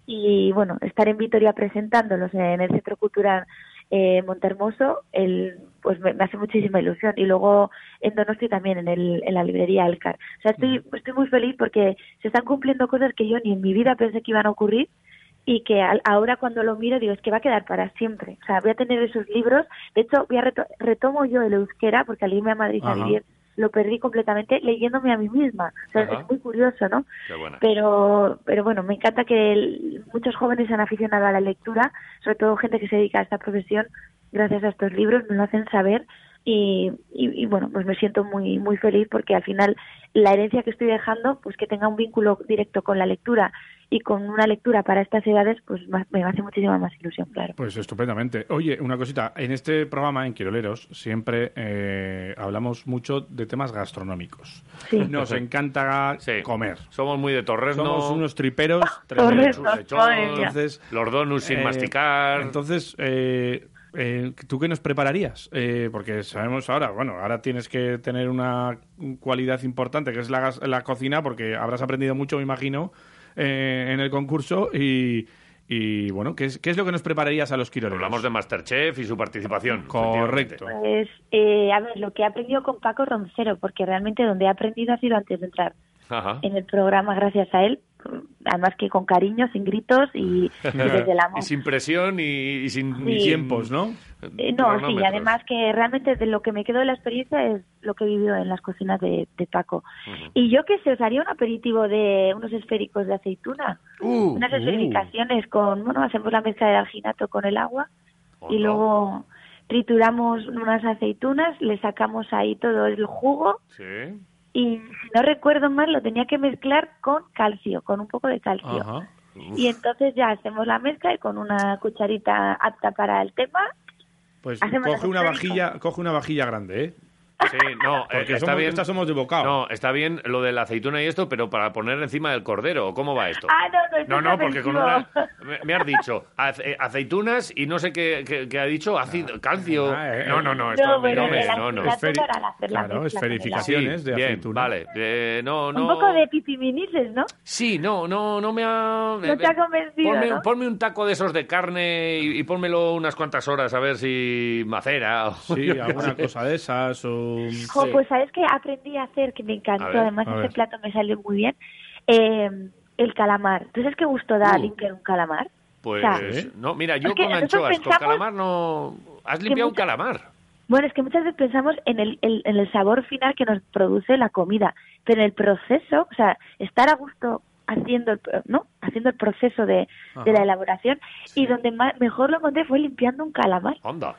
Y bueno, estar en Vitoria presentándolos en el Centro Cultural eh, Montermoso el, pues me, me hace muchísima ilusión. Y luego en Donosti también, en, el, en la librería Alcar. O sea, estoy,
Mm.
estoy muy feliz porque se están cumpliendo cosas que yo ni en mi vida pensé que iban a ocurrir y que al- ahora cuando lo miro digo, es que va a quedar para siempre. O sea, voy a tener esos libros. De hecho, voy a reto- retomo yo el euskera porque al irme a Madrid a
Ajá.
vivir lo perdí completamente leyéndome a mí misma. O sea,
Ajá.
es muy curioso, ¿no?
Qué buena.
Pero, pero bueno, me encanta que el- muchos jóvenes se han aficionado a la lectura, sobre todo gente que se dedica a esta profesión, gracias a estos libros, me lo hacen saber y, y- y, bueno, pues me siento muy, muy feliz porque al final la herencia que estoy dejando, pues que tenga un vínculo directo con la lectura y con una lectura para estas edades, pues más- me hace muchísima más ilusión, claro.
Pues estupendamente. Oye, una cosita. En este programa, en Quiroleros, siempre eh, hablamos mucho de temas gastronómicos.
Sí.
[LAUGHS]
Nos encanta comer.
Somos muy de torrezno.
Somos unos [LAUGHS] triperos.
Torreznos,
tremendos.
madre mía.
Entonces,
Los donuts sin
eh,
masticar.
Entonces, eh, eh, ¿tú qué nos prepararías? Eh, porque sabemos ahora, bueno, ahora tienes que tener una cualidad importante, que es la, gas- la cocina, porque habrás aprendido mucho, me imagino, eh, en el concurso y... y, bueno, ¿qué es, ¿qué es lo que nos prepararías a los quiroleros?
Hablamos de Masterchef y su participación.
Correcto.
Pues, eh, a ver, lo que he aprendido con Paco Roncero, porque realmente donde he aprendido ha sido antes de entrar
Ajá.
en el programa, gracias a él, además que con cariño, sin gritos y, y [LAUGHS] desde el
[LAUGHS]
amor.
Y sin presión y, y sin
Sí.
y
Tiempos,
¿no?
Eh, No, sí, y además que realmente de lo que me quedó de la experiencia es lo que he vivido en las cocinas de, de Paco. Y yo que se os haría un aperitivo de unos esféricos de aceituna, unas
uh.
esferificaciones con, bueno, hacemos la mezcla de alginato con el agua y luego trituramos unas aceitunas, le sacamos ahí todo [LAUGHS] el jugo
Sí.
y si no recuerdo mal lo tenía que mezclar con calcio, con un poco de calcio.
Ajá.
Y entonces ya hacemos la mezcla y con una cucharita apta para el tema.
Pues
Hacemos
coge una,
los
vajilla, coge una vajilla grande, ¿eh?
Sí,
[LAUGHS]
no, eh,
Porque
está
somos-
bien.
estas somos de bocado.
No, está bien lo de la aceituna y esto, pero para poner encima del cordero, ¿o ¿cómo va esto?
Ah, no, no, esto
No,
es
no, porque con una.
ofensivo.
Me, me has dicho ace- eh, aceitunas y no sé qué, qué- qué ha dicho,
Ah,
ácido, calcio.
eh,
No, no, no, esto
No, bueno,
hombre,
el
no, no.
aceitato Esferi- para hacer la claro, mezcla con el
esferificaciones
Sí,
de
bien,
aceituna.
Vale, eh, no,
Un
no.
poco de pipiminises, ¿no?
Sí, no, no, no me ha.
No te ha convencido,
Ponme,
¿no?
ponme un taco de esos de carne y, y pónmelo unas cuantas horas a ver si macera. o
Sí,
yo qué
alguna
sé.
cosa de esas. O...
Jo, Pues sabes que aprendí a hacer, que me encantó,
A ver,
además
a
este
ver.
plato me salió muy bien, eh, el calamar. ¿Tú sabes qué gusto
Uh.
da limpiar un calamar?
Pues
O sea,
no, mira, yo
es que
con anchoas,
nosotros
con
pensamos
calamar no... Has limpiado un
muchas-
calamar.
Bueno, es que muchas veces pensamos en el, el- en el sabor final que nos produce la comida, pero el proceso, o sea, estar a gusto haciendo el, pro- ¿no? haciendo el proceso de, de la
Ajá.
elaboración y donde más, mejor lo encontré fue limpiando un calamar.
Onda,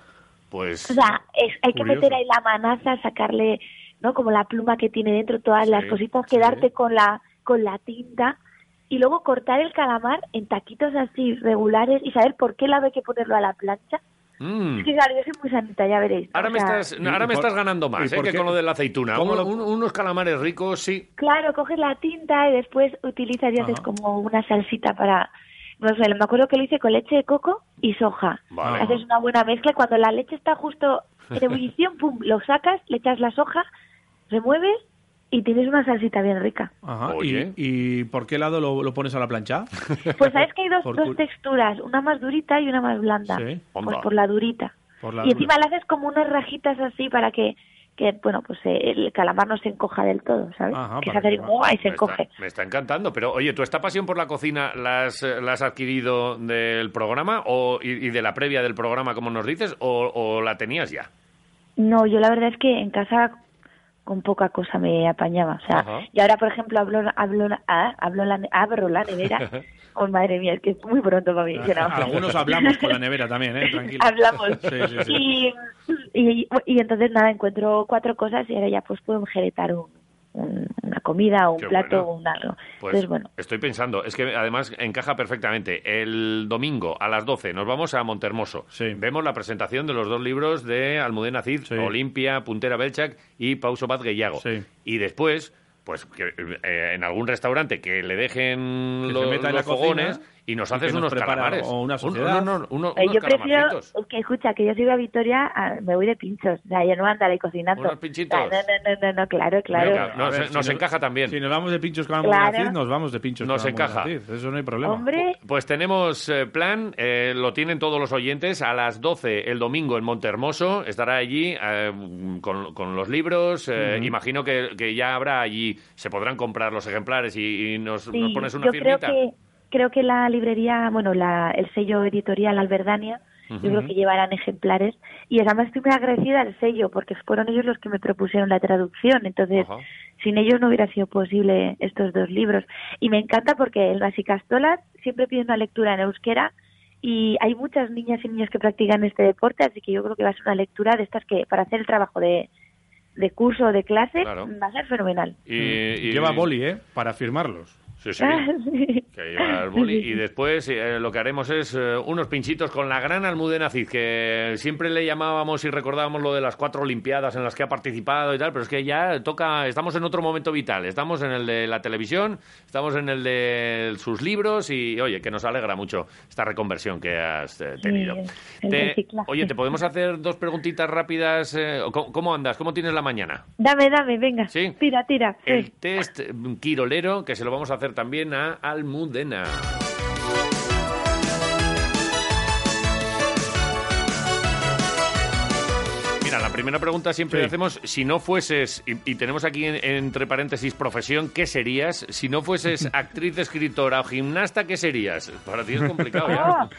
pues...
O sea, es- hay que
Curioso.
meter ahí la manaza, sacarle, ¿no? Como la pluma que tiene dentro, todas las
Sí,
cositas, quedarte con la con la tinta y luego cortar el calamar en taquitos así regulares y saber por qué lado hay que ponerlo a la plancha.
Mm.
Es que claro, yo soy muy sanita, ya veréis.
Ahora
O
me,
sea,
estás, no, ahora me
¿Y por-
estás ganando
y
más, ¿eh?
por
que
qué-
con lo de la aceituna.
¿Cómo
Un-
lo-
un- unos calamares ricos, sí.
Claro, coges la tinta y después utilizas y haces como una salsita para... No sé, me acuerdo que lo hice con leche de coco y soja.
Vale.
Haces una buena mezcla. y Cuando la leche está justo
[LAUGHS]
en ebullición, pum, lo sacas, le echas la soja, remueves y tienes una salsita bien rica.
Ajá. ¿Y, y por qué lado lo, lo pones a la plancha?
Pues sabes que hay dos,
Por
dos
cul-
texturas, una más durita y una más blanda.
Sí.
Pues
Onda.
por la durita.
Por la
y encima le haces como unas rajitas así para que, que bueno, pues eh, el calamar no se encoja del todo, ¿sabes? que se hace el ¡mua! y
Me está-
se encoge.
me está encantando, pero oye, ¿tú esta pasión por la cocina la has, eh, la has adquirido del programa o, y, y de la previa del programa, como nos dices, o, o la tenías ya?
No, yo la verdad es que en casa con poca cosa me apañaba. O sea,
Ajá.
y ahora, por ejemplo, hablo, hablo, ah, hablo la, ne- abro
[LAUGHS]
la nevera. Oh, madre mía, es que es muy pronto para mí. que no.
Ah, Algunos hablamos
[LAUGHS]
con la nevera también, ¿eh? Tranquilo.
Hablamos.
Sí, sí, sí.
Y, y, y entonces, nada, encuentro cuatro cosas y ahora ya pues puedo enjeretar un- un- una comida, un
Qué
plato,
bueno.
un algo.
Pues
entonces, bueno,
estoy pensando, es que además encaja perfectamente. El domingo a las 12 nos vamos a Montermoso. Vemos la presentación de los dos libros de Almudena Cid, Olimpia, Puntera Belchak y Pauso Paz Guellago. Y después, pues que, eh, en algún restaurante que le dejen
Que se
los,
meta en
los
la cocina.
fogones y nos
Y que
haces
nos
unos
prepara
calamares.
o una
Un-
sociedad.
no, no, no, uno-
Eh,
unos
yo prefiero
calamacitos.
que escucha que yo si voy a Vitoria a- me voy de pinchos, o sea, yo no voy a andar ahí cocinando.
Unos pinchitos.
Ah, No, no, no, no, no, claro, claro.
Venga, a ver, si nos
encaja también.
Si nos vamos de pinchos con
Claro.
Amor Aziz, nos vamos de pinchos
Nos
con Amor
encaja.
Aziz. Eso no hay problema.
Hombre.
Pues tenemos eh, plan, eh, lo tienen todos los oyentes, a las 12 el domingo en Montehermoso, estará allí eh, con, con los libros, eh,
Ujú.
imagino que, que ya habrá allí, se podrán comprar los ejemplares y, y nos,
Sí,
nos pones una
yo
firmita.
creo que creo que la librería, bueno, la, el sello editorial Alberdania, yo creo
Ujú.
que llevarán ejemplares y además estoy muy agradecida al sello porque fueron ellos los que me propusieron la traducción, entonces sin ellos no hubiera sido posible estos dos libros y me encanta porque el Basicastola siempre pide una lectura en euskera y hay muchas niñas y niños que practican este deporte, así que yo creo que va a ser una lectura de estas que para hacer el trabajo de, de curso o de clase
Claro.
va a ser fenomenal.
Lleva boli, ¿eh? Para firmarlos.
Sí, Pues sí.
Ah, [LAUGHS]
Que lleva el boli. Y después eh, lo que haremos es eh, unos pinchitos con la gran Almudena Cid, que siempre le llamábamos y recordábamos lo de las cuatro Olimpiadas en las que ha participado y tal, pero es que ya toca, estamos en otro momento vital, estamos en el de la televisión, estamos en el de sus libros y, oye, que nos alegra mucho esta reconversión que has eh, tenido.
el
Te-
reciclaje.
oye, ¿te podemos hacer dos preguntitas rápidas? eh, ¿cómo, cómo andas? ¿Cómo tienes la mañana?
Dame, dame, venga.
Sí.
Tira, tira. sí.
El test eh, quirolero, que se lo vamos a hacer también a Almudena. Mira, la primera pregunta siempre
Sí.
hacemos, si no fueses, y, y tenemos aquí en- entre paréntesis profesión, ¿qué serías? Si no
[LAUGHS]
fueses actriz, escritora o gimnasta, ¿qué serías? Para ti es complicado ya.
Ah,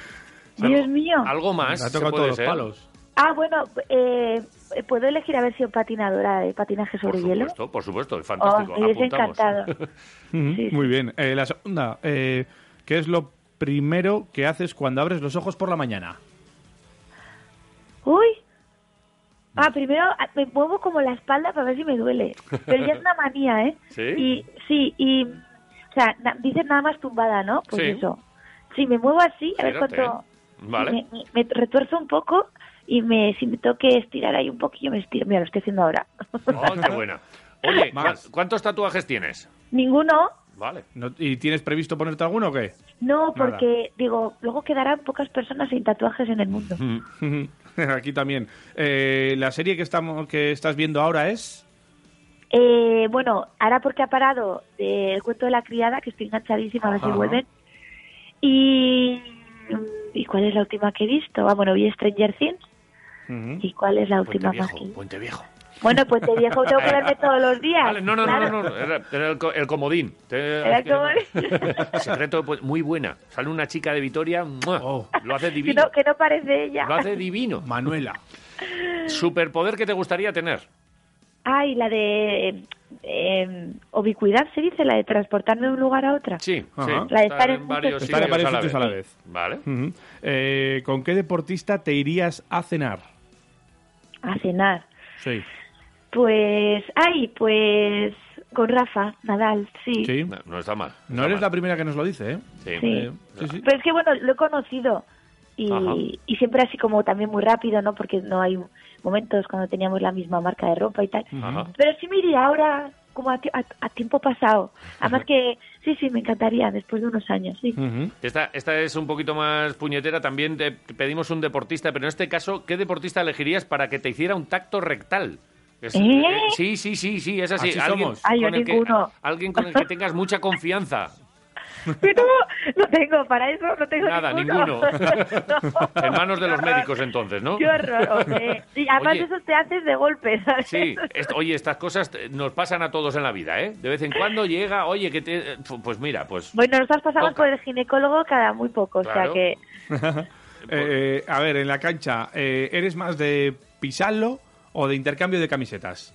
Dios mío.
Algo más.
Me ha
se
tocado
puede
todos los
ser.
palos.
Ah, bueno, eh, ¿puedo elegir haber sido patinadora de patinaje sobre hielo?
Por supuesto, Oh, por supuesto, fantástico.
Oh, me hubiese
apuntamos. [LAUGHS]
encantado.
Muy bien. Eh, la segunda, eh, ¿qué es lo primero que haces cuando abres los ojos por la mañana?
Uy.
Mm.
Ah, primero ah, me muevo como la espalda para ver si me duele. Pero ya es una manía,
[LAUGHS]
¿eh?
¿Sí?
Y, sí, y... O sea, na- dices nada más tumbada, ¿no? Pues
Sí.
eso. Si me muevo así, a ver
Gírate,
cuánto...
Vale.
Me, me- me retuerzo un poco y me, si me tengo que estirar ahí un poquillo, me estiro. Mira, lo estoy haciendo ahora. [LAUGHS]
Oh, qué buena. Oye, ¿cu- ¿cuántos tatuajes tienes?
Ninguno,
Vale.
¿Y tienes previsto ponerte alguno o qué?
No,
Nada.
porque digo, luego quedarán pocas personas sin tatuajes en el mundo.
[LAUGHS] Aquí también. Eh, la serie que, estamos, que estás viendo ahora es...
Eh, bueno, ahora porque ha parado eh, el cuento de la criada, que estoy enganchadísima a ver si
Ajá.
vuelven. Y, ¿Y cuál es la última que he visto? Ah, bueno, vi Stranger Things. ¿Y cuál es la última más que
Puente Viejo.
Bueno, pues te viejo, tengo que verme todos los días.
Vale, no, no, no,
Ah, claro.
no, no, Era, era el, co- el comodín. Te-
Era
[LAUGHS]
como-
Secreto, pues, muy buena. Sale una chica de Vitoria, ¡mua!
Oh.
lo hace
que,
divino.
no, que no parece ella.
Lo hace divino.
Manuela.
Superpoder que te gustaría tener.
Ay, la de eh, ubicuidad, se dice, la de transportarme de un lugar a otra.
Sí,
Ajá.
La de estar en
varios
Estar en
sitios
varios
a la
sitios a
vez.
la vez.
Vale.
Ujú. Eh, ¿Con qué deportista te irías a cenar?
a cenar.
Sí.
Pues, ay, pues con Rafa, Nadal, sí.
No, no está mal.
No eres la primera que nos lo dice, ¿eh?
Sí.
Eh, sí, sí. [LAUGHS]
Pero es que, bueno, lo he conocido
Ajá.
y, y siempre así como también muy rápido, ¿no? Porque no hay momentos cuando teníamos la misma marca de ropa y tal.
Ajá.
Pero sí me iría ahora como a, ti- a- a tiempo pasado. Además que, sí, sí, me encantaría después de unos años, sí.
Esta, esta es un poquito más puñetera. También te pedimos un deportista, pero en este caso, ¿qué deportista elegirías para que te hiciera un tacto rectal? Es-
¿Eh?
sí, sí, sí, sí, es así.
Así
alguien,
somos. Ay, yo
con el que-
ninguno.
alguien con el que tengas mucha
[LAUGHS]
confianza.
[LAUGHS] Pero no, no tengo, para eso no tengo
Nada,
[LAUGHS]
ninguno. en manos de los médicos, entonces, ¿no?
Qué horror, hombre. Sí, además
Oye.
eso te haces de golpe, ¿sabes? [LAUGHS]
Sí, est- oye, estas cosas te- nos pasan a todos en la vida, ¿eh? De vez en cuando llega, oye, que te... eh, Pues mira, pues...
Bueno, nosotros pasamos por el ginecólogo cada muy poco,
Claro.
o sea que...
Eh, a ver, en la cancha, eh, ¿eres más de pisarlo o de intercambio de camisetas?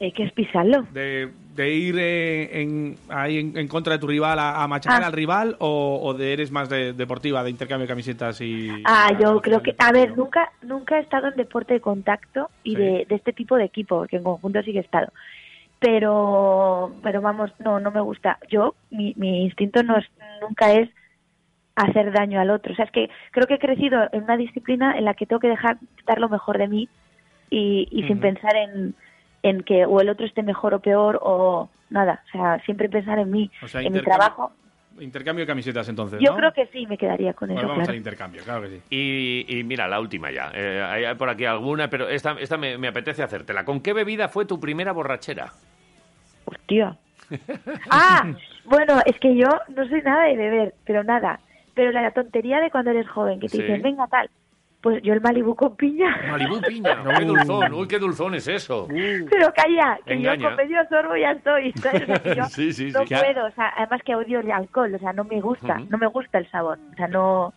Eh, que es pisarlo.
¿De, de ir eh, en, ahí en, en contra de tu rival a, a machacar
Ah.
al rival o, o de eres más de, deportiva, de intercambio de camisetas y...
Ah, yo creo que, a ver, nunca, nunca he estado en deporte de contacto
Sí.
y de, de este tipo de equipo, porque en conjunto sí que he estado. Pero, pero vamos, no, no me gusta. Yo, mi, mi instinto no es, nunca es hacer daño al otro. O sea, es que creo que he crecido en una disciplina en la que tengo que dejar dar lo mejor de mí y, y sin
Ujú.
pensar en, en que o el otro esté mejor o peor o nada. O sea, siempre pensar en mí,
O sea,
en mi
intercambio-
trabajo.
Intercambio de camisetas entonces,
Yo
¿no?
creo que sí, me quedaría con
Pues
eso,
vamos
claro.
al intercambio, claro que sí.
Y, y mira, la última ya. Eh, hay hay por aquí alguna, pero esta, esta me, me apetece hacértela. ¿Con qué bebida fue tu primera borrachera? [LAUGHS]
Hostia. Ah, bueno, es que yo no soy nada de beber, pero nada. Pero la tontería de cuando eres joven, que te
Sí.
dicen, venga tal. Pues yo el Malibú con piña. [LAUGHS]
Malibú piña. ¡Qué dulzón! [LAUGHS] ¡Uy, qué dulzón es eso!
Pero calla, que yo
Engaña.
con medio sorbo ya estoy. [LAUGHS] ¿sabes? O sea, que
[LAUGHS]
yo
Sí, sí, sí.
no
Que ha-
puedo, o sea, además que odio el alcohol, o sea, no me gusta,
Ujú.
no me gusta el sabor, o sea, no,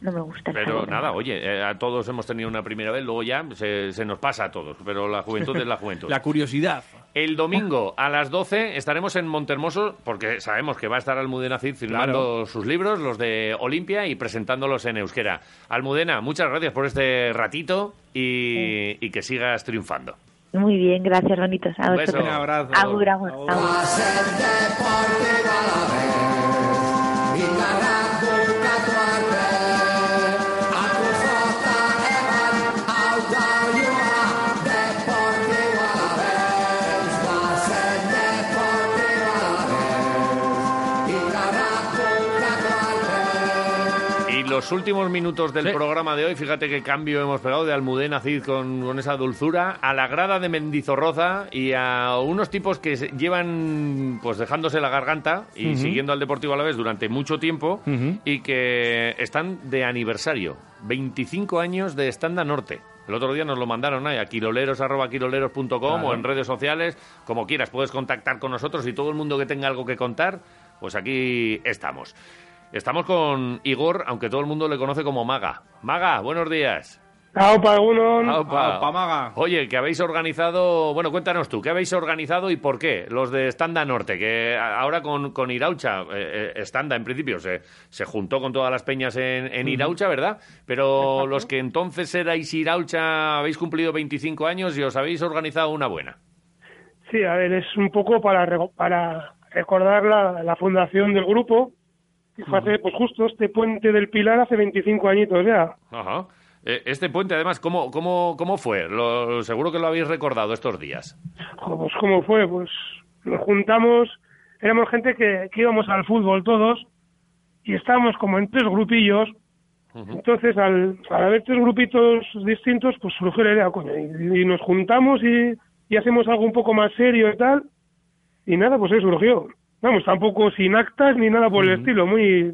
no me gusta el
Pero
sabor.
nada, oye, eh, a todos hemos tenido una primera vez, luego ya se, se nos pasa a todos, pero la juventud es
[LAUGHS]
la juventud.
La curiosidad.
El domingo a las 12 estaremos en Montermoso, porque sabemos que va a estar Almudena Cid firmando sus libros, los de Olimpia, y presentándolos en euskera. Almudena, muchas gracias por este ratito y, y que sigas triunfando.
Muy bien, gracias, bonitos. A
Un
vosotros.
beso. Un abrazo.
Agur, agur, agur.
Y los últimos minutos del programa de hoy, fíjate qué cambio hemos pegado de Almudena Cid con, con esa dulzura a la grada de Mendizorroza y a unos tipos que se- llevan pues dejándose la garganta y
Ujú.
siguiendo al Deportivo a la vez durante mucho tiempo
Ujú.
y que están de aniversario, 25 años de Estanda Norte. El otro día nos lo mandaron ahí a quiroleros.quiroleros.com
Claro.
o en redes sociales, como quieras, puedes contactar con nosotros y todo el mundo que tenga algo que contar, pues aquí estamos. Estamos con Igor, aunque todo el mundo le conoce como Maga. Maga, buenos días.
Aupa, Egunon.
Maga. Oye, que habéis organizado, bueno, cuéntanos tú, ¿qué habéis organizado y por qué? Los de Estanda Norte, que a- ahora con, con Iraucha, eh, eh, Estanda en principio se, se juntó con todas las peñas en, en
Ujú.
Iraucha, ¿verdad? Pero los que entonces erais Iraucha habéis cumplido 25 años y os habéis organizado una buena.
Sí, a ver, es un poco para, re- para recordar la, la fundación del grupo, que fue hace, pues justo este puente del Pilar hace 25 añitos ya.
Ajá. Eh, Este puente, además, ¿cómo, cómo, cómo fue? Lo- seguro que lo habéis recordado estos días.
Jo, Pues cómo fue, pues nos juntamos, éramos gente que, que íbamos al fútbol todos y estábamos como en tres grupillos. Entonces, al, al haber tres grupitos distintos, pues surgió la idea, coño, y, y nos juntamos y, y hacemos algo un poco más serio y tal. Y nada, pues eso surgió. Vamos, tampoco sin actas ni nada por el estilo, muy,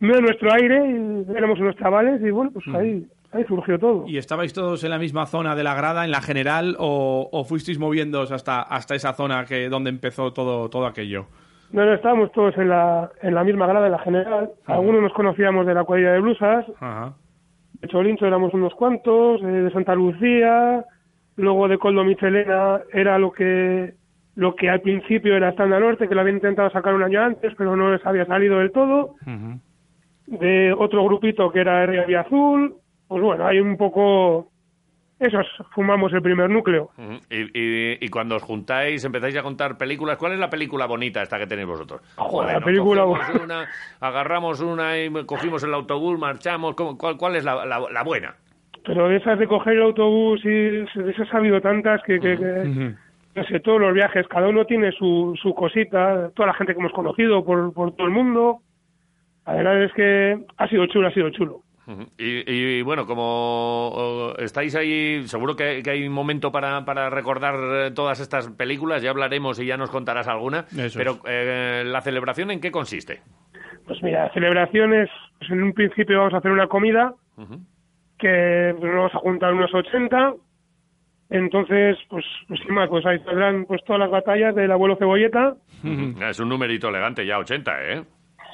muy a nuestro aire, y éramos unos chavales y bueno, pues ahí, ahí surgió todo.
¿Y estabais todos en la misma zona de la grada, en la general, o, o fuisteis moviéndoos hasta, hasta esa zona que donde empezó todo, todo aquello?
No, no, estábamos todos en la, en la misma grada de la general. Algunos nos conocíamos de la cuadrilla de blusas. De Cholincho éramos unos cuantos, eh, de Santa Lucía, luego de Coldo Michelena era lo que lo que al principio era Estanda Norte, que lo había intentado sacar un año antes, pero no les había salido del todo. De otro grupito que era Herria Vía Azul. Pues bueno, hay un poco... Esos fumamos el primer núcleo.
Ujú. Y, y- y cuando os juntáis, empezáis a contar películas. ¿Cuál es la película bonita esta que tenéis vosotros? Joder,
la
nos
película
cogimos
buena.
una, agarramos una y cogimos el autobús, marchamos. ¿Cómo- ¿Cuál, cuál es la, la- la buena?
Pero de esas de coger el autobús y de esas ha habido tantas que, que- que- no sé, todos los viajes, cada uno tiene su, su cosita, toda la gente que hemos conocido por, por todo el mundo. La verdad es que ha sido chulo, ha sido chulo.
Ujú. Y, y, bueno, como oh, estáis ahí, seguro que, que hay un momento para, para recordar eh, todas estas películas. Ya hablaremos y ya nos contarás alguna.
Eso es.
Pero eh, la celebración, ¿en qué consiste?
Pues mira, celebraciones, pues en un principio vamos a hacer una comida [LAUGHS]
Ujú.
que nos vamos a juntar unos 80. Entonces, pues, pues sin más, pues ahí saldrán pues todas las batallas del abuelo Cebolleta.
Es un numerito elegante, ya 80, ¿eh?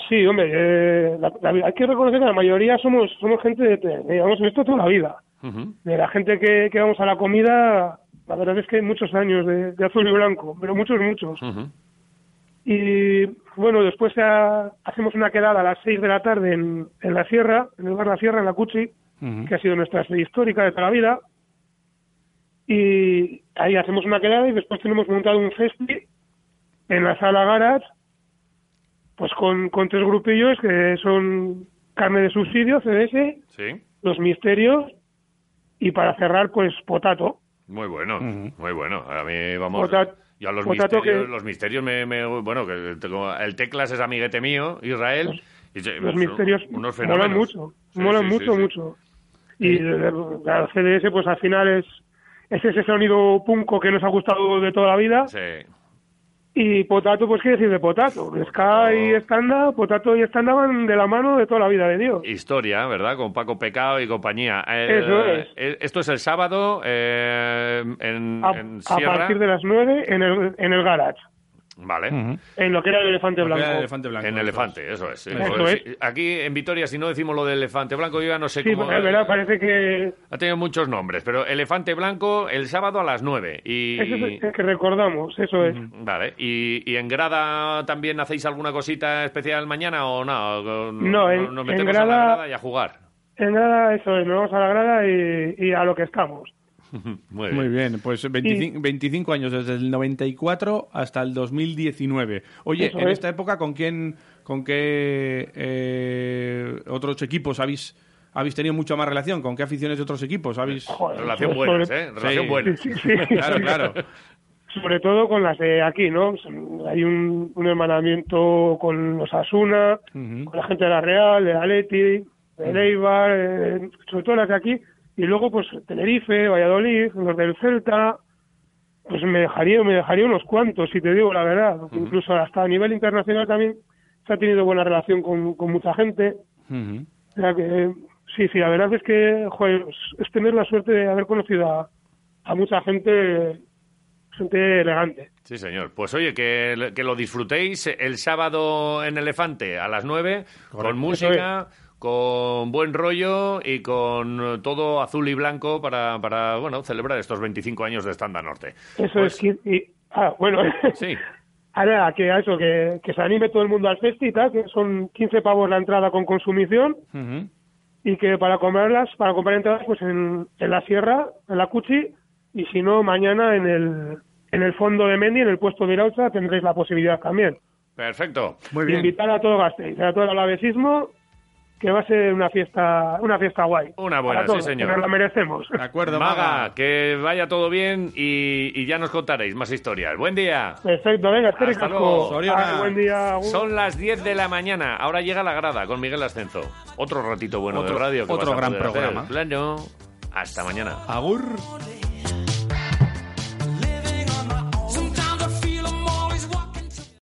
Sí, hombre, eh, la- la- hay que reconocer que la mayoría somos somos gente de, de- llevamos en esto toda la vida.
Ujú.
De la gente que, que vamos a la comida, la verdad es que hay muchos años de, de azul y blanco, pero muchos, muchos. Y bueno, después ha- hacemos una quedada a las 6 de la tarde en, en la Sierra, en el bar La Sierra, en la Cuchi, que ha sido nuestra sede histórica de toda la vida. Y ahí hacemos una quedada y después tenemos montado un festi en la sala Garat, pues con, con tres grupillos que son carne de subsidio, CDS,
Sí.
los misterios y para cerrar, pues potato.
Muy bueno, muy bueno. A mí, vamos.
Pota-
Yo a los
Otra
misterios,
pues toque.
los misterios me, me- Bueno, que tengo- el teclas es amiguete mío, Israel. y se-
Pues, Los
son
misterios
pues, Unos fenómenos.
molan mucho,
Sí,
molan
sí, sí,
mucho,
sí.
mucho. Y el- la CDS, pues al final es, es ese sonido punco que nos ha gustado de toda la vida.
Sí.
Y potato, pues qué decir de potato. Ska y estándar, potato y estándar van de la mano de toda la vida de Dios.
Historia, ¿verdad? Con Paco Pecado y compañía. Eh,
Eso es.
eh, Esto es el sábado eh, en,
A,
en
a
Sierra.
partir de las 9 en el, en el garage,
Vale.
en lo que era el elefante blanco.
En elefante, eso es.
Eso
Joder,
es.
sí. Aquí en Vitoria, si no decimos lo del elefante blanco, yo ya no sé
Sí,
cómo.
porque es verdad, parece que
Ha tenido muchos nombres, pero elefante blanco el sábado a las 9. Y,
eso es el que recordamos, eso es.
Vale, ¿Y, y en grada también hacéis alguna cosita especial mañana o no?
No, en-
nos
en
metemos a la
grada-
grada y a jugar.
En grada, eso es, nos vamos a la grada y, y a lo que estamos. [LAUGHS]
Muy
bien. pues 25, 25 años, desde el 94 hasta el 2019. Oye,
Eso
en
es.
esta época, ¿con quién, con qué eh, otros equipos habéis, habéis tenido mucha más relación? ¿Con qué aficiones de otros equipos habéis...?
Relación buenas, sobre- ¿eh? Relación buena. Sí, sí, sí.
Claro, claro.
Sobre todo con las de aquí, ¿no? Hay un, un hermanamiento con los Asuna, con la gente de la Real, de Aleti, de Leibar, eh, sobre todo las de aquí, y luego pues Tenerife, Valladolid, los del Celta, pues me dejaría, me dejaría unos cuantos, si te digo la verdad, incluso hasta a nivel internacional también se ha tenido buena relación con, con mucha gente, o sea que eh, sí, sí, la verdad es que joder, es- es tener la suerte de haber conocido a, a mucha gente, gente elegante.
Sí, señor. Pues oye, que, que lo disfrutéis el sábado en Elefante a las 9, con música, con buen rollo y con eh, todo azul y blanco para, para bueno, celebrar estos 25 años de Estanda Norte.
Eso es que- y- ah, bueno, [LAUGHS]
Sí,
ahora que a eso, que, que se anime todo el mundo al festi y tal, que son 15 pavos la entrada con consumición y que para comprarlas, para comprar entradas, pues en, en la sierra, en la Cuchi, y si no, mañana en el, en el fondo de Mendy, en el puesto de Iraucha, tendréis la posibilidad también.
perfecto.
Y Invitar a todo Gasteiz, a todo el alavesismo, que va a ser una fiesta, una fiesta guay.
Una buena,
Para todos,
sí, señor.
que nos la merecemos.
De acuerdo,
Maga, que vaya todo bien y, y ya nos contaréis más historias. Buen día.
Perfecto, venga, espera
Hasta luego.
buen día. agur.
Son las 10 de la mañana. Ahora llega la grada con Miguel Ascenso. Otro ratito bueno
Otro-
de radio. que
otro
vas a
gran
poder hacer.
programa.
Claro. Hasta mañana.
Agur.